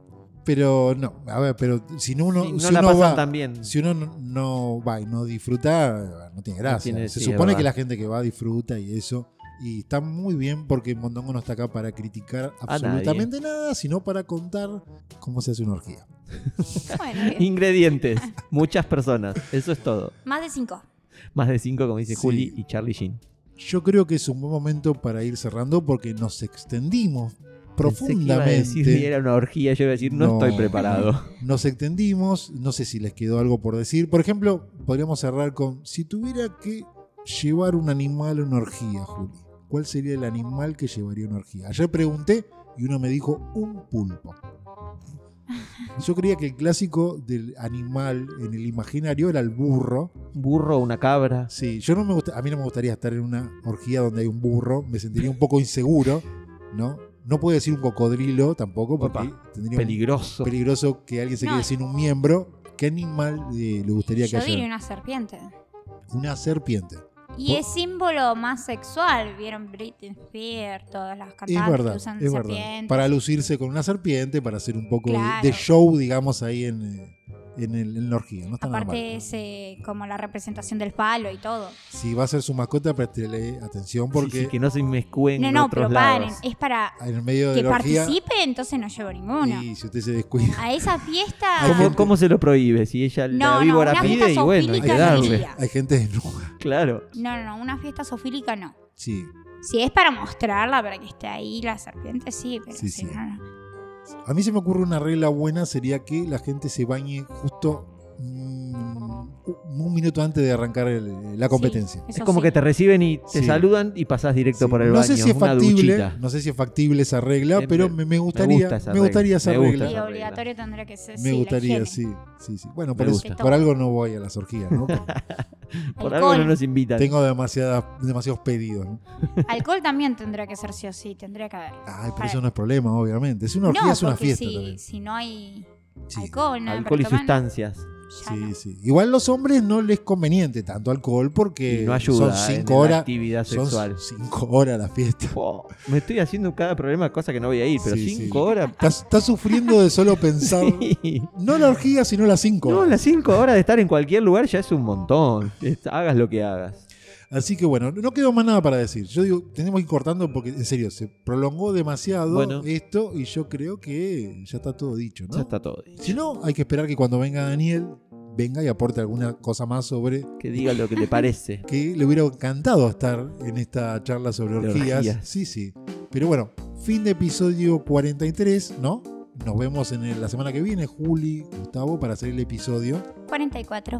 [SPEAKER 2] Pero no, a ver, pero si no uno,
[SPEAKER 3] Sí, no
[SPEAKER 2] si
[SPEAKER 3] la
[SPEAKER 2] uno
[SPEAKER 3] pasan
[SPEAKER 2] va,
[SPEAKER 3] tan bien.
[SPEAKER 2] si uno no, no va y no disfruta, no tiene gracia.
[SPEAKER 3] tiene-
[SPEAKER 2] Se
[SPEAKER 3] sí, es
[SPEAKER 2] supone que
[SPEAKER 3] verdad.
[SPEAKER 2] la gente que va disfruta y eso. Y está muy bien porque Mondongo no está acá para criticar
[SPEAKER 3] nadie.
[SPEAKER 2] absolutamente nada, sino para contar cómo se hace una orgía.
[SPEAKER 1] Bueno, bien.
[SPEAKER 3] Ingredientes, muchas personas, eso es todo.
[SPEAKER 1] más de cinco.
[SPEAKER 3] Más de cinco, como dice
[SPEAKER 2] Sí.
[SPEAKER 3] Juli y Charlie Sheen.
[SPEAKER 2] Yo creo que es un buen momento para ir cerrando porque nos extendimos
[SPEAKER 3] Pensé que iba a decir,
[SPEAKER 2] profundamente.
[SPEAKER 3] era una orgía, yo iba a decir, no,
[SPEAKER 2] No.
[SPEAKER 3] estoy preparado.
[SPEAKER 2] Nos extendimos, no sé si les quedó algo por decir. Por ejemplo, podríamos cerrar con, si tuviera que llevar un animal a una orgía, Juli, ¿cuál sería el animal que llevaría a una orgía? Ayer pregunté y uno me dijo un pulpo. Yo creía que el clásico del animal en el imaginario era el burro.
[SPEAKER 3] Un Burro, una cabra.
[SPEAKER 2] Sí, yo no me gusta, a mí no me gustaría estar en una orgía donde hay un burro, me sentiría un poco inseguro, ¿no? No puedo decir un cocodrilo tampoco porque
[SPEAKER 3] Opa,
[SPEAKER 2] tendría un-
[SPEAKER 3] Peligroso.
[SPEAKER 2] peligroso que alguien se
[SPEAKER 1] No.
[SPEAKER 2] quede sin un miembro. ¿Qué animal eh, le gustaría que
[SPEAKER 1] Yo
[SPEAKER 2] haya?
[SPEAKER 1] diría
[SPEAKER 2] Una...
[SPEAKER 1] una serpiente.
[SPEAKER 2] serpiente.
[SPEAKER 1] Y
[SPEAKER 2] Vos-
[SPEAKER 1] es símbolo más sexual. Vieron Britney Spears, todas las
[SPEAKER 2] Es
[SPEAKER 1] cantantes que
[SPEAKER 2] verdad,
[SPEAKER 1] usan
[SPEAKER 2] es verdad.
[SPEAKER 1] serpientes.
[SPEAKER 2] Para lucirse con una serpiente, para hacer un poco de-
[SPEAKER 1] Claro.
[SPEAKER 2] de, show, digamos, ahí en, eh, en, el, en la orgía. No está nada mal.
[SPEAKER 1] Aparte es eh, como la representación del palo y todo.
[SPEAKER 2] Si va a ser su mascota, prestele atención
[SPEAKER 3] porque
[SPEAKER 2] porque
[SPEAKER 3] que no se mezclen
[SPEAKER 1] No,
[SPEAKER 3] en
[SPEAKER 1] no,
[SPEAKER 3] otros
[SPEAKER 1] pero paren.
[SPEAKER 3] lados.
[SPEAKER 1] Es para
[SPEAKER 2] en el medio de
[SPEAKER 1] que
[SPEAKER 2] la orgía.
[SPEAKER 1] participe, entonces no llevo ninguno.
[SPEAKER 2] Y si usted se descuida.
[SPEAKER 1] A esa fiesta.
[SPEAKER 2] Hay
[SPEAKER 3] ¿Cómo,
[SPEAKER 2] gente-
[SPEAKER 3] cómo se lo prohíbe? Si ella
[SPEAKER 1] No,
[SPEAKER 3] la
[SPEAKER 1] no,
[SPEAKER 3] víbora
[SPEAKER 1] una fiesta
[SPEAKER 3] pide y bueno, hay que
[SPEAKER 1] zoofílica no
[SPEAKER 3] darle.
[SPEAKER 1] iría.
[SPEAKER 2] Hay gente desnuda.
[SPEAKER 3] Claro.
[SPEAKER 1] No, no, no, una fiesta sofílica no.
[SPEAKER 2] Sí.
[SPEAKER 1] Si es para mostrarla, para que esté ahí la serpiente, sí, pero
[SPEAKER 2] Sí,
[SPEAKER 1] si
[SPEAKER 2] sí.
[SPEAKER 1] no, no.
[SPEAKER 2] A mí se me ocurre una regla buena sería que la gente se bañe justo mm, un minuto antes de arrancar el- la competencia.
[SPEAKER 1] Sí,
[SPEAKER 3] Es
[SPEAKER 1] eso
[SPEAKER 3] como
[SPEAKER 1] sí.
[SPEAKER 3] que te reciben y te
[SPEAKER 2] Sí.
[SPEAKER 3] saludan y pasás directo
[SPEAKER 2] Sí,
[SPEAKER 3] por el
[SPEAKER 2] no
[SPEAKER 3] baño.
[SPEAKER 2] sé si es
[SPEAKER 3] una
[SPEAKER 2] factible,
[SPEAKER 3] duchita.
[SPEAKER 2] no sé si es factible esa regla,
[SPEAKER 3] Eh,
[SPEAKER 2] pero
[SPEAKER 3] me-
[SPEAKER 2] me, me gustaría,
[SPEAKER 3] gusta esa
[SPEAKER 2] me gustaría
[SPEAKER 3] regla,
[SPEAKER 2] esa
[SPEAKER 3] me gusta
[SPEAKER 2] regla.
[SPEAKER 1] Y
[SPEAKER 3] regla.
[SPEAKER 1] obligatorio tendría que ser.
[SPEAKER 2] Me
[SPEAKER 1] sí, la
[SPEAKER 2] gustaría,
[SPEAKER 1] higiene.
[SPEAKER 2] sí, sí, sí. Bueno,
[SPEAKER 3] Me
[SPEAKER 2] por, eso-
[SPEAKER 3] gusta.
[SPEAKER 2] por algo no voy a las orgías, ¿no? Porque
[SPEAKER 3] Por algo
[SPEAKER 1] Alcohol.
[SPEAKER 3] no nos invitan.
[SPEAKER 2] Tengo demasiadas, demasiados pedidos, ¿no?
[SPEAKER 1] Alcohol también tendría que ser sí o sí, tendría que haber.
[SPEAKER 2] Ay, pero
[SPEAKER 1] Para-
[SPEAKER 2] eso no es problema, obviamente. Es una
[SPEAKER 1] No,
[SPEAKER 2] orgía, Ah, es una
[SPEAKER 1] porque
[SPEAKER 2] fiesta
[SPEAKER 1] si,
[SPEAKER 2] también.
[SPEAKER 1] si no hay
[SPEAKER 2] Sí.
[SPEAKER 1] alcohol, no hay
[SPEAKER 3] Alcohol y
[SPEAKER 1] para tomar,
[SPEAKER 3] sustancias.
[SPEAKER 1] ya no.
[SPEAKER 2] Sí, sí. Igual los hombres no les conveniente tanto alcohol porque
[SPEAKER 3] y no ayuda
[SPEAKER 2] Eh, son
[SPEAKER 3] en
[SPEAKER 2] cinco
[SPEAKER 3] la
[SPEAKER 2] horas.
[SPEAKER 3] actividad sexual.
[SPEAKER 2] Son cinco horas la fiesta.
[SPEAKER 3] Po, me estoy haciendo cada problema, cosa que no voy a ir, pero
[SPEAKER 2] Sí, sí.
[SPEAKER 3] cinco horas.
[SPEAKER 2] Estás, estás sufriendo de solo pensar.
[SPEAKER 3] sí.
[SPEAKER 2] No la orgía, sino las cinco.
[SPEAKER 3] No,
[SPEAKER 2] horas.
[SPEAKER 3] las cinco horas de estar en cualquier lugar ya es un montón. Es- Hagas lo que hagas.
[SPEAKER 2] Así que bueno, no quedó más nada para decir. Yo digo, tenemos que ir cortando porque en serio, se prolongó demasiado
[SPEAKER 3] Bueno.
[SPEAKER 2] esto y yo creo que ya está todo dicho, ¿no?
[SPEAKER 3] Ya está todo.
[SPEAKER 2] Si no, hay que esperar que cuando venga Daniel, venga y aporte alguna cosa más sobre
[SPEAKER 3] Que diga lo que te parece.
[SPEAKER 2] que le hubiera encantado estar en esta charla sobre
[SPEAKER 3] De
[SPEAKER 2] orgías.
[SPEAKER 3] orgías.
[SPEAKER 2] Sí, sí. Pero bueno, fin de episodio 43, ¿no? Nos vemos en el- la semana que viene, Juli, Gustavo, para hacer el episodio
[SPEAKER 1] 44.